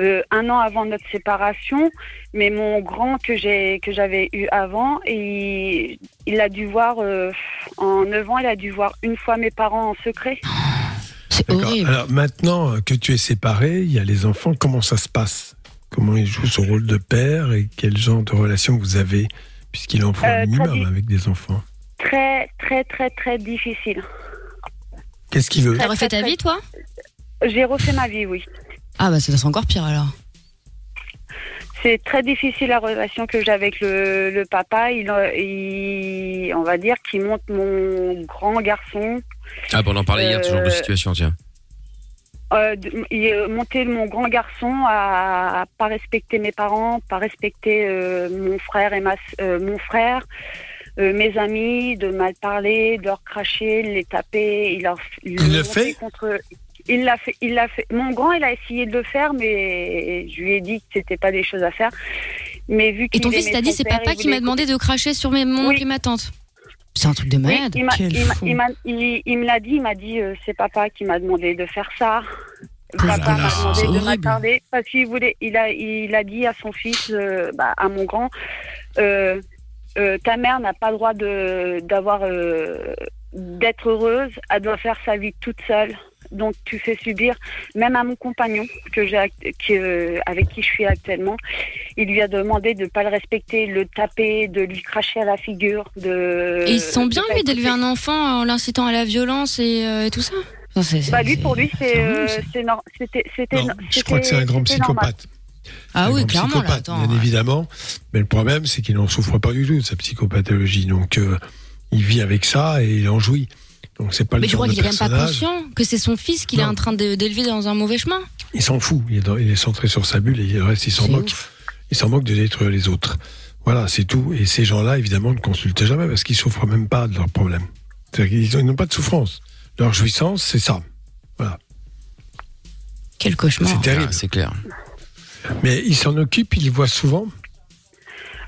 S11: euh, un an avant notre séparation. Mais mon grand que j'ai que j'avais eu avant, il, il a dû voir, euh, en 9 ans, il a dû voir une fois mes parents en secret.
S3: D'accord. Alors maintenant euh, que tu es séparé, il y a les enfants, comment ça se passe Comment ils jouent ce rôle de père et quel genre de relation vous avez Puisqu'il en faut
S11: Euh,
S3: un minimum
S11: traduit.
S3: avec des enfants.
S11: Très, très, très, très difficile.
S3: Qu'est-ce qu'il veut
S4: T'as refait ta vie, toi
S11: J'ai refait ma vie, oui.
S4: Ah, bah, ça doit être encore pire alors.
S11: C'est très difficile la relation que j'ai avec le, le papa. Il, euh, il- on va dire qu'il monte mon grand garçon.
S2: Ah, bon, on en parlait hier de ce genre de
S11: Euh,
S2: situation, tiens.
S11: Euh, de- il euh, montait mon grand garçon à, à pas respecter mes parents, pas respecter euh, mon frère et ma, s- euh, mon frère, euh, mes amis, de mal parler, de leur cracher, de les taper. Il, leur-
S3: Il le
S11: montait
S3: fait
S11: contre. Il l'a fait. Il l'a fait. Mon grand, il a essayé de le faire, mais je lui ai dit que c'était pas des choses à faire. Mais vu
S4: Et
S11: qu'il
S4: ton fils
S11: aimait
S4: t'a dit,
S11: son
S4: c'est
S11: père,
S4: papa
S11: il
S4: qui m'a
S11: voulait-
S4: demandé de cracher sur mes, mon oncle et ma tante. C'est un truc de
S11: Oui,
S4: malade.
S11: il m'a- il m'a- il m'a- il- il me l'a dit, il m'a dit euh, c'est papa qui m'a demandé de faire ça. Papa m'a
S4: C'est
S11: demandé de
S4: horrible.
S11: m'attarder parce qu'il voulait. Il a, il a dit à son fils, euh, bah, à mon grand, euh, euh, ta mère n'a pas le droit de d'avoir euh, d'être heureuse. Elle doit faire sa vie toute seule. Donc tu fais subir, même à mon compagnon que j'ai, act- qui, euh, avec qui je suis actuellement, il lui a demandé de ne pas le respecter, le taper, de lui cracher à la figure, de.
S4: Et ils se sont
S11: de
S4: bien,
S11: pas
S4: lui,
S11: être-
S4: d'élever un enfant en l'incitant à la violence et, euh, et tout ça Non, c'est- c'est-
S11: Bah lui, pour lui, c'est,
S4: horrible,
S11: euh,
S4: ça.
S11: c'est nor- c'était, c'était,
S3: Non, Je crois que c'est un grand
S11: c'était normal.
S3: psychopathe.
S4: Ah
S3: Un
S4: oui,
S3: grand
S4: clairement, là,
S3: psychopathe,
S4: attends.
S3: Bien évidemment. Mais le problème, c'est qu'il n'en souffre pas du tout de sa psychopathologie. Donc, euh, il vit avec ça et il en jouit. Donc, c'est pas
S4: Mais
S3: le
S4: je
S3: genre
S4: crois
S3: de
S4: qu'il est quand même pas
S3: personnage.
S4: conscient que c'est son fils qu'il est en train de- d'élever dans un mauvais chemin.
S3: Il s'en fout. Il est, dans- il est centré sur sa bulle et le reste, il s'en moque. Il s'en moque de détruire les autres. Voilà, c'est tout. Et ces gens-là, évidemment, ne consultent jamais parce qu'ils souffrent même pas de leurs problèmes. C'est-à-dire qu'ils ont- ils n'ont pas de souffrance. Leur jouissance, c'est ça. Voilà.
S4: Quel cauchemar.
S3: C'est terrible.
S2: Ah, c'est clair.
S3: Mais il s'en occupe, il y voit souvent.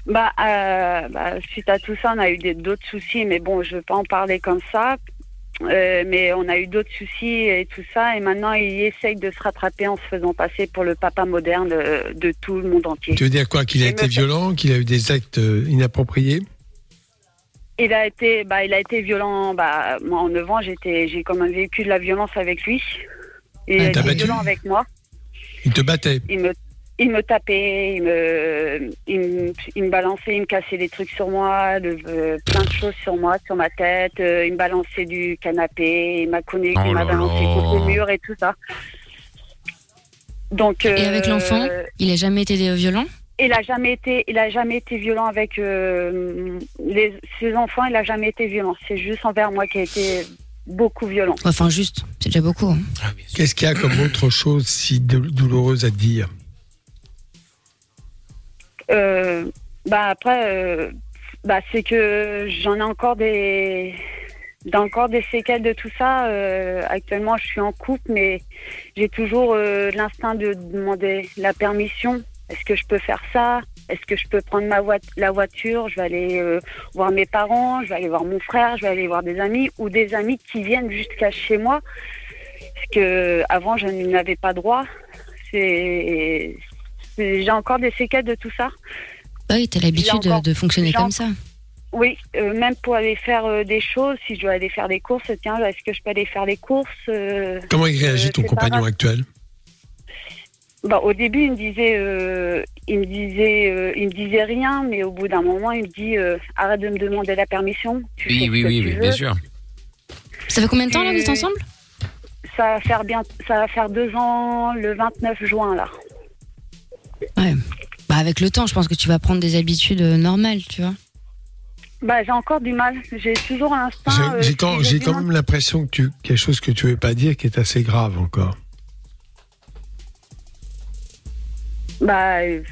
S11: Bah, euh, bah, suite à tout ça, on a eu des- d'autres soucis, mais bon, je veux pas en parler comme ça. Euh, mais on a eu d'autres soucis et tout ça, et maintenant il essaye de se rattraper en se faisant passer pour le papa moderne euh, de tout le monde entier.
S3: Tu veux dire quoi Qu'il a
S11: Et
S3: été
S11: me-
S3: violent, qu'il a eu des actes euh, inappropriés
S11: Il a été, bah, il a été violent. Bah, moi, en 9 ans, j'étais, j'ai quand même vécu de la violence avec lui. Et il
S3: Ah,
S11: a
S3: t'as
S11: été
S3: battu
S11: violent avec moi.
S3: Il te battait
S11: il me il me tapait, il me, il me, il me balançait, il me cassait des trucs sur moi, le- euh, plein de choses sur moi, sur ma tête. euh, il me balançait du canapé, il m'a connu,
S12: Oh
S11: il m'a
S12: là
S11: balancé
S12: là.
S11: contre le mur et tout ça. Donc,
S4: Et avec
S11: euh,
S4: l'enfant, il a jamais été euh, violent
S11: il a jamais été, il a jamais été violent avec euh, les, ses enfants. Il a jamais été violent. C'est juste envers moi qui a été beaucoup violent.
S4: Enfin, juste, c'est déjà beaucoup. hein.
S2: Ah,
S3: Qu'est-ce qu'il y a comme autre chose si dou- douloureuse à dire
S11: Euh, bah après, euh, bah c'est que j'en ai encore des, j'ai encore des séquelles de tout ça. Euh, actuellement, je suis en couple, mais j'ai toujours euh, l'instinct de demander la permission. Est-ce que je peux faire ça Est-ce que je peux prendre ma voi- la voiture Je vais aller euh, voir mes parents, je vais aller voir mon frère, je vais aller voir des amis ou des amis qui viennent jusqu'à chez moi. Parce que avant, je n'avais pas droit. C'est, c'est- j'ai encore des séquelles de tout ça.
S4: Bah oui, t'as l'habitude
S11: J'ai encore-
S4: de fonctionner
S11: j'ai
S4: comme ça.
S11: Oui, euh, même pour aller faire euh, des choses, si je dois aller faire des courses, tiens, est-ce que je peux aller faire des courses euh,
S3: Comment il réagit
S11: euh,
S3: ton
S11: c'est pas
S3: compagnon
S11: grave.
S3: actuel
S11: Bah, au début, il me disait, euh, il me disait, euh, il me disait rien, mais au bout d'un moment, il me dit, euh, arrête de me demander la permission. Tu fais
S2: Oui,
S11: ce
S2: oui,
S11: que
S2: oui,
S11: tu
S2: oui,
S11: veux.
S2: bien sûr.
S4: Ça fait combien de temps là que vous êtes
S11: Et
S4: ensemble
S11: Ça va faire bien, ça va faire deux ans le 29 juin là.
S4: Ouais. Bah avec le temps, je pense que tu vas prendre des habitudes euh, normales, tu vois.
S11: Bah, j'ai encore du mal. J'ai toujours un
S3: J'ai-
S11: instinct. euh,
S3: J'ai quand,
S11: je suis
S3: j'ai quand
S11: bien.
S3: même l'impression que tu quelque chose que tu veux pas dire qui est assez grave encore.
S11: Bah, euh,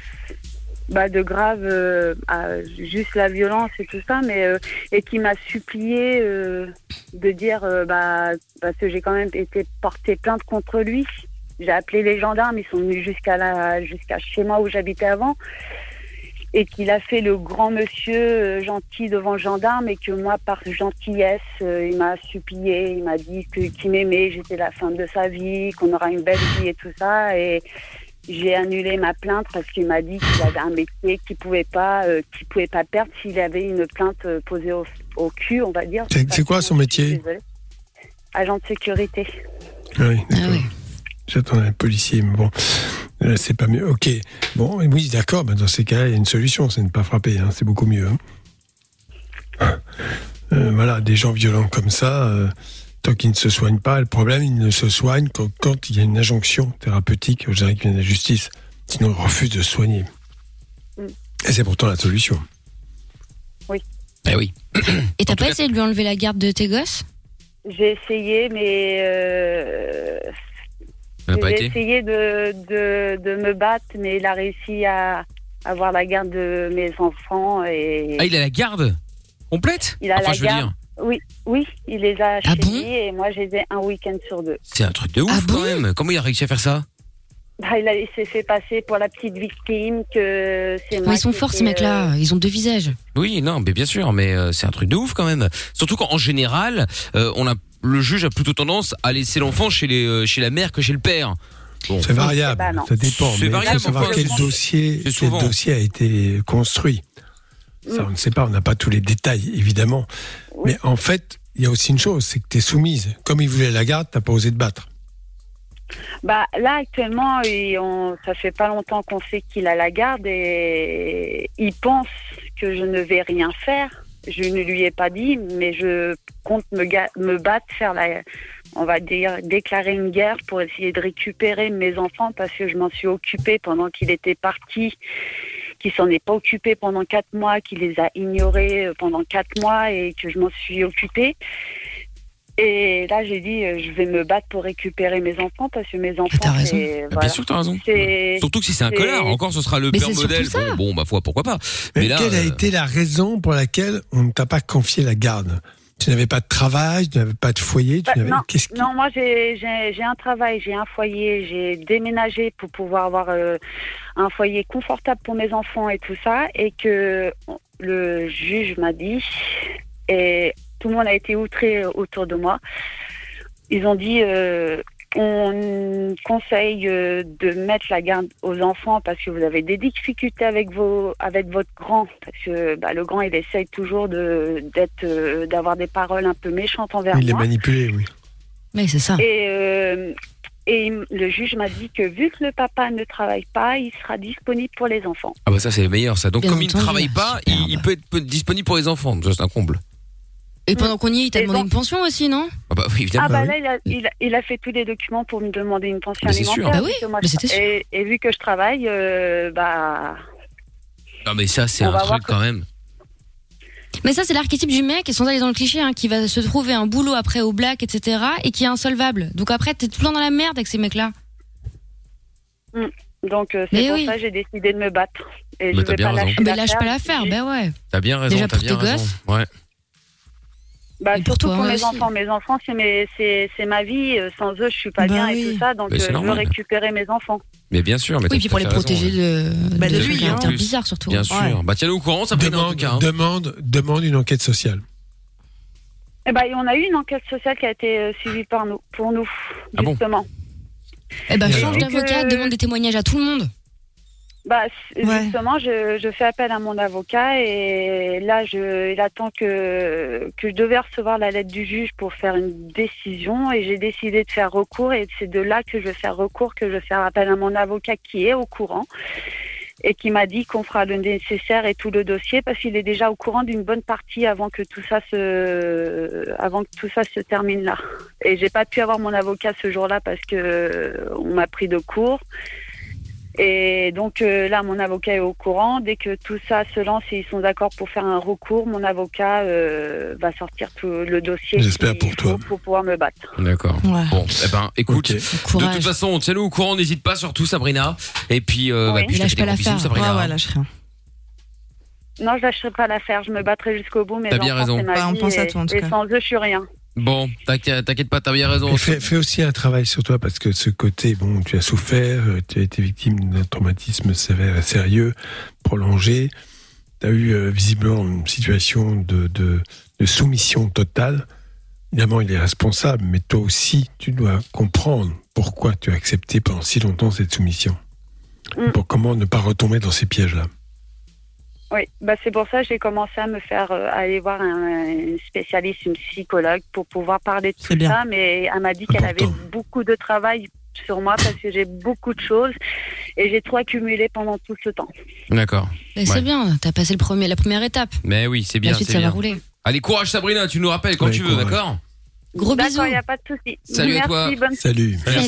S11: bah de grave, euh, à juste la violence et tout ça, mais euh, et qui m'a supplié euh, de dire euh, bah parce que j'ai quand même été portée plainte contre lui. J'ai appelé les gendarmes, ils sont venus jusqu'à la jusqu'à chez moi où j'habitais avant. Et qu'il a fait le grand monsieur euh, gentil devant le gendarme et que moi, par gentillesse, euh, il m'a supplié, il m'a dit que- qu'il m'aimait, j'étais la femme de sa vie, qu'on aura une belle vie et tout ça. Et j'ai annulé ma plainte parce qu'il m'a dit qu'il avait un métier qu'il pouvait pas, euh, qu'il pouvait pas perdre s'il avait une plainte euh, posée au, au cul, on va dire.
S3: C'est- C'est quoi son métier
S11: Désolée. Agent de sécurité.
S3: Ah Oui, d'accord. J'attendais un policier, mais bon, euh, c'est pas mieux. Ok, bon, oui, d'accord, bah, dans ces cas-là, il y a une solution, c'est ne pas frapper, hein, c'est beaucoup mieux. hein. Euh, voilà, des gens violents comme ça, euh, tant qu'ils ne se soignent pas, le problème, ils ne se soignent quand, quand il y a une injonction thérapeutique, je dirais qu'il y a de la justice, sinon ils refusent de se soigner. Et c'est pourtant la solution.
S2: Eh oui.
S3: Mmh.
S4: Et t'as pas essayé de lui enlever la garde de tes gosses
S11: J'ai essayé, mais euh,
S2: Ça n'a pas
S11: j'ai
S2: été
S11: essayé de, de, de me battre, mais il a réussi à avoir la garde de mes enfants et
S2: Ah, il a la garde complète
S11: il a
S2: Enfin,
S11: la
S2: je veux
S11: garde.
S2: dire,
S11: Oui, oui, il les a chez lui et moi j'ai des- un week-end sur deux.
S2: c'est un truc de ouf quand même. Comment il a réussi à faire ça
S11: Bah, il, a- il s'est fait passer pour la petite victime que c'est moi
S4: Ils sont
S11: qui
S4: forts
S11: étais,
S4: ces
S11: euh,
S4: mecs-là, ils ont deux visages.
S2: Oui, non, mais bien sûr, mais euh, c'est un truc de ouf quand même. Surtout qu'en général, euh, on a le juge a plutôt tendance à laisser l'enfant chez les euh, chez la mère que chez le père. Bon.
S3: C'est variable, ça dépend. Mais
S2: C'est
S3: il faut
S2: variable.
S3: savoir
S2: enfin,
S3: quel dossier,
S2: c'est
S3: quel
S2: souvent.
S3: dossier a été construit.
S11: Mm.
S3: Ça, on ne sait pas, on n'a pas tous les détails, évidemment. Mais en fait, il y a aussi une chose, c'est que tu es soumise. Comme il voulait la garde, tu pas osé te battre.
S11: euh, Bah, là, actuellement, il- on, ça fait pas longtemps qu'on sait qu'il a la garde et il pense que je ne vais rien faire. Je ne lui ai pas dit, mais je compte me, ga- me battre, faire la, on va dire, déclarer une guerre pour essayer de récupérer mes enfants parce que je m'en suis occupée pendant qu'il était parti, qu'il s'en est pas occupé pendant quatre mois, qu'il les a ignorés euh, pendant quatre mois et que je m'en suis occupée. Et là, j'ai dit, euh, je vais me battre pour récupérer mes enfants parce que mes enfants. T'as raison.
S2: bien sûr, t'as raison. Surtout que si c'est un connard, encore ce sera le père modèle. Bon, bon, bah foi, pourquoi pas. Mais,
S3: Mais,
S2: là,
S3: quelle a
S2: euh,
S3: été la raison pour laquelle on ne t'a pas confié la garde Tu n'avais pas de travail, tu n'avais pas de foyer, tu
S11: Bah,
S3: n'avais.
S11: non,
S3: Qu'est-ce
S11: non, moi j'ai j'ai- j'ai un travail, j'ai un foyer, j'ai déménagé pour pouvoir avoir euh, un foyer confortable pour mes enfants et tout ça, et que le juge m'a dit, et tout le monde a été outré autour de moi, ils ont dit euh, on conseille euh, de mettre la garde aux enfants parce que vous avez des difficultés avec vos avec votre grand parce que bah, le grand il essaye toujours de d'être euh, d'avoir des paroles un peu méchantes envers
S3: Il est
S11: moi.
S3: manipulé, oui.
S4: Mais c'est ça.
S11: Et, euh, et il m- le juge m'a dit que vu que le papa ne travaille pas, il sera disponible pour les enfants.
S2: Ah bah ça c'est le meilleur ça. Donc
S11: Bien
S2: comme il ne
S11: entendu,
S2: travaille pas, il, il peut être peu- disponible pour les enfants. Ça c'est un comble.
S4: Et pendant qu'on y est, il t'a demandé une pension aussi, non
S2: Ah bah oui, évidemment.
S11: ah bah là, il a, il, a, il a fait tous les documents pour me demander une pension
S2: Mais c'est sûr.
S11: alimentaire.
S2: Bah oui,
S11: vu que moi,
S2: mais
S11: je-
S2: c'était sûr.
S11: Et, et vu que je travaille, euh, bah
S2: Non mais ça c'est
S11: On
S2: un
S11: va voir
S2: truc quand même.
S4: Mais ça, c'est l'archétype du mec, et sans aller dans le cliché, hein, qui va se trouver un boulot après au black, etc., et qui est insolvable. Donc après, t'es tout le temps dans la merde avec ces mecs-là.
S11: mm. donc euh,
S4: Mais
S11: c'est pour
S4: oui.
S11: ça que j'ai décidé de me battre. Et
S2: Mais
S11: je
S2: t'as
S11: vais
S2: bien
S11: pas
S2: raison.
S11: lâcher
S4: Ah bah lâche pas l'affaire, ben ouais.
S2: T'as bien raison.
S4: Déjà
S2: t'as
S4: pour
S2: bien
S4: tes
S2: raison.
S4: gosses.
S2: Ouais.
S11: Bah,
S4: Et pour
S11: surtout
S4: toi
S11: pour, mes
S4: aussi.
S11: enfants. Mes enfants, c'est mes- c'est c'est ma vie. euh, Sans eux, je suis pas
S4: Bah
S11: bien et
S4: oui.
S11: tout ça. Donc,
S2: Mais
S11: euh,
S2: c'est
S11: je veux
S2: normal.
S11: récupérer mes enfants.
S2: Mais bien sûr. Ah, Mais
S4: Oui,
S2: t'as
S4: puis
S2: tout
S4: pour
S2: à
S4: les
S2: fait raison,
S4: protéger
S2: ouais.
S4: de,
S2: Bah,
S4: de,
S2: de
S4: son
S2: lui, hein.
S4: caractère
S2: En plus.
S4: bizarre surtout.
S2: Bien sûr. Bah tiens-nous au courant, ça
S3: demande,
S2: hein.
S3: demande, demande une enquête sociale.
S11: Et bah, on a eu une enquête sociale qui a été euh, suivie par nous, pour nous,
S3: Ah bon
S11: justement.
S4: Eh ben,
S3: Et
S4: change
S3: alors
S4: d'avocat, demande des témoignages à tout le monde.
S11: Bah, c- Justement, je, je fais appel à mon avocat et là, je, il attend que, que je devais recevoir la lettre du juge pour faire une décision et j'ai décidé de faire recours et c'est de là que je vais faire recours, que je vais faire appel à mon avocat qui est au courant et qui m'a dit qu'on fera le nécessaire et tout le dossier parce qu'il est déjà au courant d'une bonne partie avant que tout ça se avant que tout ça se termine là. Et j'ai pas pu avoir mon avocat ce jour-là parce que euh, on m'a pris de court. Et donc euh, là, mon avocat est au courant. Dès que tout ça se lance et ils sont d'accord pour faire un recours, mon avocat euh, va sortir tout le dossier
S2: J'espère
S11: qu'il
S2: pour toi.
S11: faut pour pouvoir me battre.
S2: D'accord. Bon, eh ben, écoute, de
S11: Courage.
S2: toute façon, tiens-nous au courant, n'hésite pas surtout, Sabrina. Et puis, euh, bah, puis je te
S11: Lâche
S2: fais des
S11: pas
S2: gros
S11: l'affaire.
S2: bisous,
S4: Ah,
S6: Ah,
S2: Sabrina.
S11: Ouais, ouais, lâche Non, je lâcherai pas l'affaire. Je me battrai jusqu'au bout. Mais
S2: T'as bien raison. Bah, on pense à toi, en tout
S11: et
S2: cas.
S11: sans eux, je suis rien.
S2: Bon, t'inquiète t'inquiète pas, t'as bien raison.
S3: Mais Fais, fais aussi un travail sur toi parce que ce côté, bon, tu as souffert, euh, tu as été victime d'un traumatisme sévère et sérieux, prolongé. Tu as eu euh, visiblement une situation de, de- de soumission totale. Évidemment, il est responsable, mais toi aussi, tu dois comprendre pourquoi tu as accepté pendant si longtemps cette soumission. Pour comment ne pas retomber dans ces pièges-là.
S11: Oui, bah c'est pour ça que j'ai commencé à me faire euh, aller voir un, une spécialiste, une psychologue, pour pouvoir parler de tout
S3: bien.
S11: ça. Mais elle m'a dit qu'elle avait beaucoup de travail sur moi parce que j'ai beaucoup de choses et j'ai trop accumulé pendant tout ce temps.
S2: D'accord.
S4: Mais C'est
S2: Ouais.
S4: bien, t'as passé le premier, la première étape.
S2: Mais oui, c'est bien.
S4: Ensuite,
S2: c'est
S4: ça va
S2: bien.
S4: rouler.
S2: Allez, courage, Sabrina, tu nous rappelles quand tu veux, d'accord
S4: Gros
S11: bisous. Il n'y a pas de souci.
S2: Salut
S11: Merci,
S2: à toi.
S11: bonne-
S2: Merci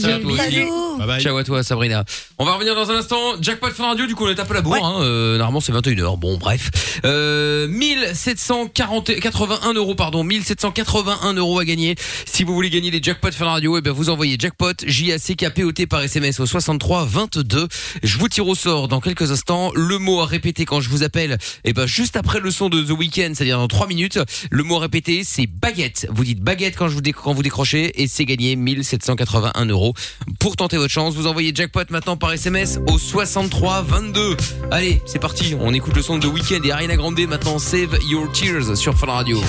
S2: à toi aussi.
S11: Salut.
S2: Bye bye. Ciao à toi, Sabrina. On va revenir dans un instant. Jackpot Fun Radio, du coup, on est un peu la bourre. hein. Euh, normalement, c'est 21h. Bon, bref. Euh, 1781 euros, pardon. 1781 euros à gagner. Si vous voulez gagner les Jackpot Fun Radio, eh bien, vous envoyez Jackpot, J-A-C-K-P-O-T par SMS au 63 22. Je vous tire au sort dans quelques instants. Le mot à répéter quand je vous appelle, eh ben, juste après le son de The Weeknd, c'est-à-dire dans 3 minutes, le mot à répéter, c'est baguette. Vous dites baguette quand, je vous, dé- quand vous décrochez et c'est gagné 1781 euros. Pour tenter votre chance, vous envoyez jackpot maintenant par SMS au 63 22. Allez, c'est parti. On écoute le son de The Weeknd et Ariana Grande maintenant. Save Your Tears sur Fun Radio.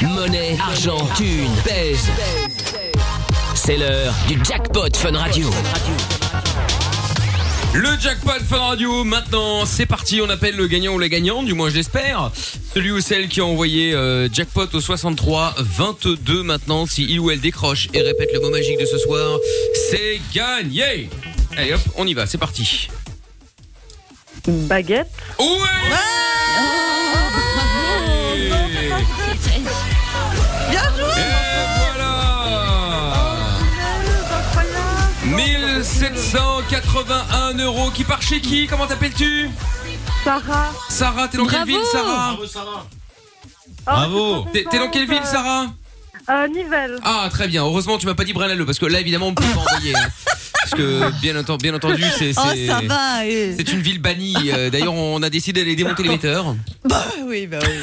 S1: Monnaie, argent, thune, pèse. C'est l'heure du jackpot Fun Radio.
S2: Le jackpot Fun Radio, maintenant, c'est parti. On appelle le gagnant ou la gagnante, du moins je l'espère. Celui ou celle qui a envoyé euh, jackpot au 63 22 maintenant. Si il ou elle décroche et répète le mot magique de ce soir, c'est gagné. Allez hop, on y va, c'est parti.
S11: Baguette.
S2: Ouais.
S4: Ah,
S6: Bien joué.
S2: Voilà 1781 euros qui part chez qui Comment t'appelles-tu
S11: Sarah.
S2: Sarah, t'es dans quelle
S11: Bravo.
S2: ville, Sarah
S11: Bravo,
S2: Sarah
S5: Oh,
S11: Bravo.
S2: T'es t'es dans quelle ville, Sarah
S11: euh, Nivelle.
S2: Ah, très bien. Heureusement, tu m'as pas dit Brennaleux parce que là, évidemment, on peut pas envoyer. hein. Parce que, bien, enten- bien entendu, c'est.
S6: Oh,
S2: c'est-
S6: ça va. euh.
S2: C'est une ville bannie. Euh, D'ailleurs, on a décidé d'aller démonter les metteurs.
S6: Bah oui, bah oui.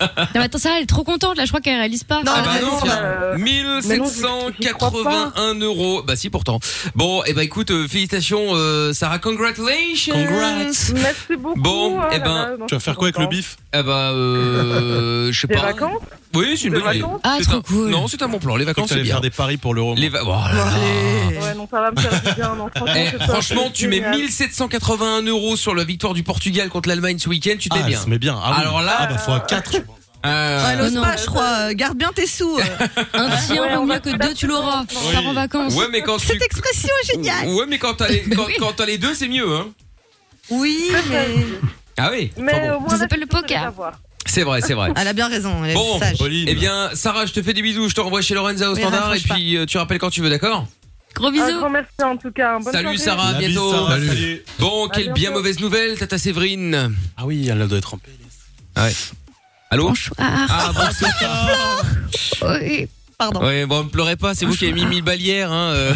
S4: Non, mais attends, Sarah, elle est trop contente là, je crois qu'elle réalise pas.
S2: Ah bah non, tiens. 1781 euros. Bah si pourtant. Bon, et ben écoute, euh, félicitations euh, Sarah, congratulations.
S5: Congrats.
S11: Merci beaucoup.
S2: Bon,
S5: Oh
S2: et
S5: là là,
S2: ben
S5: moi, Tu vas faire quoi avec le bif
S2: Eh ben euh, je sais
S5: Des
S2: pas.
S5: vacances
S2: Oui, c'est une
S5: Des
S2: bonne idée.
S5: vacances Ah,
S2: C'est
S5: trop
S2: un- Non, c'est un bon plan. Les
S5: Faut que
S2: vacances, c'est
S5: t'ailles
S2: bien.
S5: faire des paris pour l'euro.
S2: Les va- oh là là.
S11: Ouais, non, ça va me faire du bien. non, franchement,
S5: Ah,
S2: Eh,
S11: c'est ça,
S2: franchement,
S11: c'est
S2: tu mets
S11: génial.
S2: 1781 euros sur la victoire du Portugal contre l'Allemagne ce week-end, tu t'es
S5: Ah,
S2: bien.
S5: ça met bien. Ah oui.
S2: Alors là,
S5: Ah bah, faut à
S2: 4
S6: Ouais, l'ose Ah, pas, je crois. euh, Garde bien tes sous. euh.
S4: Un petit un vaut mieux que deux, tu l'auras. Tu pars en vacances.
S2: Ouais, mais quand tu- Oh,
S6: Cette expression est géniale.
S2: Ouais, mais quand t'as les, quand, quand t'as les deux, c'est mieux, hein.
S6: Oui, mais.
S2: Ah oui. Enfin bon.
S6: ça s'appelle le poker.
S2: C'est vrai, c'est vrai.
S6: Elle a bien raison, elle Ah, est
S2: Bon,
S6: sage.
S2: eh bien, Sarah, je te fais des bisous. Je te renvoie chez Lorenza au
S6: Oui,
S2: standard et
S6: raccroche
S2: puis euh, tu rappelles quand tu veux, d'accord
S4: Gros
S11: bisous. Un grand merci en tout cas. Bonne
S2: Salut
S11: soirée.
S2: Sarah, à bientôt. Bon,
S11: À
S2: quelle bien
S11: bientôt.
S2: mauvaise nouvelle, Tata Séverine.
S5: Ah oui, elle doit être en paix.
S2: Ouais. Allô Ah,
S4: Oui,
S6: pardon.
S2: Ouais, bon, ne pleurez pas, c'est vous qui avez mis 1000 balles hier. Hein, euh.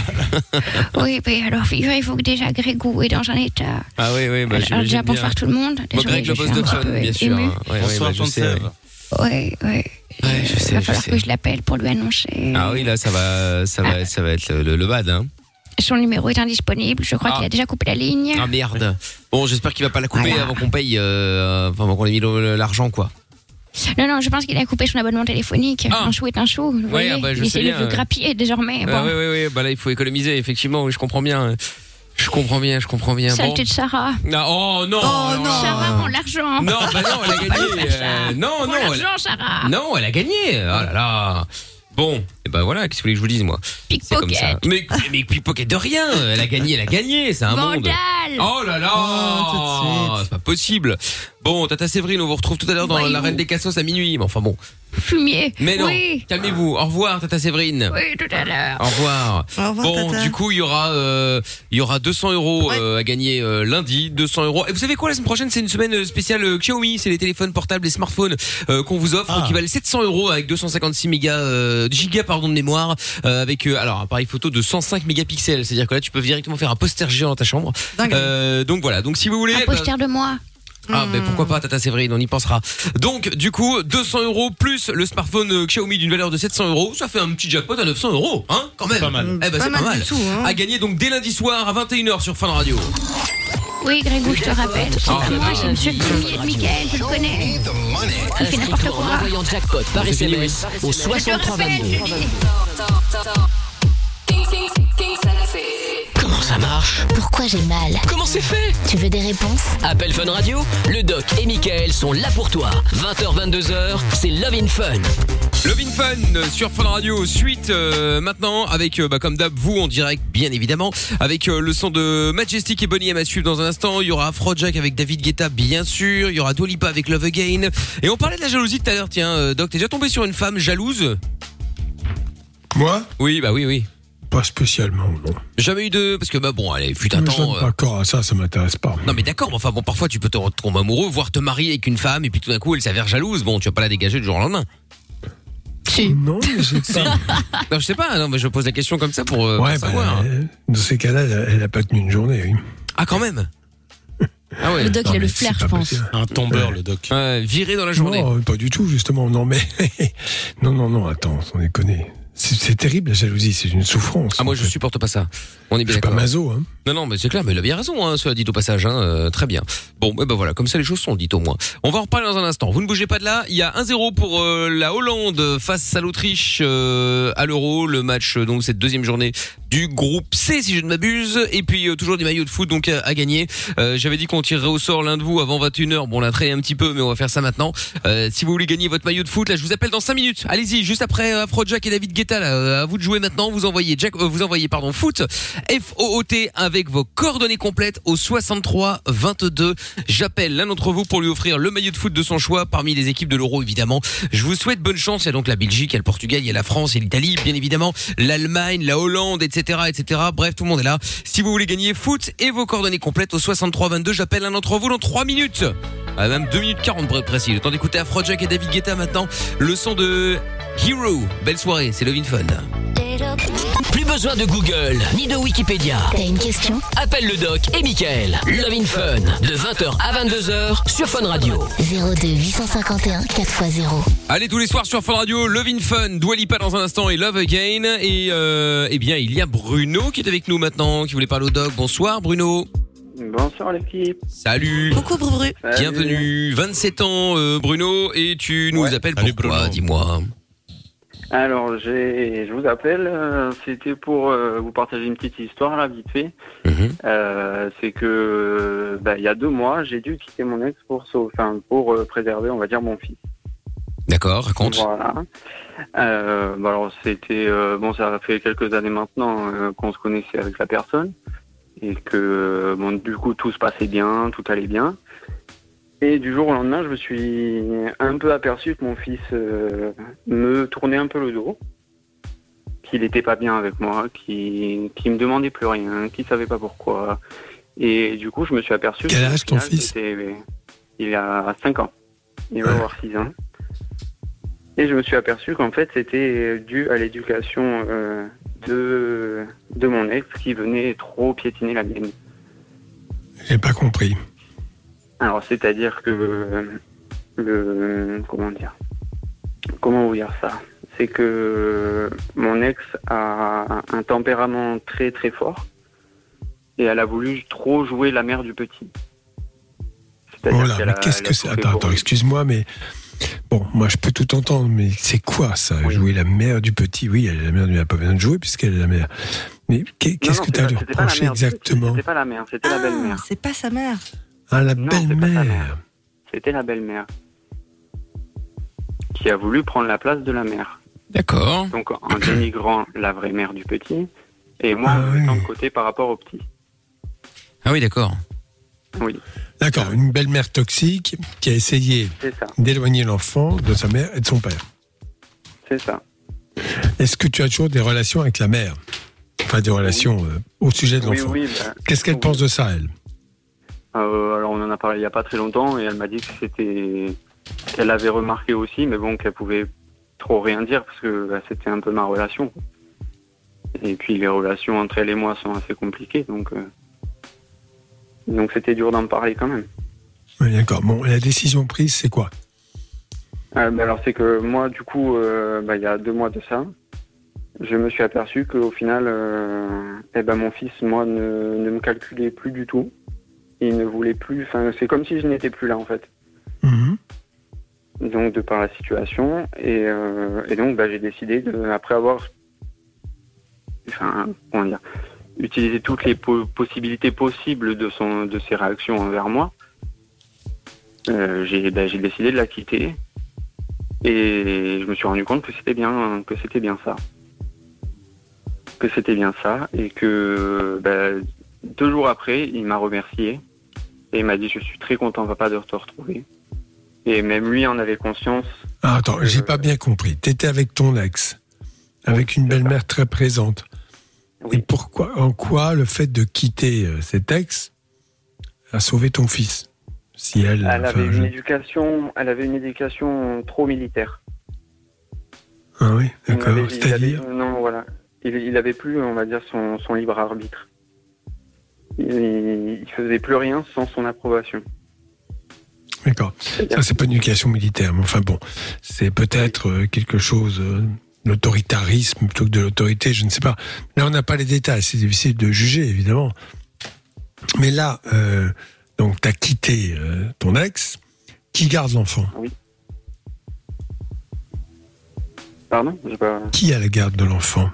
S4: Oui, mais alors, figurez il faut que déjà Grégou est dans un état.
S2: Ah oui, oui, bah,
S4: Alors,
S2: j'imagine
S4: déjà,
S2: bien.
S4: bonsoir tout le monde.
S2: Bon,
S4: Désolée,
S2: Greg, le
S4: je
S2: boss
S4: suis un
S2: de
S4: petit
S2: Fun,
S4: peu
S2: bien sûr.
S4: émue.
S2: hein. Ouais, ouais,
S5: Bonsoir,
S2: bah, je
S5: Jean de
S2: sais, ouais.
S5: Sèvres.
S4: Ouais, ouais.
S2: Ouais, je
S4: va
S2: sais, je
S4: falloir
S2: sais.
S4: que je l'appelle pour lui annoncer.
S2: Ah oui, là, ça va, ça va, ça va être le, le- le bad. Hein.
S4: Son numéro est indisponible. Je crois
S2: Ah.
S4: qu'il a déjà coupé la ligne.
S2: Ah merde. Bon, j'espère qu'il va pas la couper avant qu'on paye, euh, enfin, avant qu'on ait mis le- l'argent, quoi.
S4: Non, non, je pense qu'il a coupé son abonnement téléphonique. Un chou est un chou. Vous voyez,
S2: ah bah, je
S4: il
S2: sais
S4: essaie de
S2: bien.
S4: le grappiller désormais.
S2: Ah,
S4: Bon.
S2: oui, oui, oui. Bah là, il faut économiser, effectivement. Oui, je comprends bien. Je comprends bien, je comprends bien. Bon.
S4: Saleté de Sarah.
S2: Ah, oh non alors là.
S4: Sarah prend de l'argent.
S2: Non, bah non, elle a gagné. euh, non,
S4: Prends
S2: non, elle,
S4: l'argent, Sarah.
S2: non, elle a gagné. Oh là là. Bon, et ben voilà, qu'est-ce que vous voulez que je vous dise moi C'est comme ça. Mais, mais pickpocket de rien. Elle a gagné, elle a gagné. C'est un monde.
S12: Vandale.
S2: Oh là là. c'est pas possible. Bon, Tata Séverine, on vous retrouve tout à l'heure dans la Reine des Cassos à minuit. Mais enfin bon.
S12: Fumier.
S2: Mais non.
S12: Oui.
S2: Calmez-vous. Au revoir, Tata Séverine.
S12: Oui, tout à l'heure.
S2: Au revoir.
S12: Au revoir,
S2: bon,
S12: Tata.
S2: du coup, il y aura, euh, il y aura 200 euros euh, à gagner euh, lundi, 200 euros. Et vous savez quoi La semaine prochaine, c'est une semaine spéciale euh, Xiaomi. C'est les téléphones portables, les smartphones euh, qu'on vous
S1: Ah.
S2: offre,
S12: Ah.
S2: qui valent 700 euros avec 256 mégas, euh, gigas pardon de mémoire, euh, avec euh, alors un appareil photo de 105 mégapixels. C'est-à-dire que là, tu peux directement faire un poster géant dans ta chambre. Euh, donc voilà. Donc si vous voulez,
S12: Un
S2: bah,
S12: poster de moi. Hmm.
S2: ah ben pourquoi pas Tata Séverine, on y pensera. Donc du coup 200 euros plus le smartphone euh, Xiaomi d'une valeur de 700 euros, ça fait un petit jackpot à 900 euros, hein Quand même. Pas mal. Eh ben
S12: Pas
S2: c'est pas
S12: mal du
S2: mal.
S12: tout, hein.
S2: À gagner donc dès lundi soir à 21h sur Fun Radio.
S12: Oui, Grégou, je te rappelle.
S2: Ah,
S12: moi,
S2: bah,
S12: j'ai monsieur Fumier de Michael, je le connais. Il fait n'importe
S1: Inscris-toi en
S12: quoi.
S1: envoyant jackpot par
S12: On s'est fait
S1: SMS au
S12: Je te
S1: 63
S12: rappelle, je dis.
S1: Comment ça marche
S8: Pourquoi j'ai mal
S1: Comment c'est fait
S8: Tu veux des réponses
S9: Ah.
S1: Appel Fun Radio, le doc et Michael sont là pour toi. 20h-22h, c'est Love in Fun.
S2: Love in Fun euh, sur Fun Radio suite euh, maintenant avec euh, bah, comme d'hab vous en direct bien évidemment avec euh, le son de Majestic et Bonnie M à suivre dans un instant il y aura Afrojack avec David Guetta bien sûr il y aura Dolipa avec Love Again et on parlait de la jalousie tout à l'heure tiens euh, Doc t'es déjà tombé sur une femme jalouse
S3: Moi
S2: Oui bah oui oui
S3: Pas spécialement, non.
S2: Jamais eu de parce que bah bon allez fut un
S3: Mais
S2: temps
S3: j'aime
S2: euh,
S3: pas encore à ça, ça m'intéresse pas.
S2: Non mais d'accord, mais enfin bon, parfois tu peux te retrouver amoureux, voire te marier avec une femme, et puis tout d'un coup elle s'avère jalouse. Bon, tu vas pas la dégager du jour au lendemain.
S3: Non, mais je sais pas.
S2: Non, je sais pas. hein, Non, mais je pose la question comme ça pour, euh,
S3: Ouais,
S2: pour
S3: bah,
S2: savoir.
S3: euh, dans ces cas-là, elle a- elle a pas tenu une journée, oui.
S2: Ah quand même. Ah ouais.
S3: Le doc, il a Non, le mais flair, c'est pas je pense. possible.
S5: Un tombeur, le doc.
S2: viré dans la
S3: journée. Non, pas du tout, justement. Non, mais. non, non, non, attends, on déconne. C'est c'est terrible, la jalousie, c'est une souffrance.
S2: Ah moi je supporte pas ça. On est
S3: Je
S2: bien
S3: suis pas
S2: d'accord.
S3: maso, hein.
S2: Non non mais c'est clair mais il a bien raison hein, cela dit au passage hein, euh, très bien. Bon ben voilà comme ça les choses sont dites au moins. On va en reparler dans un instant. Vous ne bougez pas de là. Il y a 1-0 pour euh, la Hollande face à l'Autriche euh, à l'Euro le match euh, donc cette deuxième journée du groupe C si je ne m'abuse et puis euh, toujours des maillots de foot donc à, à gagner. Euh, J'avais dit qu'on tirerait au sort l'un de vous avant 21h. Bon on l'a traîné un petit peu mais on va faire ça maintenant. Euh, si vous voulez gagner votre maillot de foot là je vous appelle dans 5 minutes. Allez-y juste après euh, Afrojack et David Guetta là euh, à vous de jouer maintenant. Vous envoyez Jack euh, vous envoyez pardon foot F O O T avec vos coordonnées complètes au 63 22. J'appelle l'un d'entre vous pour lui offrir le maillot de foot de son choix parmi les équipes de l'Euro évidemment. Je vous souhaite bonne chance. Il y a donc la Belgique, il y a le Portugal, il y a la France, il y a l'Italie, bien évidemment, l'Allemagne, la Hollande, etc., etc. Bref, tout le monde est là. Si vous voulez gagner foot et vos coordonnées complètes au 63 22, j'appelle l'un d'entre vous dans 3 minutes. Ah, même 2 minutes 40 pour être précis. Le temps d'écouter Afrojack et David Guetta maintenant. Le son de Hero. Belle soirée, c'est Love in Fun.
S1: Plus besoin de Google ni de Wikipédia.
S8: T'as une question
S1: Appelle le doc et Michael. Love in Fun de 20h à 22h sur Fun Radio.
S8: 02 851 4x0.
S2: Allez tous les soirs sur Fun Radio, Love in Fun, Dua Lipa dans un instant et Love Again. Et euh, eh bien il y a Bruno qui est avec nous maintenant, qui voulait parler au doc. Bonsoir Bruno.
S13: Bonsoir l'équipe.
S2: Salut.
S13: Coucou, Brubru. Salut.
S2: Bienvenue. 27 ans euh, Bruno et tu nous appelles pourquoi Dis-moi.
S13: Alors, j'ai, je vous appelle. euh, C'était pour euh, vous partager une petite histoire là, vite fait.
S2: Mhm.
S13: Euh, c'est que bah, il y a deux mois, j'ai dû quitter mon ex pour, sau- enfin, pour euh, préserver, on va dire, mon fils.
S2: D'accord, raconte.
S13: Voilà. Euh, bah, alors, c'était euh, bon, ça fait quelques années maintenant euh, qu'on se connaissait avec la personne et que euh, bon, du coup, tout se passait bien, tout allait bien. Et du jour au lendemain, je me suis un peu aperçu que mon fils euh, me tournait un peu le dos, qu'il n'était pas bien avec moi, qu'il ne me demandait plus rien, qu'il savait pas pourquoi. Et du coup, je me suis aperçu.
S3: Quel
S13: que,
S3: âge
S13: au
S3: ton
S13: final,
S3: fils
S13: c'était- Il a 5 ans. Il va avoir 6 ans. Et je me suis aperçu qu'en fait, c'était dû à l'éducation euh, de, de mon ex qui venait trop piétiner la mienne.
S3: J'ai pas compris.
S13: Alors, c'est-à-dire que euh, le. Comment dire Comment vous dire ça C'est que mon ex a un tempérament très très fort et elle a voulu trop jouer la mère du petit. C'est-à-dire
S3: Voilà,
S13: qu'elle
S3: mais
S13: a-
S3: qu'est-ce
S13: elle a
S3: que c'est
S13: tout fait
S3: Attends,
S13: pour
S3: attends, excuse-moi, mais. Bon, moi je peux tout entendre, mais c'est quoi ça Jouer la mère du petit Oui, elle est la mère, elle n'a pas besoin de jouer puisqu'elle est la mère. Mais qu'est- qu'est-ce
S13: Non,
S3: que
S13: non,
S3: tu as à lui
S13: c'était pas la
S3: reprocher
S13: mère.
S3: exactement
S13: C'était pas la mère, c'était la belle-mère.
S6: C'est pas sa mère.
S3: Ah, la
S13: Non,
S3: belle-mère.
S13: C'était la belle-mère qui a voulu prendre la place de la mère.
S2: D'accord.
S13: Donc en dénigrant la vraie mère du petit et moi en me mettant de côté par rapport au petit.
S2: Ah oui, d'accord.
S13: Oui.
S3: D'accord, une belle-mère toxique qui a essayé
S13: C'est ça.
S3: d'éloigner l'enfant de sa mère et de son père.
S13: C'est ça.
S3: Est-ce que tu as toujours des relations avec la mère Enfin, des relations euh, au sujet de
S13: Oui,
S3: l'enfant.
S13: oui, bah,
S3: Qu'est-ce qu'elle pense de ça, elle
S13: Euh, alors on en a parlé il n'y a pas très longtemps et elle m'a dit que c'était qu'elle avait remarqué aussi, mais bon qu'elle pouvait trop rien dire parce que bah, c'était un peu ma relation. Et puis les relations entre elle et moi sont assez compliquées, donc euh, donc c'était dur d'en parler quand même.
S3: Oui, D'accord. Bon, la décision prise, c'est quoi
S13: Euh, bah, alors c'est que moi du coup euh, bah, il y a deux mois de ça, je me suis aperçu qu'au final euh, eh ben mon fils moi ne, ne me calculait plus du tout. Il ne voulait plus. Enfin c'est comme si je n'étais plus là en fait.
S3: Mhm.
S13: donc de par la situation et, euh, et donc bah, j'ai décidé de, après avoir enfin comment dire utilisé toutes les po- possibilités possibles de son de ses réactions envers moi euh, j'ai bah, j'ai décidé de la quitter et je me suis rendu compte que c'était bien que c'était bien ça que c'était bien ça et que bah, deux jours après il m'a remercié et il m'a dit je suis très content papa de te retrouver et même lui en avait conscience
S3: Ah, Attends, j'ai pas bien compris. T'étais avec ton ex, avec une belle-mère très présente. Et pourquoi, en quoi le fait de quitter euh, cet ex a sauvé ton fils Si elle,
S13: Elle
S3: enfin,
S13: avait
S3: je-
S13: une éducation, elle avait une éducation trop militaire.
S3: Ah oui,
S13: Il
S3: d'accord.
S13: avait- il avait-
S3: C'est-à-dire
S13: Non, voilà. Il, il avait plus, on va dire, son, son libre arbitre. Il, il faisait plus rien sans son approbation.
S3: D'accord. Ça, c'est pas une éducation militaire, mais enfin bon, c'est peut-être euh, quelque chose, euh, l'autoritarisme plutôt que de l'autorité, je ne sais pas. Là, on n'a pas les détails, c'est difficile de juger, évidemment. Mais là, euh, donc, tu as quitté euh, ton ex, qui garde l'enfant
S13: Pardon J'ai pas-
S3: Qui a la garde de l'enfant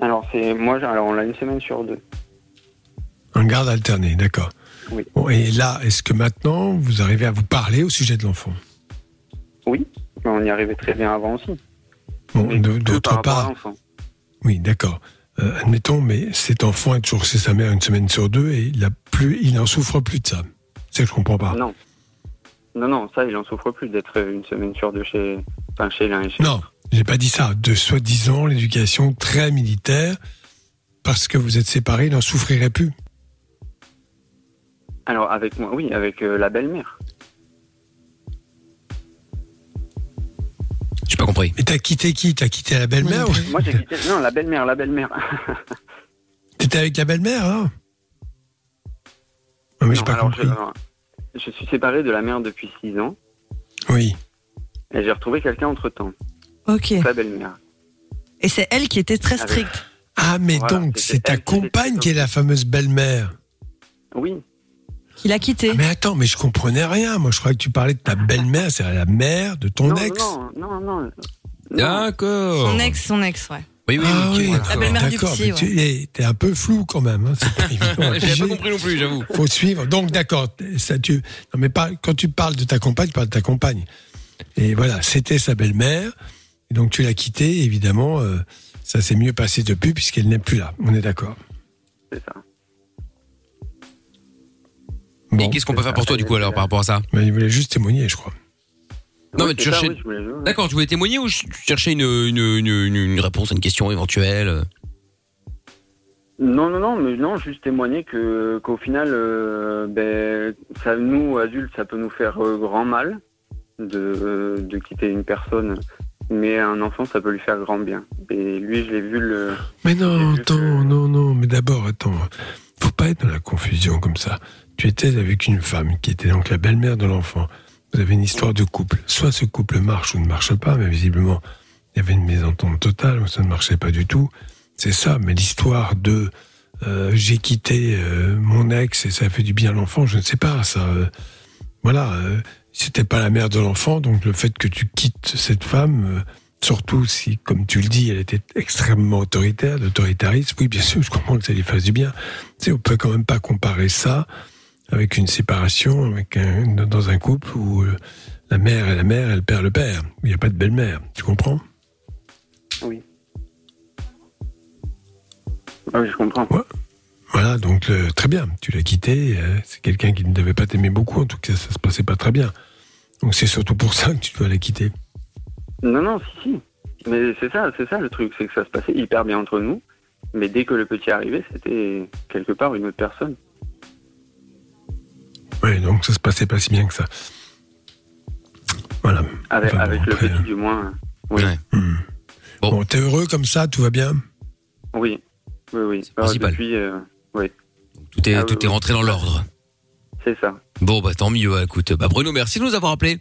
S13: Alors c'est moi. j'ai- Alors on l'a une semaine sur deux.
S3: Un garde alterné, d'accord.
S13: Oui.
S3: Bon, et là, est-ce que maintenant, vous arrivez à vous parler au sujet de l'enfant
S13: Oui. mais On y arrivait très bien avant aussi.
S3: Bon, de- d'autre
S13: Par rapport à
S3: part,
S13: l'enfant.
S3: Oui, d'accord. Euh, admettons, mais cet enfant est toujours chez sa mère une semaine sur deux et il a plus, il n'en souffre plus de ça. C'est que je comprends pas.
S13: Non. Non, non, ça, il en souffre plus d'être une semaine sur deux chez, enfin, chez l'un et chez
S3: Non, j'ai pas dit ça. De soi-disant l'éducation très militaire, parce que vous êtes séparés, il n'en souffrirait plus.
S13: Alors avec moi, oui, avec euh, la belle-mère.
S2: J'ai pas compris.
S3: Mais t'as quitté qui T'as quitté la belle-mère ou-
S13: Moi j'ai quitté. Non, la belle-mère, la belle-mère.
S3: Ah T'étais avec la belle-mère, hein Ah, mais j'ai
S13: Non,
S3: pas
S13: alors,
S3: compris.
S13: Je, alors, je suis séparé de la mère depuis 6 ans
S3: Oui.
S13: et j'ai retrouvé quelqu'un entre temps.
S6: Ok.
S13: Sa belle-mère.
S6: Et c'est elle qui était très
S13: Avec-
S6: stricte.
S3: Ah, mais
S13: Voilà,
S3: donc,
S13: c'était
S3: c'est ta
S13: elle qui était
S3: compagne qui est la fameuse belle-mère. Ah,
S13: Oui.
S6: Qui l'a quitté.
S3: mais attends, mais je comprenais rien. Moi, je croyais que tu parlais de ta belle-mère, c'est-à-dire la mère de ton
S13: non,
S3: ex.
S13: non, non, non.
S2: D'accord.
S6: Son ex, son ex, ouais.
S2: Oh. Oui, oui,
S3: Ah
S2: ok,
S3: oui,
S2: voilà.
S3: d'accord, d'accord, mais tu- eh, T'es un peu flou quand même. hein, c'est pas évident à
S2: J'ai
S3: piger.
S2: pas compris non plus, j'avoue.
S3: Faut suivre. Donc d'accord, ça tu. Non mais pas quand tu parles de ta compagne, tu parles de ta compagne. Et voilà, c'était sa belle-mère. Et donc tu l'as quittée. Évidemment, euh, ça s'est mieux passé depuis puisqu'elle n'est plus là. On est d'accord.
S13: C'est ça.
S2: Et qu'est-ce qu'on peut faire pour toi, du coup, alors, par rapport à ça
S3: Mais il voulait juste témoigner, je crois.
S2: Non,
S13: Oui,
S2: mais tu
S13: c'est ça,
S2: cherchais.
S13: oui, je voulais le-
S2: D'accord, tu voulais témoigner ou ch- tu cherchais une, une, une, une- une réponse à une question éventuelle
S13: Non, non, non, mais non, juste témoigner que qu'au final, euh, ben, ça, nous adultes, ça peut nous faire euh, grand mal de, euh, de quitter une personne, mais un enfant, ça peut lui faire grand bien. Et lui, je l'ai vu le.
S3: Mais non, attends, non, non. Mais d'abord, attends. Faut pas être dans la confusion comme ça. Tu étais avec une femme qui était donc la belle-mère de l'enfant. Vous avez une histoire de couple. Soit ce couple marche ou ne marche pas, mais visiblement, il y avait une mésentente totale ou ça ne marchait pas du tout. C'est ça, mais l'histoire de euh, j'ai quitté euh, mon ex et ça fait du bien à l'enfant, je ne sais pas, ça. euh, voilà, euh, c'était pas la mère de l'enfant, donc le fait que tu quittes cette femme, euh, Surtout si, comme tu le dis, elle était extrêmement autoritaire, d'autoritariste. Oui, bien sûr, je comprends que ça lui fasse du bien. Tu sais, on peut quand même pas comparer ça avec une séparation, avec un- dans un couple où euh, la mère est la mère et le père le père. Il n'y a pas de belle-mère. Tu comprends
S13: Ah oui, je comprends.
S3: Voilà, donc le- très bien, tu l'as quitté. euh, c'est quelqu'un qui ne devait pas t'aimer beaucoup, en tout cas, ça se passait pas très bien. Donc c'est surtout pour ça que tu dois la quitter.
S13: Non, non, si, si. Mais c'est ça, c'est ça le truc, c'est que ça se passait hyper bien entre nous. Mais dès que le petit arrivait, c'était quelque part une autre personne.
S3: Oui, donc ça se passait pas si bien que ça. Voilà.
S13: Avec, avec le petit, du moins. Oui.
S3: Hmm. Bon, t'es heureux comme ça, tout va bien
S13: Oui. Oui, oui. Alors,
S2: principal.
S13: depuis, euh, oui.
S2: Tout est,
S13: Ah,
S2: tout
S13: oui,
S2: est
S13: oui.
S2: rentré dans l'ordre.
S13: C'est ça.
S2: Bon, bah tant mieux. Écoute, bah Bruno, merci de nous avoir appelé.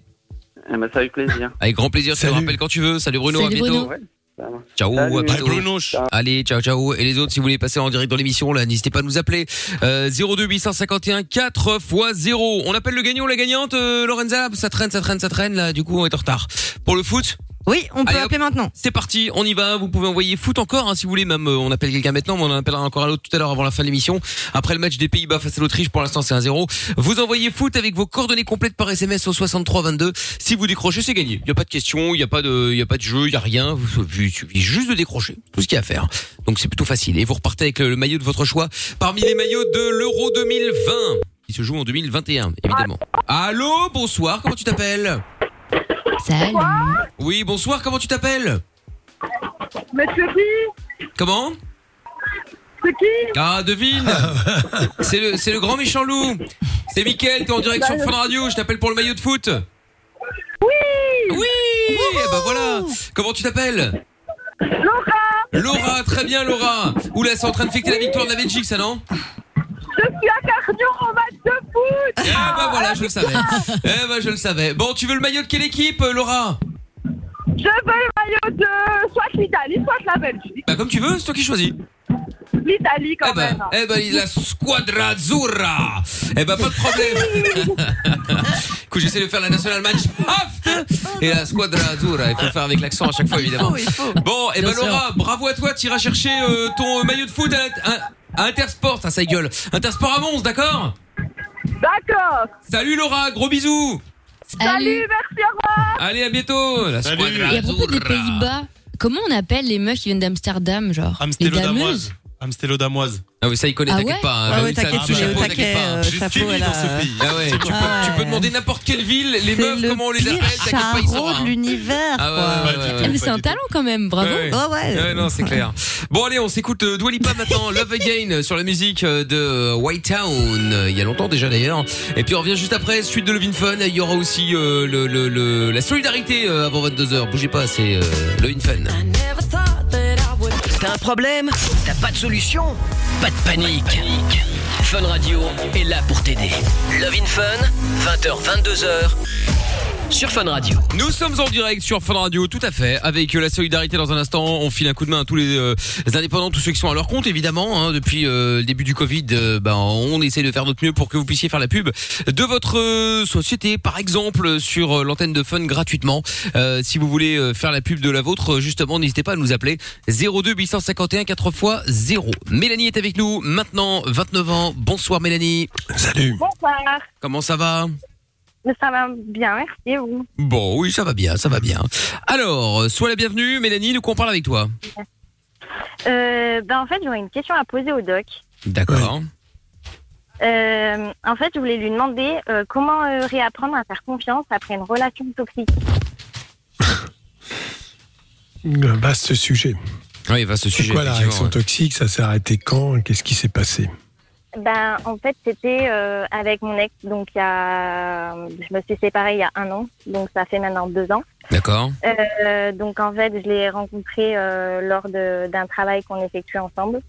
S13: Eh ben, ça a eu plaisir.
S2: Avec grand plaisir. Tu te rappelles quand tu veux. Salut Bruno, à bientôt.
S13: Ouais, ça marche.
S2: Ciao,
S13: Salut.
S2: à bientôt. Allez, ciao, ciao. Et les autres, si vous voulez passer en direct dans l'émission, là, n'hésitez pas à nous appeler. Euh, 02 851 4 x 0. On appelle le gagnant, ou la gagnante, euh, Lorenza. Ça traîne, ça traîne, ça traîne, là. Du coup, on est en retard. Pour le foot?
S6: Oui, on peut appeler maintenant.
S2: C'est parti, on y va. Vous pouvez envoyer foot encore, hein, si vous voulez. Même, euh, on appelle quelqu'un maintenant, mais on en appellera encore un autre tout à l'heure avant la fin de l'émission. Après le match des Pays-Bas face à l'Autriche, pour l'instant, c'est 1-0. Vous envoyez foot avec vos coordonnées complètes par SMS au 6322. Si vous décrochez, c'est gagné. Il n'y a pas de question, il n'y a pas de, il y a pas de jeu, il n'y a rien. Vous- Il suffit juste de décrocher. Tout ce qu'il y a à faire. Donc, c'est plutôt facile. Et vous repartez avec euh, le, le maillot de votre choix parmi les maillots de l'Euro 2020 qui se joue en 2021, évidemment. Allô, bonsoir, comment tu t'appelles
S4: Salut.
S2: Oui, bonsoir, comment tu t'appelles
S12: Monsieur qui
S2: Comment
S12: C'est qui
S2: Ah, devine C'est le, c'est le grand méchant loup C'est Mickaël, t'es en direct sur Fun Radio, je t'appelle pour le maillot de foot Oui Oui Eh ben voilà Comment tu t'appelles Laura Laura, très bien Laura Oula, c'est en train de fêter la victoire de la Belgique, ça non
S12: Je suis à Cardion en match de foot
S2: Eh ben voilà, je le savais Eh ben je le savais Bon, tu veux le maillot de quelle équipe, euh, Laura
S12: Je veux le maillot de soit l'Italie, soit la Belgique.
S2: Bah comme tu veux, c'est toi qui choisis
S12: L'Italie quand
S2: Eh ben,
S12: même.
S2: eh ben, la Squadra Azzurra Eh ben, pas de problème Écoute, j'essaie de faire la national match Haft Et la Squadra Azzurra, il faut le faire avec l'accent à chaque fois, évidemment.
S12: Il faut,
S2: Bon, eh ben,
S12: Bien sûr.
S2: Laura, bravo à toi, tu iras chercher euh, ton euh, maillot de foot à, à- à Intersport, Ah, ça, ça gueule. Intersport à Mons, d'accord
S12: D'accord
S2: Salut Laura, gros bisous
S12: Salut, merci, au revoir
S2: Allez, à bientôt La Squadra
S4: Et à propos des
S2: Azzurra.
S4: Pays-Bas, comment on appelle les meufs qui viennent d'Amsterdam, genre Les dameuses
S5: Amstélo-Damoise. Amstélo-Damoise.
S2: Ah oui, ça, il connaît,
S4: Ah
S2: t'inquiète
S4: ouais
S2: pas. hein,
S4: Ah
S2: Manu,
S4: ouais,
S2: ça,
S4: t'inquiète,
S2: tu
S4: il est
S2: sais,
S4: au
S2: t'inquiète
S4: taquet,
S2: pas.
S4: euh, J'ai chapeau, suivi là. dans ce pays.
S2: Ah ouais, tu, peux, tu peux demander n'importe quelle ville, les meufs, comment on les appelle, t'inquiète pas, ils sauront. hein.
S6: l'univers,
S2: Ah ouais, ouais, ouais, ouais,
S4: Ah, mais
S2: ouais,
S4: c'est un talent quand même, bravo. Oh
S2: Oh, Ouais, Ah,
S6: ouais.
S2: non, c'est clair. Bon, allez, on s'écoute euh, Dua Lipa maintenant, Love Again, euh, sur la musique euh, de euh, White Town, euh, il y a longtemps déjà d'ailleurs. Et puis on revient juste après, suite de Levin Fun, il y aura aussi euh, le, le- le- la solidarité euh, avant 22h. Bougez pas, c'est euh, Levin Fun.
S1: T'as un problème T'as pas de solution Pas de panique. Fun Radio est là pour t'aider. Love in Fun, 20h, 22h, sur Fun Radio.
S2: Nous sommes en direct sur Fun Radio, tout à fait, avec euh, la solidarité dans un instant. On file un coup de main à tous les, euh, les indépendants, tous ceux qui sont à leur compte, évidemment. hein. depuis euh, le début du Covid, euh, ben, on essaie de faire notre mieux pour que vous puissiez faire la pub de votre euh, société, par exemple, sur euh, l'antenne de Fun gratuitement. Euh, si vous voulez euh, faire la pub de la vôtre, euh, justement, n'hésitez pas à nous appeler 02 851 4 x 0. Mélanie est avec nous maintenant, 29 ans. Bonsoir Mélanie.
S3: Salut.
S14: Bonsoir.
S2: Comment ça va
S14: Ça va bien, merci et vous.
S2: Bon, oui, ça va bien, ça va bien. Alors, euh, sois la bienvenue, Mélanie, nous qu'on parle avec toi.
S14: Euh, ben, en fait, j'aurais une question à poser au doc.
S2: D'accord. ben
S14: Euh, en fait, je voulais lui demander euh, comment euh, réapprendre à faire confiance après une relation toxique.
S3: Un vaste sujet.
S2: Oui, va ce
S3: C'est quoi la réaction toxique Ça s'est arrêté quand Qu'est-ce qui s'est passé
S14: Ben, en fait, c'était euh, avec mon ex, donc il y a, je me suis séparée il y a un an, donc ça fait maintenant deux ans.
S2: D'accord.
S14: Euh, donc en fait, je l'ai rencontré euh, lors de- d'un travail qu'on effectuait ensemble.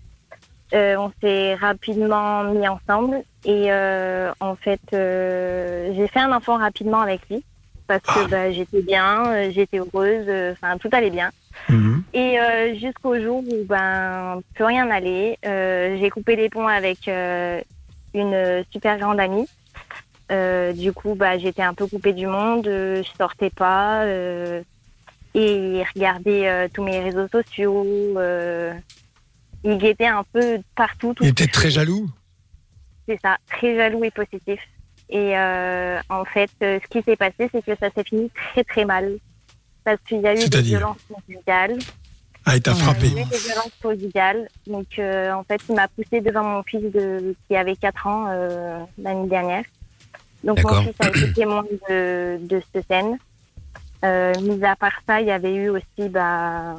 S14: Euh, on s'est rapidement mis ensemble et euh, en fait, euh, j'ai fait un enfant rapidement avec lui parce que bah, j'étais bien, euh, j'étais heureuse, euh, enfin tout allait bien.
S2: Mhm.
S14: Et euh, jusqu'au jour où ben plus rien n'allait, euh, j'ai coupé les ponts avec euh, une super grande amie. Euh, du coup, bah, j'étais un peu coupée du monde, euh, je sortais pas, euh, et il regardait euh, tous mes réseaux sociaux. euh, il guettait un peu partout. tout
S3: Il
S14: ce
S3: était
S14: que je
S3: très jaloux.
S14: c'est ça, très jaloux et possessif. Et euh, en fait, euh, ce qui s'est passé, c'est que ça s'est fini très très mal. Parce qu'il y a eu des
S3: C'est-à-dire
S14: violences conjugales.
S3: Ah, il t'a frappé.
S14: Il y a eu des violences conjugales. Donc euh, en fait, il m'a poussé devant mon fils de, qui avait 4 ans euh, l'année dernière. Donc mon
S15: D'accord.
S14: fils a été témoin de, de cette scène. Euh, mis à part ça, il y avait eu aussi bah,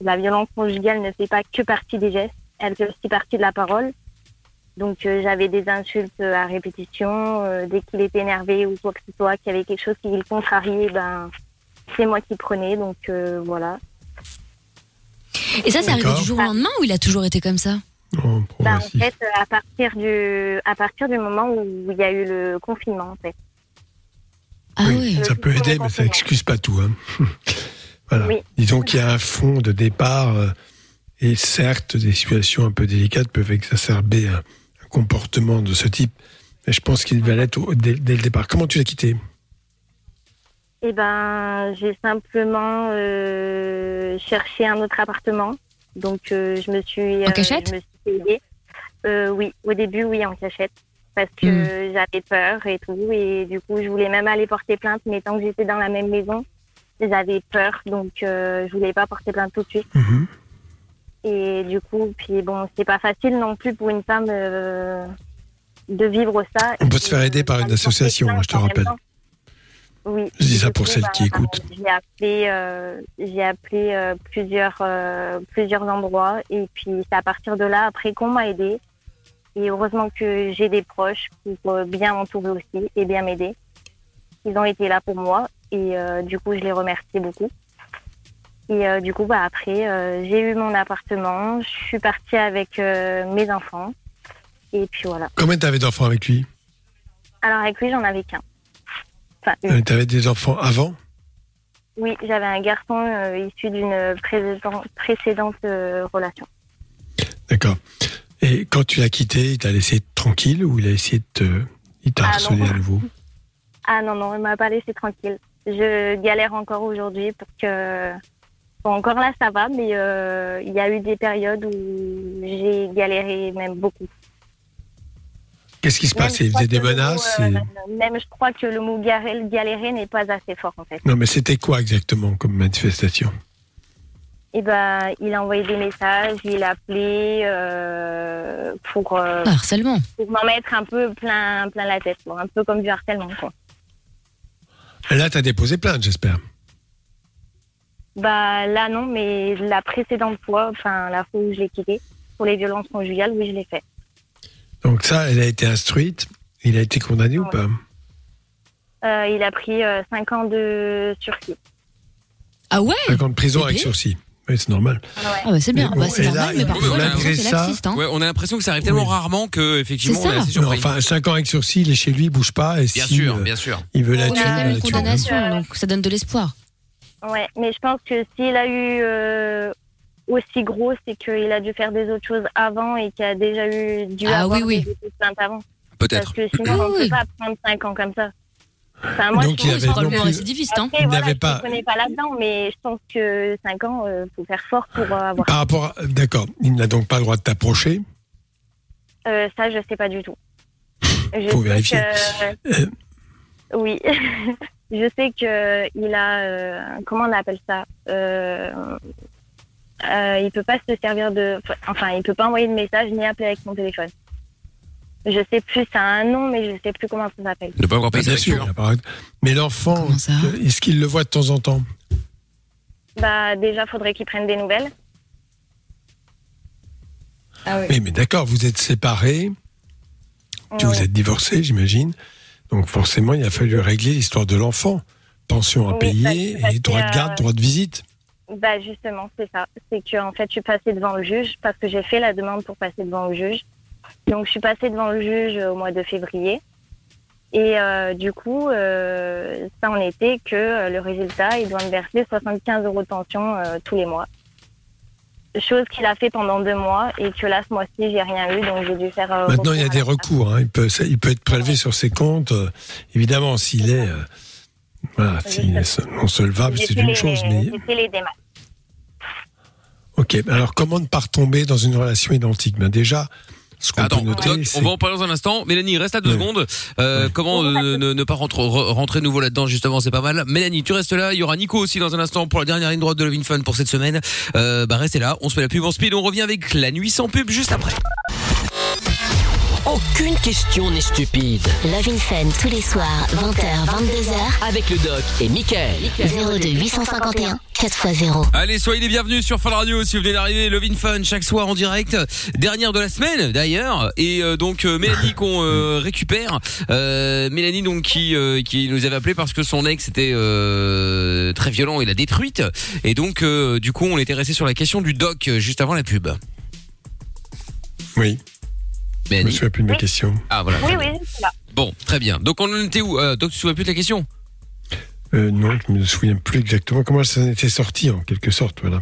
S14: la violence conjugale ne fait pas que partie des gestes, elle fait aussi partie de la parole. Donc euh, j'avais des insultes à répétition, euh, dès qu'il était énervé ou quoi que ce soit, qu'il y avait quelque chose qui le contrariait, ben c'est moi qui prenais, donc euh, voilà.
S4: Et ça, c'est arrivé
S14: D'accord.
S4: du jour au lendemain ou il a toujours été comme ça
S14: Bah, en fait, euh, à partir du à partir du moment où il y a eu le confinement, en fait.
S4: Ah
S3: oui. Ça peut aider, mais ça excuse pas tout. hein. voilà.
S14: Oui.
S3: Disons qu'il y a un fond de départ. euh, et certes, des situations un peu délicates peuvent exacerber un, un comportement de ce type. Mais je pense qu'il va l'être au- dès, dès le départ. Comment tu l'as quitté
S14: Et ben j'ai simplement euh, cherché un autre appartement, donc euh, je me suis
S4: En cachette
S14: je me suis payée. Euh, oui, au début oui en cachette parce que
S4: Hmm.
S14: j'avais peur et tout et du coup je voulais même aller porter plainte, mais tant que j'étais dans la même maison, j'avais peur donc euh, je voulais pas porter plainte tout de suite.
S16: Mhm.
S14: Et du coup, puis bon, c'est pas facile non plus pour une femme euh, de vivre ça.
S3: On peut se faire aider par une association, hein, je te rappelle.
S14: Oui.
S3: Je dis ça pour
S14: coup,
S3: celles qui
S14: bah,
S3: écoutent.
S14: J'ai appelé, euh, j'ai appelé euh, plusieurs, euh, plusieurs endroits et puis c'est à partir de là après qu'on m'a aidé. Et heureusement que j'ai des proches pour euh, bien m'entourer aussi et bien m'aider. Ils ont été là pour moi et euh, du coup je les remercie beaucoup. Et euh, du coup bah après euh, j'ai eu mon appartement, je suis partie avec euh, mes enfants et puis voilà.
S3: Combien t'avais d'enfants avec lui
S14: Alors avec lui j'en avais qu'un. Enfin une.
S3: Euh, T'avais des enfants avant
S14: Oui, j'avais un garçon euh, issu d'une précédente, précédente euh, relation.
S3: D'accord. Et quand tu l'as quitté, il t'a laissé tranquille ou il a essayé de te... Il t'a
S14: Ah, non.
S3: harcelé à nouveau
S14: Ah non, non, il m'a pas laissé tranquille. Je galère encore aujourd'hui pour que... Bon, encore là, ça va, mais euh, il y a eu des périodes où j'ai galéré même beaucoup.
S3: Qu'est-ce qui se passe Il faisait des menaces
S14: euh,
S3: et-
S14: Même je crois que le mot garer- galérer n'est pas assez fort, en fait.
S3: Non, mais c'était quoi exactement comme manifestation
S14: Et ben, il a envoyé des messages, il a appelé euh, pour... euh,
S4: Ah, Harcèlement.
S14: Pour m'en mettre un peu plein, plein la tête, quoi. un peu comme du harcèlement, quoi.
S3: Là, t'as déposé plainte, j'espère.
S14: Bah là non, mais la précédente fois, enfin la fois où je l'ai quitté, pour les violences conjugales, oui, je l'ai fait.
S3: Donc ça, elle a été instruite. Il a été condamné ou pas
S14: Euh, il a pris 5 ans de sursis.
S4: Ah ouais
S3: Cinq ans de prison
S4: Bébé.
S3: avec sursis. Oui, c'est normal.
S4: Ah bah c'est bien,
S3: Mais
S4: bah
S3: bon,
S4: c'est
S3: et
S4: normal,
S3: là,
S4: mais
S3: il-
S4: parfois j'ai l'impression que
S3: malgré
S4: c'est
S3: ça-
S4: laxiste. Hein.
S2: Ouais, on a l'impression que ça arrive tellement rarement que effectivement on est assez
S3: Non,
S2: surpris.
S3: enfin, 5 ans avec sursis, il est chez lui, il bouge pas. Et
S2: Bien
S3: si,
S2: sûr,
S3: euh,
S2: bien sûr.
S3: Il veut la
S4: On a
S3: tuer.
S4: quand
S3: il
S4: même
S3: la
S4: une
S3: tue.
S4: condamnation, donc ça donne de l'espoir.
S14: Ouais, mais je pense que s'il a eu euh, aussi gros, c'est qu'il a dû faire des autres choses avant et qu'il a déjà eu dû
S4: Ah
S14: avoir
S4: oui, oui. Ah
S14: des autres plaintes avant.
S2: Peut-être.
S14: Parce que sinon, on ne
S4: Oui.
S14: peut pas prendre 5 ans comme ça. Enfin, moi,
S3: Donc,
S14: je
S3: il
S14: trouve-
S3: avait Probablement non plus-
S4: récidiviste, hein.
S14: Après,
S3: Il
S14: voilà,
S3: n'avait
S14: Je
S3: pas-
S14: ne connais pas là-dedans, mais je pense que 5 ans, il faut faire fort pour euh, avoir.
S3: Par rapport à... D'accord, il n'a donc pas le droit de t'approcher.
S14: Euh, ça, je sais pas du tout. Je
S3: Faut
S14: sais
S3: vérifier. Euh.
S14: que- euh, Oui. je sais que il a. euh, comment on appelle ça euh... euh, Il peut pas se servir de. Enfin, il peut pas envoyer de message ni appeler avec son téléphone. Je sais plus, ça a un nom, mais je sais plus comment ça s'appelle.
S2: Ne pas encore payer
S3: Ah, Bien
S2: sa
S3: sûr.
S2: facture.
S3: il a pas arrêté. Mais l'enfant, euh, est-ce qu'il le voit de temps en temps
S14: Bah, déjà, faudrait qu'il prenne des nouvelles. Ah oui.
S3: Oui, mais d'accord, vous êtes séparés, tu vous êtes divorcés, j'imagine. Donc forcément, il a fallu régler l'histoire de l'enfant. Pension à
S14: Oui,
S3: payer,
S14: parce que-
S3: et droit de garde,
S14: euh,
S3: droit de visite.
S14: Bah justement, c'est ça. C'est que en fait, je suis passée devant le juge parce que j'ai fait la demande pour passer devant le juge. Donc, je suis passée devant le juge euh, au mois de février. Et euh, du coup, euh, ça en était que euh, le résultat, il doit me verser 75 euros de pension euh, tous les mois. Chose qu'il a fait pendant deux mois et que là, ce mois-ci, j'ai rien eu, donc j'ai dû faire. euh,
S3: Maintenant, il y a
S14: recours à
S3: des
S14: la-
S3: recours. hein. Il, peut, ça- il peut être prélevé sur ses comptes. euh, évidemment, s'il est euh, Voilà, si insolvable,
S14: J'ai
S3: c'est
S14: fait
S3: une
S14: les-
S3: chose, mais
S14: j'ai fait les démarches.
S3: ok. Alors, comment ne pas retomber dans une relation identique ben Déjà, ce qu'on peut
S2: Attends,
S3: noter,
S2: Doc, on
S3: c'est-
S2: va en parler dans un instant. Mélanie, reste là deux secondes. Euh, Comment euh, ne, ne pas rentre- re- rentrer nouveau là-dedans, justement, c'est pas mal. Mélanie, tu restes là. Il y aura Nico aussi dans un instant pour la dernière ligne droite de Lovin Fun pour cette semaine. Euh, bah, restez là. On se met la pub en speed. On revient avec la nuit sans pub juste après.
S1: Aucune question n'est stupide.
S8: Love in Fun tous les soirs, 20h, 22h.
S1: Avec le doc et Michael.
S8: 02 851 4x0.
S2: Allez, soyez les bienvenus sur Fun Radio si vous venez d'arriver. Lovin Fun chaque soir en direct, dernière de la semaine d'ailleurs. Et euh, donc euh, Mélanie qu'on euh, récupère, Euh, Mélanie donc qui euh, qui nous avait appelé parce que son ex était euh, très violent et l'a détruite. Et donc euh, du coup on était resté sur la question du doc euh, juste avant la pub.
S3: Oui.
S2: Je
S3: me souviens plus de mes questions.
S2: Ah voilà.
S14: Oui, oui, c'est là.
S2: Bon, très bien. Donc on en était où Euh, Doc, tu te souviens plus de la question
S3: Euh, non, je me souviens plus exactement comment ça en était sorti, en quelque sorte, voilà.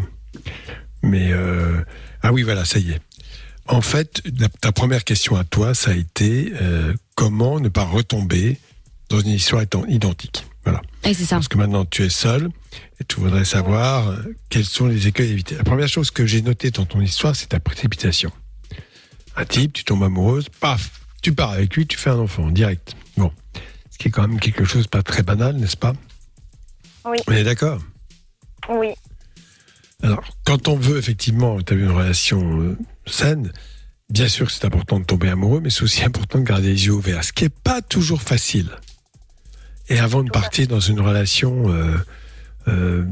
S3: Mais, euh, ah oui, voilà, ça y est. En fait, la- ta première question à toi, ça a été euh, comment ne pas retomber dans une histoire étant identique. Voilà.
S4: Et c'est ça.
S3: Parce que maintenant, tu es seul et tu voudrais savoir euh, quels sont les écueils à éviter. La première chose que j'ai notée dans ton histoire, c'est ta précipitation. Un type, tu tombes amoureuse, paf, tu pars avec lui, tu fais un enfant, direct. Bon. Ce qui est quand même quelque chose de pas très banal, n'est-ce pas
S14: Oui,
S3: On est d'accord
S14: oui.
S3: Alors, quand on veut effectivement as une relation euh, saine, bien sûr que c'est important de tomber amoureux, mais c'est aussi important de garder les yeux ouverts, ce qui n'est pas toujours facile. Et avant de partir dans une relation, euh, euh,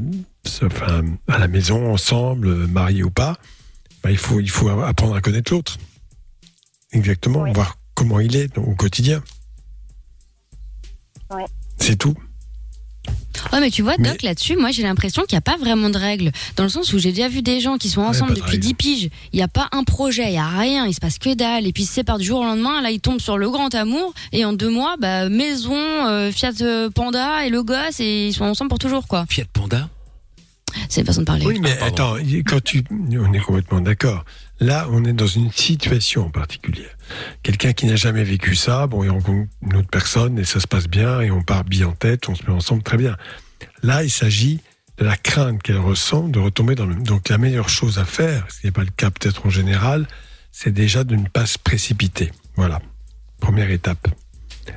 S3: enfin, à la maison, ensemble, euh, marié ou pas, bah, il, faut, il faut apprendre à connaître l'autre. Exactement, voir comment il est au quotidien.
S14: Ouais.
S3: C'est tout.
S4: Ouais, mais tu vois, Doc, là-dessus, moi, j'ai l'impression qu'il n'y a pas vraiment de règles. Dans le sens où j'ai déjà vu des gens qui sont ensemble
S3: pas de
S4: depuis 10 piges. Il n'y a pas un projet, il n'y a rien, il se passe que dalle. Et puis, ils se séparent du jour au lendemain. Là, ils tombent sur le grand amour. Et en deux mois, bah, maison, euh, Fiat euh, Panda et le gosse. Et ils sont ensemble pour toujours, quoi.
S2: Fiat Panda
S4: C'est une façon de parler.
S3: Oui, mais attends, il- quand tu. On est complètement d'accord. Là, on est dans une situation en particulier. Quelqu'un qui n'a jamais vécu ça, bon, il rencontre une autre personne et ça se passe bien et on part bien en tête, on se met ensemble très bien. Là, il s'agit de la crainte qu'elle ressent de retomber dans le. Donc, la meilleure chose à faire, ce qui n'est pas le cas peut-être en général, c'est déjà de ne pas se précipiter. Voilà. Première étape.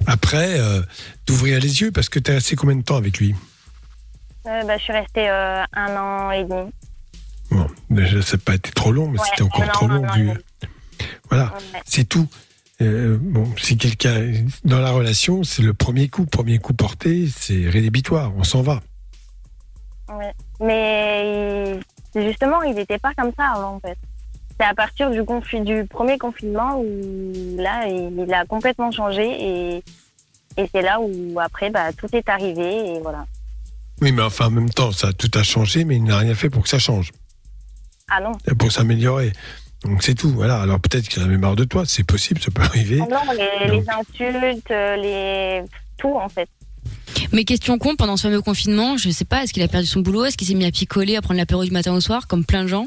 S3: Après, euh, d'ouvrir les yeux parce que tu es resté combien de temps avec lui
S14: Euh, bah, je suis restée euh, un an et demi.
S3: Bon, déjà, ça n'a pas été trop long, mais
S14: Ouais,
S3: c'était encore
S14: non,
S3: trop
S14: non,
S3: long.
S14: non,
S3: vu...
S14: non.
S3: Voilà,
S14: Ouais.
S3: c'est tout. Euh, bon, si quelqu'un dans la relation, c'est le premier coup, premier coup porté, c'est rédhibitoire, on s'en va.
S14: Ouais. Mais il- justement, ils n'étaient pas comme ça avant, en fait. C'est à partir du, confi- du premier confinement où là, il, il a complètement changé et, et c'est là où après, bah, tout est arrivé et voilà.
S3: Oui, mais enfin, en même temps, ça tout a changé, mais il n'a rien fait pour que ça change,
S14: Ah non.
S3: pour s'améliorer. Donc c'est tout, voilà. Alors peut-être qu'il en avait marre de toi, c'est possible, ça peut arriver.
S14: Ah non, les, les insultes, euh, les tout en fait.
S4: Mais question con, pendant ce fameux confinement, je sais pas, est-ce qu'il a perdu son boulot Est-ce qu'il s'est mis à picoler, à prendre l'apéro du matin au soir, comme plein de gens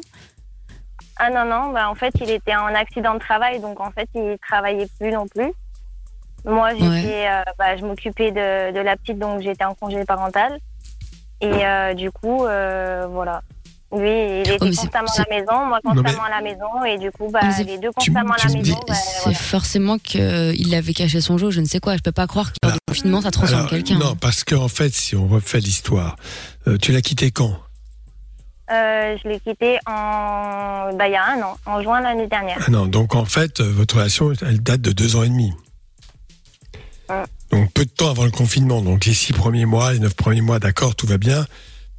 S14: Ah non non, bah en fait il était en accident de travail donc en fait il travaillait plus non plus. Moi j'étais, euh, bah, je m'occupais de, de la petite donc j'étais en congé parental et euh, du coup euh, voilà. Lui il était
S4: Oh, mais c'est-
S14: constamment à
S4: c'est-
S14: la maison, moi
S4: Non, mais-
S14: constamment à la maison et du coup bah
S4: Mais c'est-
S14: les deux constamment à
S4: tu
S14: la
S4: me dis,
S14: maison. bah,
S4: c'est
S14: voilà.
S4: forcément qu'il avait caché son jeu, je ne sais quoi. Je peux pas croire qu'en confinement, ça transforme
S3: Alors,
S4: quelqu'un.
S3: Non, parce qu'en fait, si on refait l'histoire, euh, tu l'as quitté quand
S14: Euh, je l'ai quitté en bah il y a un an, en juin l'année dernière.
S3: Ah non, donc en fait, euh, votre relation, elle date de deux ans et demi. Donc peu de temps avant le confinement, donc les six premiers mois, les neuf premiers mois, d'accord, tout va bien.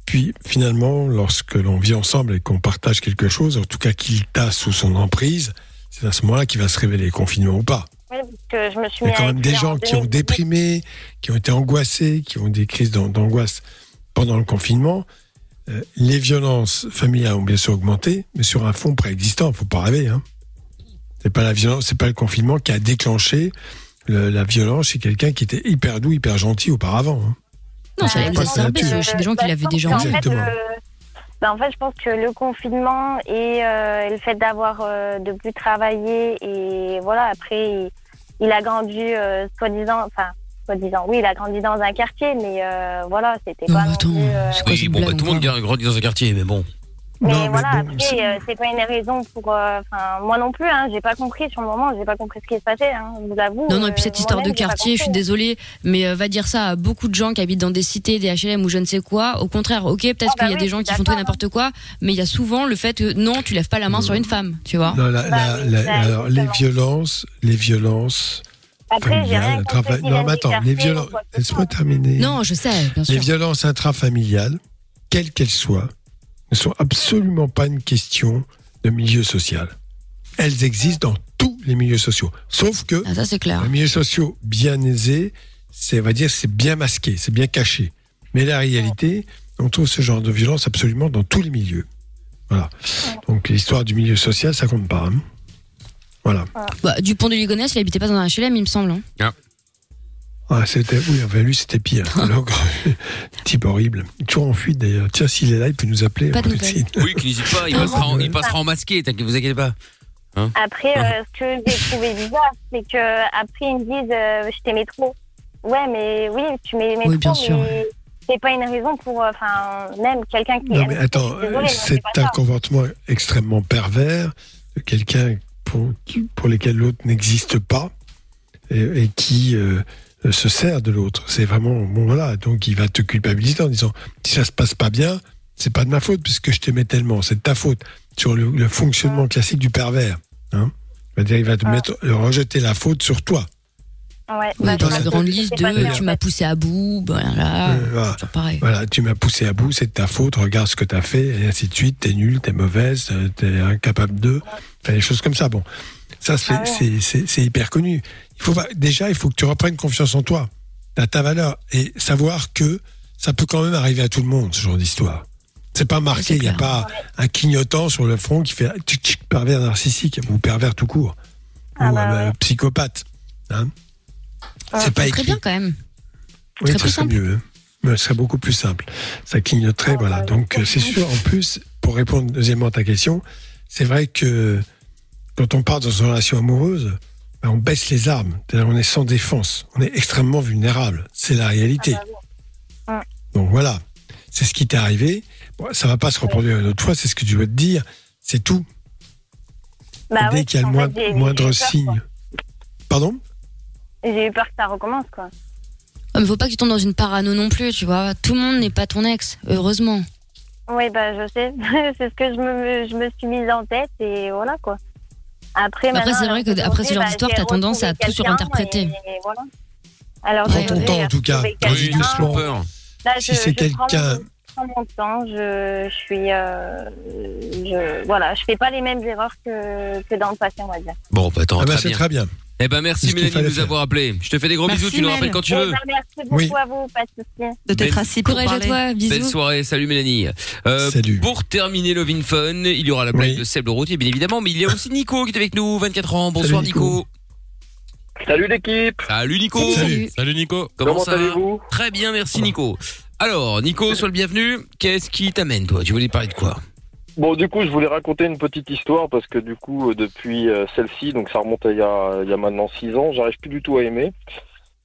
S3: Puis finalement, lorsque l'on vit ensemble et qu'on partage quelque chose, en tout cas qu'il t'a sous son emprise, c'est à ce moment-là qu'il va se révéler le confinement ou pas.
S14: Oui, parce que je me suis
S3: Il y
S14: mis
S3: a quand
S14: avec
S3: même des
S14: lui en
S3: gens qui ont
S14: 2018.
S3: déprimé, qui ont été angoissés, qui ont des crises d'an- d'angoisse pendant le confinement. Euh, les violences familiales ont bien sûr augmenté, mais sur un fond préexistant, faut pas rêver. Hein. C'est pas la violence, c'est pas le confinement qui a déclenché le- la violence chez quelqu'un qui était hyper doux, hyper gentil auparavant. hein.
S4: Non,
S3: ça
S4: ça
S3: va pas se faire tuer.
S4: chez des gens qui l'avaient déjà
S14: Bah, en fait,
S4: entendu.
S3: Exactement.
S14: le- bah, en fait, je pense que le confinement et, euh, et le fait d'avoir euh, de plus travailler et voilà, après, il, il a grandi euh, soi-disant, enfin, soi-disant. Oui, il a grandi dans un quartier, mais euh, voilà, c'était pas. non plus, euh,
S2: Oui, bon, bah, tout le monde grandit dans un quartier, mais bon.
S14: Mais voilà, après, euh, c'est pas une raison pour. euh, Enfin, moi non plus, hein, j'ai pas compris sur le moment, j'ai pas compris ce qui se passait, hein, je vous avoue.
S4: Non,
S14: euh,
S4: non, et puis cette histoire de
S14: moi-même, j'ai pas
S4: quartier, je suis désolée, mais euh, va dire ça à beaucoup de gens qui habitent dans des cités, des HLM ou je ne sais quoi. Au contraire, ok, peut-être qu'il y a des gens qui font tout et n'importe quoi, mais il y a souvent le fait que non, tu lèves pas la main sur une femme, tu vois.
S3: Non, la- la- la- alors, les violences, les violences.
S4: Après, j'ai rien
S3: familiales,
S4: contre
S3: intrafam-
S4: les
S3: Non, mais
S4: dynamiques
S3: attends, les
S4: quartier ou
S3: violences. Laisse-moi terminer.
S4: Non, je sais, bien sûr.
S3: Les violences intrafamiliales, quelles qu'elles soient, ne sont absolument pas une question de milieu social. Elles existent dans tous les milieux sociaux. Sauf que
S4: Ah, ça, c'est clair.
S3: les milieux sociaux bien aisés, c'est, on va dire, c'est bien masqué, c'est bien caché. Mais la réalité, on trouve ce genre de violence absolument dans tous les milieux. Voilà. Donc l'histoire du milieu social, ça compte pas. hein. Voilà.
S4: Bah, Dupont de Ligonnès, il habitait pas dans un HLM, il me semble. hein.
S3: Ah, c'était, oui, enfin, lui, c'était pire. Alors, type horrible. Toujours en fuite, d'ailleurs. Tiens, s'il est là, il peut nous appeler.
S14: Pas de
S3: Maxime.
S2: Oui, qu'il n'hésite pas, il passera, en,
S14: Ah.
S2: il passera en masqué, t'inquiète, vous inquiétez pas. Hein
S14: Après, euh, ce que j'ai trouvé bizarre, c'est que après ils me disent euh, je t'aimais trop. Ouais, mais oui, tu m'aimais
S3: Oui, bien
S14: trop,
S3: sûr.
S14: mais c'est pas une raison pour, euh, enfin, même quelqu'un qui.
S3: Non,
S14: aime-
S3: mais attends,
S14: Je suis désolée,
S3: euh,
S14: mais
S3: c'est
S14: hein, pas
S3: un
S14: ça.
S3: comportement extrêmement pervers de quelqu'un pour, pour lequel l'autre n'existe pas et, et qui euh, se sert de l'autre. C'est vraiment. Bon, voilà. Donc, il va te culpabiliser en disant si ça se passe pas bien, c'est pas de ma faute puisque je t'aimais tellement. C'est de ta faute. Sur le, le fonctionnement classique du pervers. Hein. Il va dire il va te mettre, rejeter la faute sur toi.
S14: Ouais,
S4: Bah, dans
S3: ça,
S4: la
S3: c'est-
S4: grande liste
S3: c'est pas
S4: de
S3: bien.
S4: tu m'as poussé à bout, voilà.
S3: Euh, voilà.
S4: Ah, pareil.
S3: Voilà, tu m'as poussé à bout, c'est de ta faute, regarde ce que t'as fait, et ainsi de suite, t'es nul, t'es mauvaise, euh, t'es incapable de. Enfin, des choses comme ça. Bon, ça, c'est c'est- c'est- c'est hyper connu. Il faut pas- déjà, il faut que tu reprennes confiance en toi, à ta valeur, et savoir que ça peut quand même arriver à tout le monde, ce genre d'histoire. C'est pas marqué, il n'y a pas un clignotant sur le front qui fait tchic, tchic, pervers narcissique ou pervers tout court, ou euh, psychopathe. hein.
S12: Ah,
S3: c'est pas
S4: Très
S3: écrit.
S4: bien quand même.
S3: Oui,
S4: Très
S3: ce
S4: plus
S3: serait
S4: simple.
S3: mieux. hein. Mais ce serait beaucoup plus simple. Ça clignoterait, voilà. Donc, euh, c'est sûr, en plus, pour répondre deuxièmement à ta question, c'est vrai que quand on part dans une relation amoureuse, ben, on baisse les armes. C'est-à-dire, on est sans défense. On est extrêmement vulnérable. C'est la réalité.
S14: Ah.
S3: Donc, voilà. C'est ce qui t'est arrivé. Bon, ça va pas se reproduire une autre fois. C'est ce que tu veux te dire. C'est tout.
S14: Bah
S3: Dès
S14: oui,
S3: qu'il y a le
S14: en
S3: moindre,
S14: fait, j'ai- j'ai
S3: moindre
S14: eu peur, quoi.
S3: signe. Pardon
S14: J'ai eu peur que ça recommence, quoi.
S4: Ah, mais faut pas que tu tombes dans une parano non plus, tu vois. Tout le monde n'est pas ton ex, heureusement.
S14: Oui, bah, je sais. c'est ce que je me, je me suis mise en tête et voilà, quoi. Après,
S4: Après,
S14: maintenant,
S4: c'est vrai que
S14: aujourd'hui,
S4: après ce genre
S14: bah,
S4: d'histoire,
S14: j'ai
S4: t'as tendance à
S14: retrouvé
S4: tout
S14: quelqu'un
S4: surinterpréter.
S14: et- et voilà. Alors,
S3: Prends
S14: j'ai
S3: ton
S14: retrouvé
S17: hein,
S3: temps, en tout cas.
S14: quelqu'un.
S3: Vas-y doucement.
S14: Là,
S3: Si
S14: je-
S3: c'est
S14: je prends mon-
S3: quelqu'un-
S14: Je prends mon temps, je, je suis. euh, je, voilà, je fais pas les mêmes erreurs que, que dans le passé, on va dire.
S2: Bon, bah attends,
S3: Ah ben,
S2: très,
S3: c'est
S2: bien.
S3: très bien.
S2: Eh ben merci Mélanie de nous avoir appelé. Je te fais des gros bisous, tu nous rappelles quand tu
S14: Eh
S2: veux. Ben,
S14: ben, merci beaucoup
S2: Oui.
S14: à vous, pas de soucis.
S17: De
S2: t'être Belle-
S17: assis pour Courage à parler. toi, bisous.
S2: Belle soirée, salut Mélanie. Euh, Pour terminer le Vin Fun, il y aura la blague de Seb le routier, bien évidemment, mais il y a aussi Nico qui est avec nous, 24 ans. Bonsoir
S1: Salut,
S2: Nico.
S1: Nico.
S2: Salut l'équipe. Salut Nico.
S1: Salut. Salut Nico.
S2: Comment,
S1: Comment
S2: ça va
S1: allez-vous
S2: Très bien, merci Nico. Alors Nico, sois le bienvenu. Qu'est-ce qui t'amène toi Tu voulais parler de quoi
S18: Bon, du coup, je voulais raconter une petite histoire parce que du coup, euh, depuis euh, celle-ci, donc ça remonte à il y a, il y a maintenant six ans, j'arrive plus du tout à aimer.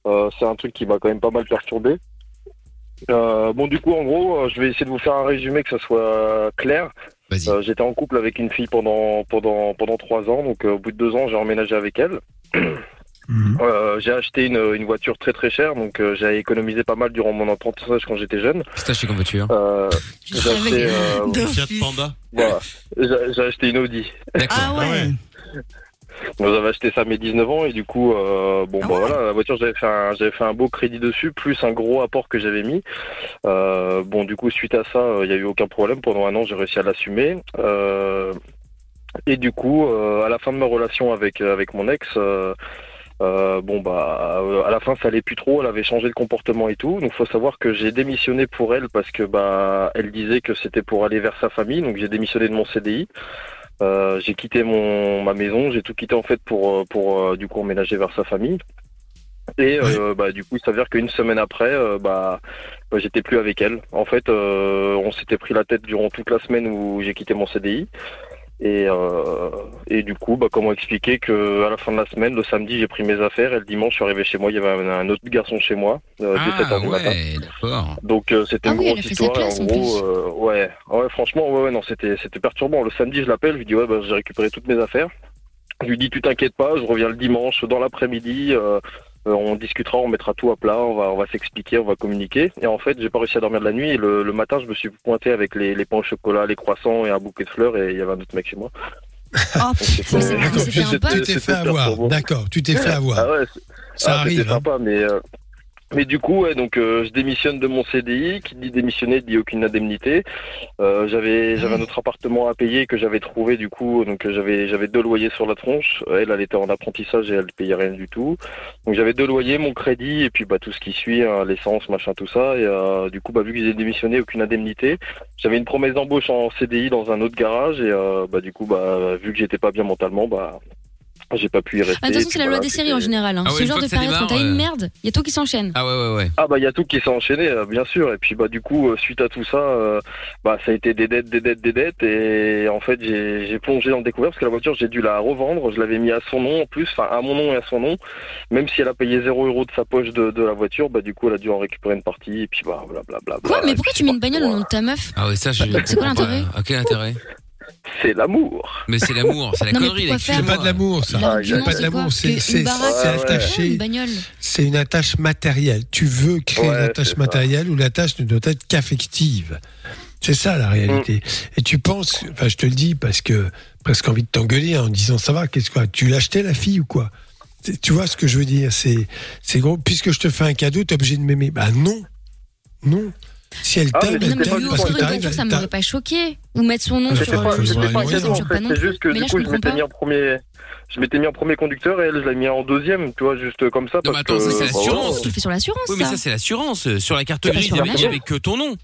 S18: Euh, c'est un truc qui m'a quand même pas mal perturbé. Euh, bon, du coup, en gros, euh, je vais essayer de vous faire un résumé que ça soit euh, clair.
S2: Euh,
S18: J'étais en couple avec une fille pendant pendant pendant trois ans, donc euh, au bout de deux ans, j'ai emménagé avec elle. Euh, j'ai acheté une, une voiture très très chère, donc euh, j'ai économisé pas mal durant mon apprentissage quand j'étais jeune.
S2: Qu'est-ce que t'as acheté comme voiture
S18: Euh, j'ai
S2: savais.
S18: acheté,
S2: D'office. Fiat
S18: Panda. j'ai j'ai acheté une Audi.
S2: Ah
S18: ouais. J'avais acheté ça à mes 19 ans et du coup, euh,
S2: Ah
S18: bon, bah, voilà, la voiture, j'avais fait, un, j'avais fait un beau crédit dessus, plus un gros apport que j'avais mis. Euh, bon, du coup, suite à ça, euh, il n'y a eu aucun problème. Pendant un an, j'ai réussi à l'assumer. Euh, et du coup, euh, à la fin de ma relation avec, avec mon ex, euh, euh, bon bah euh, à la fin ça allait plus trop, elle avait changé de comportement et tout. Donc faut savoir que j'ai démissionné pour elle parce que bah elle disait que c'était pour aller vers sa famille, donc j'ai démissionné de mon CDI. Euh, j'ai quitté mon ma maison, j'ai tout quitté en fait pour euh, pour euh, du coup emménager vers sa famille. Et euh, bah, du coup, il s'avère qu'une semaine après, euh, bah, bah, j'étais plus avec elle. En fait, euh, on s'était pris la tête durant toute la semaine où j'ai quitté mon CDI. Et, euh, et du coup, bah, comment expliquer que à la fin de la semaine, le samedi, j'ai pris mes affaires et le dimanche, je suis arrivé chez moi. Il y avait un, un autre garçon chez moi euh, dès 7 heures du matin. Donc euh, c'était
S3: Ah
S18: une
S3: oui, elle a
S18: grosse
S3: fait sa
S18: histoire. et
S3: place, en
S18: en gros, euh, ouais, ouais, franchement, ouais, ouais, non, c'était c'était perturbant. Le samedi, je l'appelle, je lui dis ouais, bah, j'ai récupéré toutes mes affaires. Je lui dis tu t'inquiètes pas, je reviens le dimanche dans l'après-midi. euh, euh, on discutera, on mettra tout à plat, on va, on va s'expliquer, on va communiquer. Et en fait, j'ai pas réussi à dormir de la nuit. Et le, le matin, je me suis pointé avec les, les pains au chocolat, les croissants et un bouquet de fleurs. Et il y avait un autre mec chez moi.
S6: Oh,
S18: Donc, c'était- c'était-
S3: Tu t'es
S18: c'était
S3: fait
S18: perturbant.
S3: avoir, d'accord, tu t'es fait avoir.
S18: Ah ouais, c'est-
S3: Ça
S18: ah, c'était
S3: arrive, hein.
S18: sympa, mais, euh, mais du coup, ouais, donc, euh, je démissionne de mon CDI. Qui dit démissionner dit aucune indemnité. Euh,
S3: Ah.
S18: j'avais j'avais un autre appartement à payer que j'avais trouvé, du coup. Donc, euh, j'avais j'avais deux loyers sur la tronche. Elle, elle était en apprentissage et elle payait rien du tout. Donc, j'avais deux loyers, mon crédit et puis bah, tout ce qui suit, hein, l'essence, machin, tout ça. Et euh, du coup, bah, vu que j'ai démissionné, aucune indemnité. J'avais une promesse d'embauche en CDI dans un autre garage. Et euh, bah, du coup, bah, vu que j'étais pas bien mentalement, bah, j'ai pas pu y rester.
S4: Ah, De toute façon,
S18: Et
S4: c'est
S18: puis
S4: la loi
S18: voilà,
S4: des
S18: puis
S4: séries en général. hein.
S18: Ah ouais,
S4: Ce
S18: une
S4: genre
S18: fois
S4: de
S18: que ça
S4: période, quand
S18: démarre,
S4: t'as une
S18: euh,
S4: merde, il y a tout qui s'enchaîne.
S2: Ah ouais, ouais, ouais.
S18: Ah bah il y a tout qui s'est enchaîné, euh, bien sûr. Et puis bah du coup, euh, suite à tout ça, euh, bah ça a été des dettes, des dettes, des dettes. Et en fait, j'ai j'ai plongé dans le découvert parce que la voiture, j'ai dû la revendre. Je l'avais mis à son nom en plus, enfin à mon nom et à son nom. Même si elle a payé 0 euro de sa poche de, de la voiture, bah du coup, elle a dû en récupérer une partie. Et puis bah blablabla.
S4: Quoi Mais pourquoi tu mets une bagnole au nom de ta meuf
S2: Ah ouais, ça, je.
S4: Bah, C'est quoi l'intérêt
S2: À quel intérêt
S18: C'est l'amour.
S2: Mais c'est l'amour, c'est la
S4: Non, mais
S2: connerie.
S4: pourquoi faire
S2: excusez-moi.
S4: C'est pas de
S3: l'amour, ça. Ah,
S4: L'argument,
S3: pas de
S4: c'est
S3: l'amour,
S4: quoi
S3: c'est-
S4: Que
S3: c'est-
S4: une baraque,
S3: c'est
S4: c'est
S3: attaché.
S4: Ah, Une bagnole.
S3: C'est une attache matérielle. Tu veux créer
S18: Ouais,
S3: une attache matérielle où l'attache ne doit être qu'affective. C'est ça la réalité.
S18: Mm.
S3: Et tu penses, enfin je te le dis parce que presque envie de t'engueuler en disant ça va, qu'est-ce que tu l'as acheté la fille ou quoi C'est- Tu vois ce que je veux dire C'est c'est gros. Puisque je te fais un cadeau, t'es obligé de m'aimer. Bah non, non. Si elle
S18: Ah,
S3: t'aime,
S18: mais
S3: elle
S18: c'était pas
S3: t'aime
S18: du
S3: parce
S18: tout
S3: que
S4: Pour une
S3: t'arrives.
S4: voiture,
S3: à-
S4: ça
S3: t'as-
S4: m'aurait pas choqué. Ou mettre son nom
S18: C'était
S4: sur
S18: pas,
S4: sur
S18: c'était pas un
S4: la
S18: cadeau en
S4: voiture,
S18: fait,
S4: pas non
S18: c'est
S4: plus.
S18: juste que
S4: Mais
S18: du
S4: là,
S18: coup
S4: je
S18: je
S4: comprends
S18: m'étais
S4: pas.
S18: mis en premier, je m'étais mis en premier conducteur et elle je l'ai mis en deuxième, tu vois, juste comme ça. parce
S2: attends,
S18: que,
S2: ça, c'est
S3: Euh,
S18: bah,
S2: l'assurance.
S18: voilà.
S4: Tu le fais sur l'assurance,
S2: Oui, mais ça,
S4: ça.
S2: c'est l'assurance. Euh, Sur la carte
S18: C'est
S2: grise, il y
S18: l'assurance.
S2: avait- il y avait que ton nom.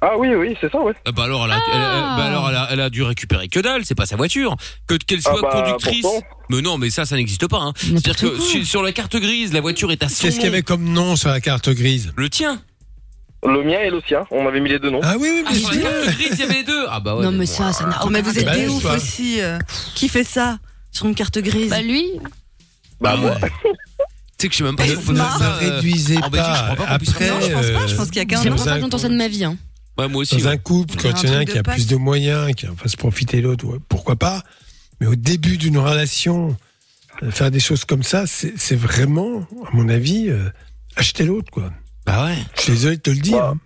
S18: Ah oui, oui, c'est ça, ouais.
S2: bah alors, elle a, elle a- bah alors elle, a, elle a dû récupérer que dalle, c'est pas sa voiture. Que qu'elle soit
S18: Ah bah,
S2: conductrice.
S18: pourtant.
S2: Mais non, mais ça, ça n'existe pas. hein. C'est-à-dire que sur, sur la carte grise, la voiture est à son
S3: Qu'est-ce qu'il y
S2: nom.
S3: avait comme nom sur la carte grise
S2: Le tien.
S18: Le mien et le sien, on avait mis les deux noms.
S3: Ah oui, oui,
S2: Ah, sur la carte grise, il y avait les deux. Ah bah ouais.
S4: Non,
S2: mais bah,
S4: mais
S2: bon.
S4: ça, ça n'a
S6: Oh,
S4: aucun
S6: mais vous êtes
S4: intérêt.
S6: des ouf aussi. euh, Qui fait ça sur une carte grise
S4: Bah, lui.
S2: Bah moi. Tu sais que je sais même pas si on peut faire ça. euh,
S3: réduisez
S2: en Belgique, je crois pas qu'on puisse
S3: Après,
S2: faire ça.
S3: euh,
S4: J'ai
S3: dans
S4: pas
S3: un-
S4: j'entends ça de ma vie. hein.
S2: Ouais, moi aussi.
S3: Dans un
S2: ouais.
S3: couple, quand il y en a un qui a plus de moyens, qui va se profiter l'autre, ouais, pourquoi pas. Mais au début d'une relation, euh, faire des choses comme ça, c'est c'est vraiment, à mon avis, euh, acheter l'autre, quoi.
S2: Bah ouais.
S3: Je suis désolé de te le dire. hein.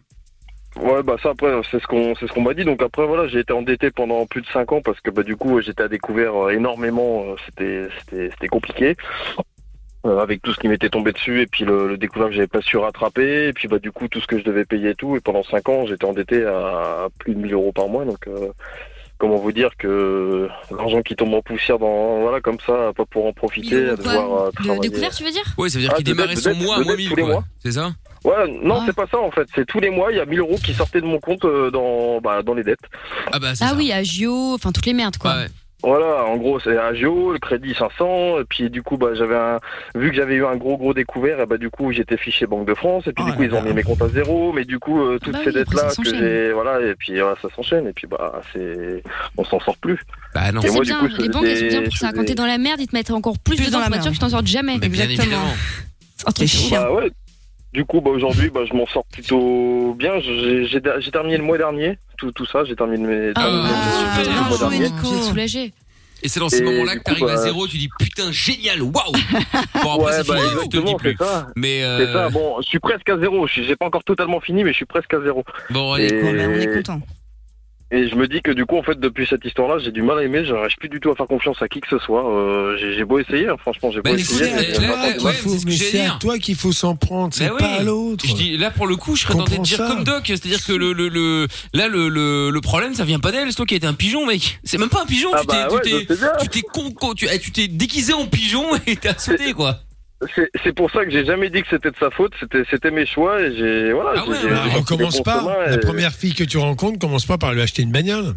S18: Ouais, bah ça après c'est ce qu'on c'est ce qu'on m'a dit. Donc après voilà, j'ai été endetté pendant plus de cinq ans parce que bah du coup j'étais à découvert euh, énormément. euh, C'était c'était c'était compliqué. Euh, avec tout ce qui m'était tombé dessus et puis le, le découvert que j'avais pas su rattraper et puis bah du coup tout ce que je devais payer et tout et pendant cinq ans j'étais endetté à plus de 1000 euros par mois donc euh, comment vous dire que l'argent qui tombe en poussière dans voilà comme ça pas pour en profiter à
S4: Quoi,
S18: devoir euh,
S4: De
S18: travailler
S4: découvert, tu veux dire
S2: Ouais, ça veut dire
S18: Ah,
S2: qu'il
S18: de
S2: démarrait
S18: dette, de
S2: son
S18: dette,
S2: mois à
S18: de
S2: moins
S18: dette
S2: 1000
S18: tous les
S2: quoi.
S18: mois.
S2: C'est ça
S18: Ouais, non, c'est pas ça en fait. C'est tous les mois, il y a 1000 euros qui sortaient de mon compte euh, dans, bah, dans les dettes.
S2: Ah bah,
S4: Ah oui, agio, enfin toutes les merdes quoi.
S18: Voilà, en gros, c'est Agio, le crédit 500, et puis du coup, bah, j'avais un, vu que j'avais eu un gros gros découvert, et bah du coup, j'étais fiché Banque de France, et puis du coup, ils ont mis mes comptes à zéro, mais du coup, euh, toutes
S4: Oh bah
S18: ces
S4: oui,
S18: dettes là
S4: après, ça
S18: que
S4: s'enchaîne.
S18: j'ai, voilà, et puis voilà, ça s'enchaîne, et puis bah, c'est, on s'en sort plus.
S2: Bah non.
S4: Ça, c'est bien, les banques elles sont bien pour ça. Quand t'es dans la merde, ils te mettent encore plus, dedans pour être sûr que tu t'en sortes jamais.
S6: Oh,
S18: Bah ouais. Du coup, bah, aujourd'hui, bah, je m'en sors plutôt bien. J'ai j'ai- j'ai terminé le mois dernier, tout, tout ça. J'ai terminé mes.
S6: Ah,
S18: terminé le mois dernier.
S4: Vous êtes soulagé.
S2: Et c'est dans ces
S18: Et
S2: moments-là
S18: du
S2: que
S18: coup,
S2: t'arrives à
S18: bah,
S2: zéro, tu dis putain génial, waouh. Bon après
S18: Ouais,
S2: c'est
S18: bah,
S2: fini, tu te le dis
S18: exactement,
S2: plus.
S18: c'est ça.
S2: Mais euh,
S18: C'est ça, bon, je suis presque à zéro. Je suis- J'ai pas encore totalement fini, mais je suis presque à zéro.
S2: Bon,
S18: allez,
S6: ben, On est content.
S18: Et je me dis que du coup, en fait, depuis cette histoire-là, j'ai du mal à aimer. J'arrive plus du tout à faire confiance à qui que ce soit. Euh, j'ai j'ai beau essayer, hein, franchement,
S2: Bah,
S18: j'ai beau essayer. mais
S3: C'est à
S18: maintenant,
S3: toi
S18: c'est-
S3: qu'il faut- mais c'est à toi qu'il faut s'en prendre, c'est
S2: Bah oui.
S3: pas à l'autre.
S2: Je dis là pour le coup, je serais tenté de
S3: Comprends
S2: dire
S3: ça.
S2: comme Doc, c'est-à-dire que le, le, le là le, le, le problème ça vient pas d'elle, c'est toi qui as été un pigeon mec. C'est même pas un pigeon,
S18: Ah
S2: tu
S18: bah
S2: t'es
S18: ouais,
S2: tu
S18: je
S2: t'es tu t'es con, con- tu eh, tu t'es déguisé en pigeon et t'as sauté quoi.
S18: C'est c'est pour ça que j'ai jamais dit que c'était de sa faute. C'était c'était mes choix et j'ai voilà.
S2: Ah ouais,
S18: j'ai-
S2: bah,
S18: j'ai- j'ai
S3: Euh, Commence
S18: pris le bon
S3: pas.
S18: chemin
S3: La
S18: et-
S3: première fille que tu rencontres, commence pas par lui acheter une bagnole.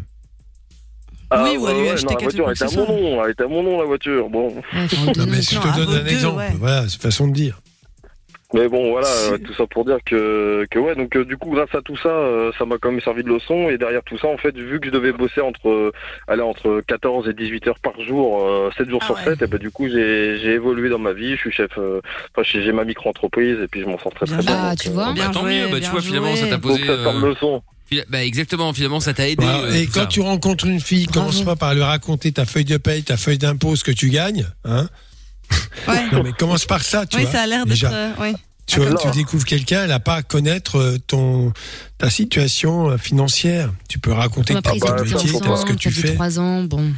S18: Ah,
S3: Oui, ou à
S18: ouais,
S3: lui
S18: ouais,
S3: acheter
S18: non, la
S3: quelque
S18: voiture elle était à
S3: chose.
S18: mon nom, elle était à mon nom la voiture. Bon.
S3: Ah, Non, mais si je te donne un exemple, voilà, c'est façon de dire.
S18: Mais bon, voilà, euh, tout ça pour dire que, que ouais, donc euh, du coup, grâce à tout ça, euh, ça m'a quand même servi de leçon. Et derrière tout ça, en fait, vu que je devais bosser entre, euh, aller entre 14 et 18 heures par jour, euh, 7
S4: Ah
S18: jours sur 7, et ben du coup, j'ai j'ai évolué dans ma vie. Je suis chef, euh, enfin, j'ai j'ai ma micro-entreprise et puis je m'en sors très très bien.
S4: Ah, tu vois.
S2: Bah, tant mieux, bah, tu vois, finalement, ça t'a
S18: Donc,
S2: posé.
S18: ça comme
S2: euh,
S18: leçon.
S2: fila- Bah, exactement, finalement, ça t'a aidé. euh,
S3: Bah, Et
S2: tout
S3: quand
S2: ça.
S3: tu rencontres une fille, commence pas par lui raconter ta feuille de paye, ta feuille d'impôt, ce que tu gagnes. Hein non, mais commence par ça, Ah, tu
S6: Oui,
S3: vois.
S6: ça a l'air d'être.
S3: déjà.
S6: euh, oui.
S3: Tu, vois, tu découvres quelqu'un, elle n'a pas à connaître euh, ton, ta situation euh, financière. Tu peux raconter
S4: On a
S3: que
S4: pris
S3: t'es dans
S4: ça
S3: le métier,
S4: depuis 15 ans,
S6: hein,
S3: ce que tu
S4: ça fait
S3: fais.
S4: 3 ans, bon.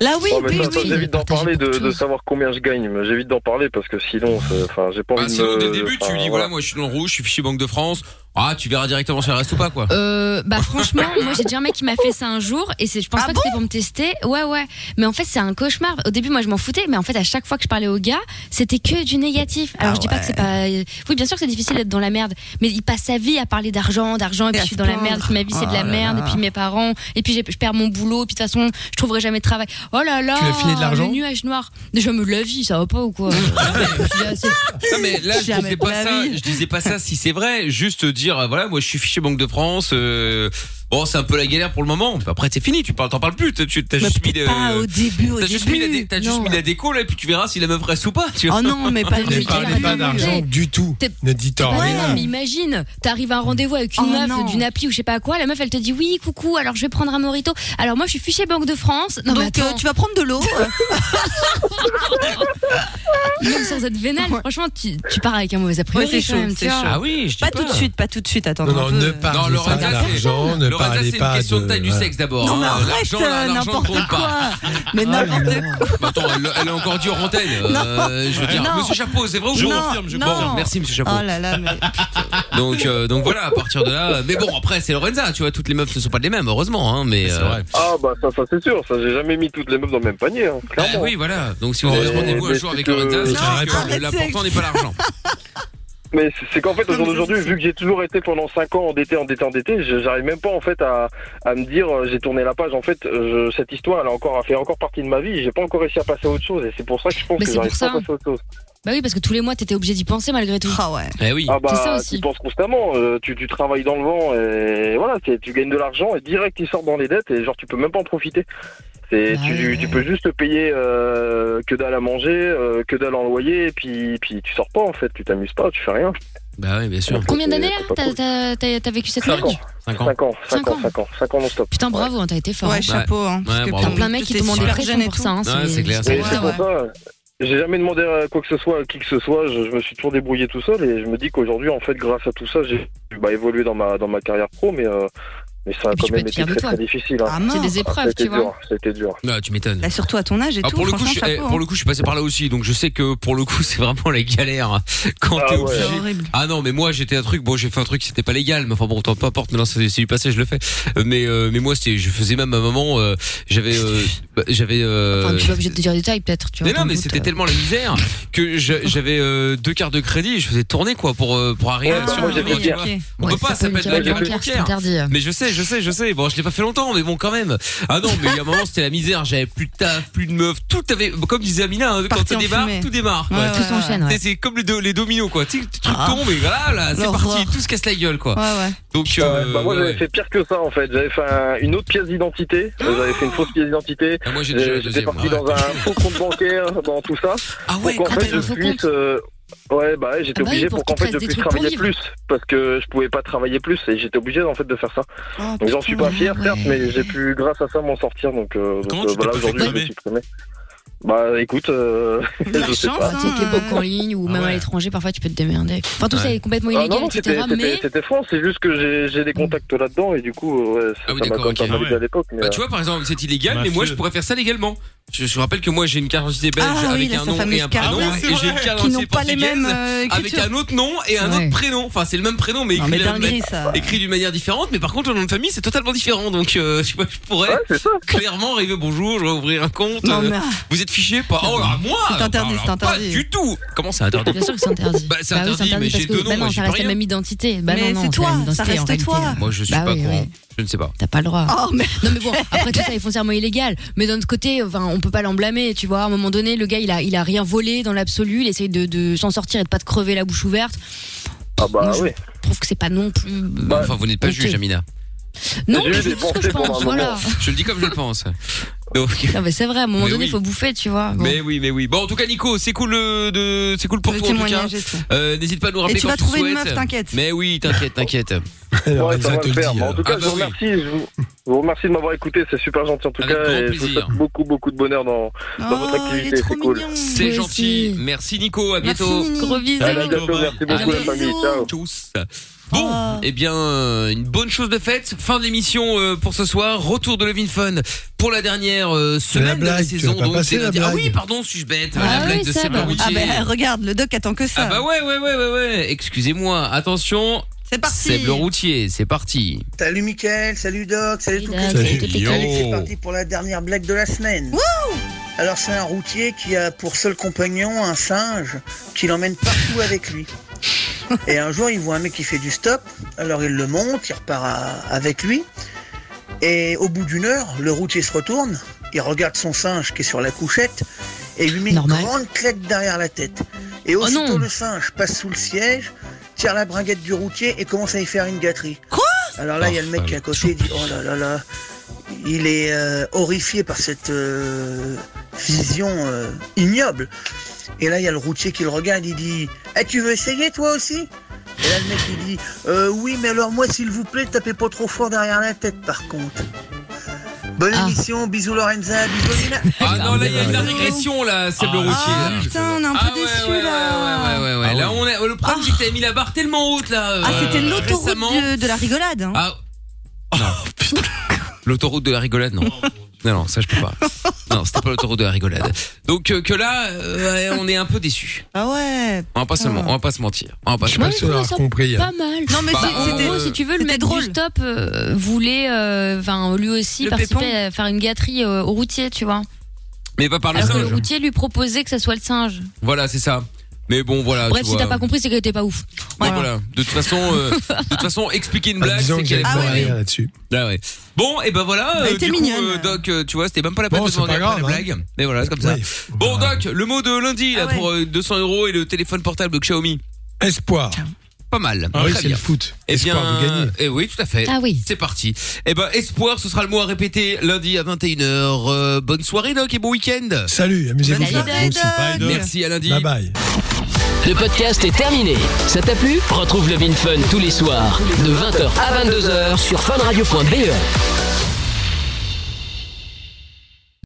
S4: Là, Ah oui,
S18: Oh, mais
S4: oui,
S18: ça, ça,
S4: oui.
S18: J'évite d'en parler, de, de savoir combien je gagne. mais J'évite d'en parler parce que sinon, c'est- enfin, j'ai pas
S2: Bah,
S18: envie de.
S2: sinon, dès le
S18: me-
S2: début, tu
S18: euh, enfin,
S2: lui dis voilà, moi, je suis dans le rouge, je suis fichier Banque de France. Ah, tu verras directement si elle reste ou pas, quoi.
S4: Euh, bah franchement, moi j'ai déjà un mec qui m'a fait ça un jour et c'est, je pense pas que c'était pour me tester. Ouais ouais. Mais en fait c'est un cauchemar. Au début moi je m'en foutais, mais en fait à chaque fois que je parlais au gars, c'était que du négatif. Alors
S6: Ah
S4: je dis pas que c'est pas. euh, Oui bien sûr que c'est difficile d'être dans la merde, mais il passe sa vie à parler d'argent, d'argent et puis
S6: à
S4: je suis
S6: se
S4: dans la
S6: plaindre.
S4: merde, puis ma vie c'est de la
S6: Oh là
S4: merde,
S6: là.
S4: et puis mes parents, et puis j'ai- je perds mon boulot, puis de toute façon je trouverai jamais de travail. Oh là là.
S2: Tu lui as filé de l'argent
S4: Le nuage noir. Déjà me la vie, ça va pas ou quoi.
S2: Non mais là je
S4: Jamais
S2: disais
S4: de
S2: pas
S4: la
S2: ça,
S4: vie.
S2: je disais pas ça si c'est vrai, juste dire euh, voilà moi je suis fiché Banque de France, euh, bon c'est un peu la galère pour le moment, mais après c'est fini, tu parles t'en parles plus, t'as tu- t'as juste mis le-
S6: pas au début, au
S2: t'as juste
S6: début,
S2: mis la dé- t'as juste
S6: non.
S2: mis la déco là et puis tu verras si la meuf reste ou pas. Tu vois.
S6: Oh non, mais pas du
S3: Ne
S6: tout.
S3: parlez pas d'argent du tout. Ne dites
S4: Bah non,
S3: rien.
S4: mais imagine, t'arrives à un rendez-vous avec une
S6: Oh
S4: meuf
S6: non.
S4: d'une appli ou je sais pas quoi, la meuf elle te dit oui, coucou, alors je vais prendre un morito. Alors moi je suis fichée Banque de France. Non,
S6: Donc, euh, tu vas prendre de l'eau.
S4: Même sans être vénale, franchement, tu, tu pars avec un mauvais après
S6: Ouais, c'est chaud, c'est chaud. Ah oui, je dis
S4: pas.
S6: tout de suite, pas tout de suite, attends.
S3: Non, non, ne parlez
S2: Non,
S3: pas
S2: Lorenza, c'est-
S3: d'argent, ne
S2: Lorenza,
S3: parlez
S2: c'est une
S3: pas
S2: question de, taille du
S3: voilà.
S2: sexe d'abord.
S6: Non, mais
S2: hein.
S6: arrête,
S2: L'argent,
S6: euh,
S2: l'argent
S6: n'importe
S2: compte pas.
S6: Mais n'importe quoi.
S2: Bah, attends, elle, elle est encore dure en telle. euh, je veux dire,
S6: Non.
S2: Monsieur Chapeau, c'est vrai ou
S6: Je
S2: pas
S6: confirme, je
S2: Bon,
S6: confirme.
S2: merci Monsieur Chapeau.
S6: Oh là là, mais.
S2: Donc, euh, donc voilà, à partir de là. euh, Mais bon, après, c'est Lorenza, tu vois, toutes les meufs ne sont pas les mêmes, heureusement, hein, mais. euh,
S18: Ah bah ça, ça c'est sûr, ça j'ai jamais mis toutes les meufs dans le même panier, hein,
S2: Bah,
S18: clairement.
S2: oui, voilà. Donc si vous avez
S18: Mais-
S2: rendez-vous un
S18: mais
S2: jour
S18: c'est
S2: avec
S18: que-
S2: Lorenza, sachez que l'important n'est pas l'argent.
S18: Mais c'est- c'est qu'en fait, au jour d'aujourd'hui, vu que j'ai toujours été pendant 5 ans endetté, endetté, endetté, je- j'arrive même pas en fait à, à me dire euh, j'ai tourné la page. En fait, euh, je- cette histoire, elle a encore, elle fait encore partie de ma vie. J'ai pas encore réussi à passer à autre chose, et c'est pour ça que je pense
S4: Mais
S18: que
S4: c'est
S18: j'arrive
S4: pour
S18: pas à
S4: ça.
S18: passer à autre chose.
S4: Bah oui, parce que tous les mois t'étais obligé d'y penser malgré tout.
S6: Ah ouais.
S2: Eh oui.
S18: Ah
S4: C'est ça
S18: bah,
S4: aussi.
S18: tu penses constamment. euh, tu, tu travailles dans le vent, et voilà, c'est- tu gagnes de l'argent et direct il sort dans les dettes et genre tu peux même pas en profiter. C'est,
S4: Bah
S18: tu, tu peux juste te payer euh, que dalle à manger, euh, que dalle en loyer, et puis, puis tu sors pas en fait, tu t'amuses pas, tu fais rien.
S2: Bah oui, bien sûr.
S4: Combien d'années
S18: C'est
S4: là
S18: pas
S4: t'as-
S18: cool.
S4: t'as- t'as t'as vécu cette
S18: Cinq
S4: marque
S18: ans. 5 ans. 5 ans, 5 ans, 5 ans, non-stop.
S4: Putain, bravo, hein, t'as été fort.
S6: Ouais,
S4: hein.
S6: chapeau, hein, parce
S2: Ouais,
S6: que
S2: bravo.
S6: t'as
S4: Plein de mecs qui
S6: Tout est
S4: te demandent des
S6: super
S4: pressions
S6: jeune et
S4: pour
S6: tout.
S4: ça. hein,
S2: Ouais, c'est clair,
S18: Et
S2: c'est
S18: c'est
S2: clair.
S18: pour ça, j'ai jamais demandé euh, quoi que ce soit à qui que ce soit, je, je me suis toujours débrouillé tout seul et je me dis qu'aujourd'hui, en fait, grâce à tout ça, j'ai bah, évolué dans ma, dans ma carrière pro, mais, euh, mais ça a quand
S4: tu
S18: même
S4: peux être
S18: été
S4: fier de
S18: très,
S4: toi.
S18: très difficile. hein.
S6: Ah, mort. C'est des épreuves,
S18: c'était
S6: tu vois.
S18: dur, C'était dur.
S2: Ah, tu m'étonnes.
S6: Là, surtout à ton âge et
S2: Ah,
S6: Bah, tout.
S2: pour le coup, je,
S6: franchement,
S2: eh,
S6: chapeau,
S2: pour
S6: hein.
S2: le coup, je suis passé par là aussi, donc je sais que pour le coup, c'est vraiment la galère quand t'es obligé.
S6: C'est horrible.
S2: Ah non, mais moi j'étais un truc, bon j'ai fait un truc c'était pas légal, mais enfin bon tant peu importe, maintenant c'est c'est du passé, je le fais. Euh, Mais euh, mais moi c'était, je faisais même à un moment, euh, j'avais euh, bah, j'avais. euh,
S4: Enfin, tu es obligé de te dire des détails peut-être. tu vois,
S2: mais non,
S4: dans le
S2: mais
S4: doute,
S2: c'était
S4: euh.
S2: tellement la misère que je- j'avais euh, deux cartes de crédit et je faisais tourner quoi pour euh, pour arriver
S18: Ouais,
S2: à
S18: bah, moi, j'ai
S2: survivre,
S18: fait
S2: tu
S18: le
S2: vois.
S18: tiers.
S2: hein. On
S18: Ouais,
S2: peut pas,
S18: c'est
S2: ça peut
S18: pas
S2: être hein. la
S18: une
S2: galère
S18: carte bancaire,
S4: c'est interdit. hein.
S2: bancaire.
S18: Mmh.
S2: Mais je sais, je sais, je sais. Bon, je l'ai pas fait longtemps, mais bon quand même. Ah non, mais il y a un moment c'était la misère, j'avais plus de taf, plus de meufs, tout avait comme disait Amina, hein, quand
S6: Parti
S2: ça
S6: en
S2: démarre,
S6: fumée.
S2: tout démarre quoi.
S6: Ouais, Tout ouais, s'enchaîne, ouais.
S2: C'est- C'est comme les, do- les dominos quoi, tu sais, le truc
S6: Ah.
S2: tombe et voilà, là, c'est
S6: L'horreur.
S2: parti, tout se casse la gueule quoi.
S6: Ouais, ouais.
S2: Donc
S18: Ah
S2: euh,
S18: ouais, bah moi
S2: ouais,
S18: j'avais
S2: ouais.
S18: fait pire que ça en fait, j'avais fait un- une autre pièce d'identité, Euh, j'avais fait une fausse pièce d'identité,
S2: moi, j'ai
S18: J'ai-
S2: déjà la
S18: j'étais
S2: deuxième,
S18: parti
S2: ouais.
S18: dans un faux compte bancaire, dans tout ça,
S2: ouais,
S18: pour qu'en
S2: ah,
S18: fait
S2: t'avais un
S18: je
S2: faux
S18: puisse... euh, Ouais bah ouais, j'étais
S4: Ah bah oui,
S18: obligé
S4: pour
S18: pour qu'en
S4: qu'il
S18: fait je
S4: te fasse des
S18: puisse
S4: trucs pour
S18: travailler
S4: vivre.
S18: plus parce que je pouvais pas travailler plus et j'étais obligé en fait de faire ça.
S6: Oh,
S18: donc j'en suis pas
S4: putain,
S18: fier
S4: ouais.
S18: certes mais j'ai pu grâce à ça m'en sortir donc, euh, donc,
S7: Comment
S18: euh,
S7: tu t'es
S18: voilà
S7: pas fait
S18: aujourd'hui je me
S7: cramer
S18: suis cramé. Bah écoute, euh, je sais
S6: chance,
S18: pas.
S4: Tu sais, avec les banques en ligne ou même à l'étranger, parfois tu peux te démerder. Enfin, tout ça
S18: Ah Ouais.
S4: est complètement
S18: Ah non,
S4: illégal,
S18: non, c'était
S4: etc. Mais
S18: c'était- c'était France, c'est juste que j'ai- j'ai des contacts là-dedans et du coup,
S7: euh,
S18: ouais, ça
S2: oui,
S18: ça
S2: d'accord,
S18: m'a quand même
S2: ok.
S18: pas mal
S2: Ah
S18: aidé à l'époque. mais,
S2: Bah, tu vois, par exemple, c'est illégal, mais moi, je pourrais faire ça légalement. Je, je rappelle que moi, j'ai une carte d'identité belge
S6: Ah oui,
S2: avec
S6: la
S2: un nom et
S6: fameuse
S2: un
S6: carte,
S2: prénom,
S6: ouais.
S2: et j'ai une carte
S6: Qui n'ont
S2: d'identité
S6: pas les
S2: portugaise
S6: mêmes, euh,
S2: avec
S6: écritures.
S2: un autre nom et un
S4: Ouais.
S2: autre prénom. Enfin, c'est le même prénom, mais,
S6: Non,
S2: écrit,
S6: mais
S2: de la
S6: dinguerie,
S2: même-
S6: ça.
S2: écrit d'une manière différente. Mais par contre, le nom de famille, c'est totalement différent. Donc, euh, tu vois, je pourrais clairement arriver bonjour, je vais ouvrir un compte. euh,
S6: Non, mais-
S2: Vous êtes fiché Pas. Oh, alors, moi
S6: C'est interdit,
S2: alors,
S6: c'est interdit.
S2: Pas du tout. Comment c'est interdit
S4: bien sûr que c'est interdit.
S2: Bah, c'est
S4: Bah oui,
S2: interdit, mais
S4: parce
S2: j'ai
S4: que
S2: deux
S4: bah
S2: noms,
S4: non,
S2: moi,
S4: ça
S2: j'ai pas
S4: reste la
S2: rien.
S4: même identité. Bah
S6: Mais
S4: non, non,
S6: c'est
S4: la
S6: toi,
S4: même
S6: ça
S4: identité en
S6: reste
S4: réalité.
S6: toi.
S2: Moi, je suis
S4: Bah
S2: pas
S4: oui,
S2: courant.
S4: oui.
S2: Je ne sais pas.
S4: T'as pas le droit.
S18: Ah,
S4: Non mais bon, après tout ça est foncièrement illégal. Mais d'un autre côté, enfin, on peut pas l'en blâmer, tu vois. À un moment donné, le gars, il a, il a rien volé dans l'absolu. Il essaye de, de s'en sortir et de pas te crever la bouche ouverte.
S7: Ah bah oui.
S4: Je trouve que c'est pas non plus.
S18: Bah.
S2: enfin, vous n'êtes pas juge, Amina.
S4: Bah, Non, mais c'est ce que je pense. Voilà.
S2: Je le dis comme je le pense. Donc-
S4: Non mais c'est vrai. À un moment
S2: Mais
S4: donné,
S2: oui.
S4: il faut bouffer, tu vois. Bon.
S2: Mais oui, mais oui. Bon, en tout cas, Nico, c'est cool euh, de, c'est cool pour
S4: Le
S2: toi en tout cas.
S4: témoignage et tout.
S2: Euh, N'hésite pas à nous rappeler
S4: tu
S2: quand
S4: vas
S2: tu le
S4: trouver une
S2: souhaites.
S4: meuf, t'inquiète.
S2: Mais oui, t'inquiète, t'inquiète.
S3: Eh,
S7: Ouais, ça
S2: ça
S7: va
S2: te
S7: le
S2: le
S7: faire.
S2: dit,
S7: Mais en tout
S2: euh.
S7: cas,
S2: Ah
S7: je
S2: bah
S7: vous
S2: oui.
S7: remercie. Je, vous, je vous remercie de m'avoir écouté. C'est super gentil en tout
S2: Avec
S7: cas.
S2: grand
S7: Et je vous
S2: plaisir.
S7: souhaite beaucoup, beaucoup de bonheur dans, dans
S4: Oh,
S7: votre activité. C'est cool.
S2: C'est gentil. Merci Nico, à bientôt.
S4: Gros bisous.
S7: À bientôt, merci beaucoup, la famille. Ciao.
S2: Tous. Bon,
S4: Oh.
S2: eh bien, euh, une bonne chose de faite. Fin de l'émission euh, pour ce soir. Retour de Levin Fun pour la dernière euh, semaine
S18: La
S2: de la
S18: blague, tu
S2: saison.
S18: vas pas passer
S2: dès
S18: la
S2: lundi- ah
S18: blague.
S2: oui, pardon, suis-je bête. la
S6: Ah
S2: blague
S6: oui,
S2: de
S6: ça,
S2: Seb
S6: bah.
S2: Routier.
S6: Ah bah, regarde, le doc attend que ça.
S2: Ah bah ouais, ouais, ouais, ouais, ouais. Excusez-moi. Attention.
S6: C'est parti.
S2: Seb le routier, c'est parti.
S16: Salut Mickaël, salut Doc, salut tout le monde.
S2: Doc, salut toute l'équipe.
S16: Allez, c'est
S2: Yo.
S16: parti pour la dernière blague de la semaine. Alors c'est un routier qui a pour seul compagnon un singe qui l'emmène partout avec lui. Et un jour il voit un mec qui fait du stop, alors il le monte, il repart à- avec lui. Et au bout d'une heure, le routier se retourne, il regarde son singe qui est sur la couchette et lui met une grande claque derrière la tête. Et aussitôt le singe passe sous le siège, tire la bringuette du routier et commence à y faire une gâterie. Quoi Alors là, il y a le mec qui est à côté, il dit Oh là là là Il est euh, horrifié par cette euh, vision euh, ignoble. Et là, il y a le routier qui le regarde, il dit Eh, tu veux essayer toi aussi et là, le mec, il dit Euh, Oui, mais alors, moi, s'il vous plaît, tapez pas trop fort derrière la tête, par contre. Bonne émission, bisous Lorenza, bisous Lina.
S2: Ah non, là, il y a une régression, là, Seb
S4: Ah,
S2: le routier. là.
S6: Ah, Putain, on est un peu déçus là.
S2: Ouais, ouais, ouais. Là, on est- le problème, c'est que t'avais mis la barre tellement haute, là.
S6: Ah,
S2: euh,
S6: c'était l'autoroute
S2: récemment.
S6: de, de la rigolade. hein.
S2: Ah. L'autoroute de la rigolade, non. Non, non, ça je peux pas. Non, c'était pas l'autoroute de la rigolade. Donc euh, que là, euh, ouais, on est un peu déçus.
S6: Ah ouais.
S2: On va pas seulement, on va pas se mentir. On va pas se
S4: Ouais,
S2: mentir.
S4: mais je trouve ça Pas mal.
S6: Non, mais
S2: Bah,
S6: c'est-
S2: en
S6: c'était-
S2: gros,
S4: Oh, si tu veux, le
S6: c'était
S4: mec
S6: drôle.
S4: du stop euh, voulait, euh, enfin, lui aussi
S6: Le
S4: participer
S6: pépon.
S4: à faire une gâterie euh, au routier, tu vois.
S2: Mais pas par le
S4: Alors que le
S2: singe.
S4: routier lui proposait que ça soit le singe.
S2: Voilà, c'est ça. Mais bon, voilà.
S4: Bref,
S2: Ah, tu
S4: si
S2: vois.
S4: t'as pas compris, c'est qu'elle était pas ouf.
S2: Ouais, voilà. De toute façon, euh, de toute façon, expliquer une blague,
S18: Ah, disons
S2: c'est
S18: que
S2: qu'elle est
S18: j'allais
S2: pas
S18: pouvoir rire
S2: là-dessus. Ah ouais. Bon, et ben voilà.
S18: Bah, Elle
S2: euh,
S18: était
S2: du coup,
S18: mignonne.
S2: euh, Doc, euh, tu vois, c'était même pas la peine
S18: Bon,
S2: de
S18: c'est
S2: demander
S18: pas
S2: après la
S18: grave, hein.
S2: blague. Mais voilà, c'est comme ça.
S18: Ouais.
S2: Bon, Doc, le mot de lundi
S18: Ah
S2: là pour euh, 200 euros et le téléphone portable de Xiaomi.
S18: Espoir.
S2: Pas mal.
S18: Ah oui,
S2: Très
S18: c'est
S2: bien.
S18: le foot.
S2: Eh bien,
S18: Espoir de gagner.
S2: eh oui, tout à fait.
S18: Ah
S2: oui. C'est parti. Eh ben, espoir, ce sera le mot à répéter lundi à 21h. Euh, bonne soirée, Doc, et bon week-end.
S18: Salut, amusez-vous.
S2: Salut,
S18: bien,
S2: Doc.
S18: vous aussi.
S2: Bye, Doc. Merci, à lundi.
S18: Bye bye.
S1: Le podcast est terminé. Ça t'a plu E Retrouve Love in Fun tous les soirs de 20h à 22h sur funradio.be.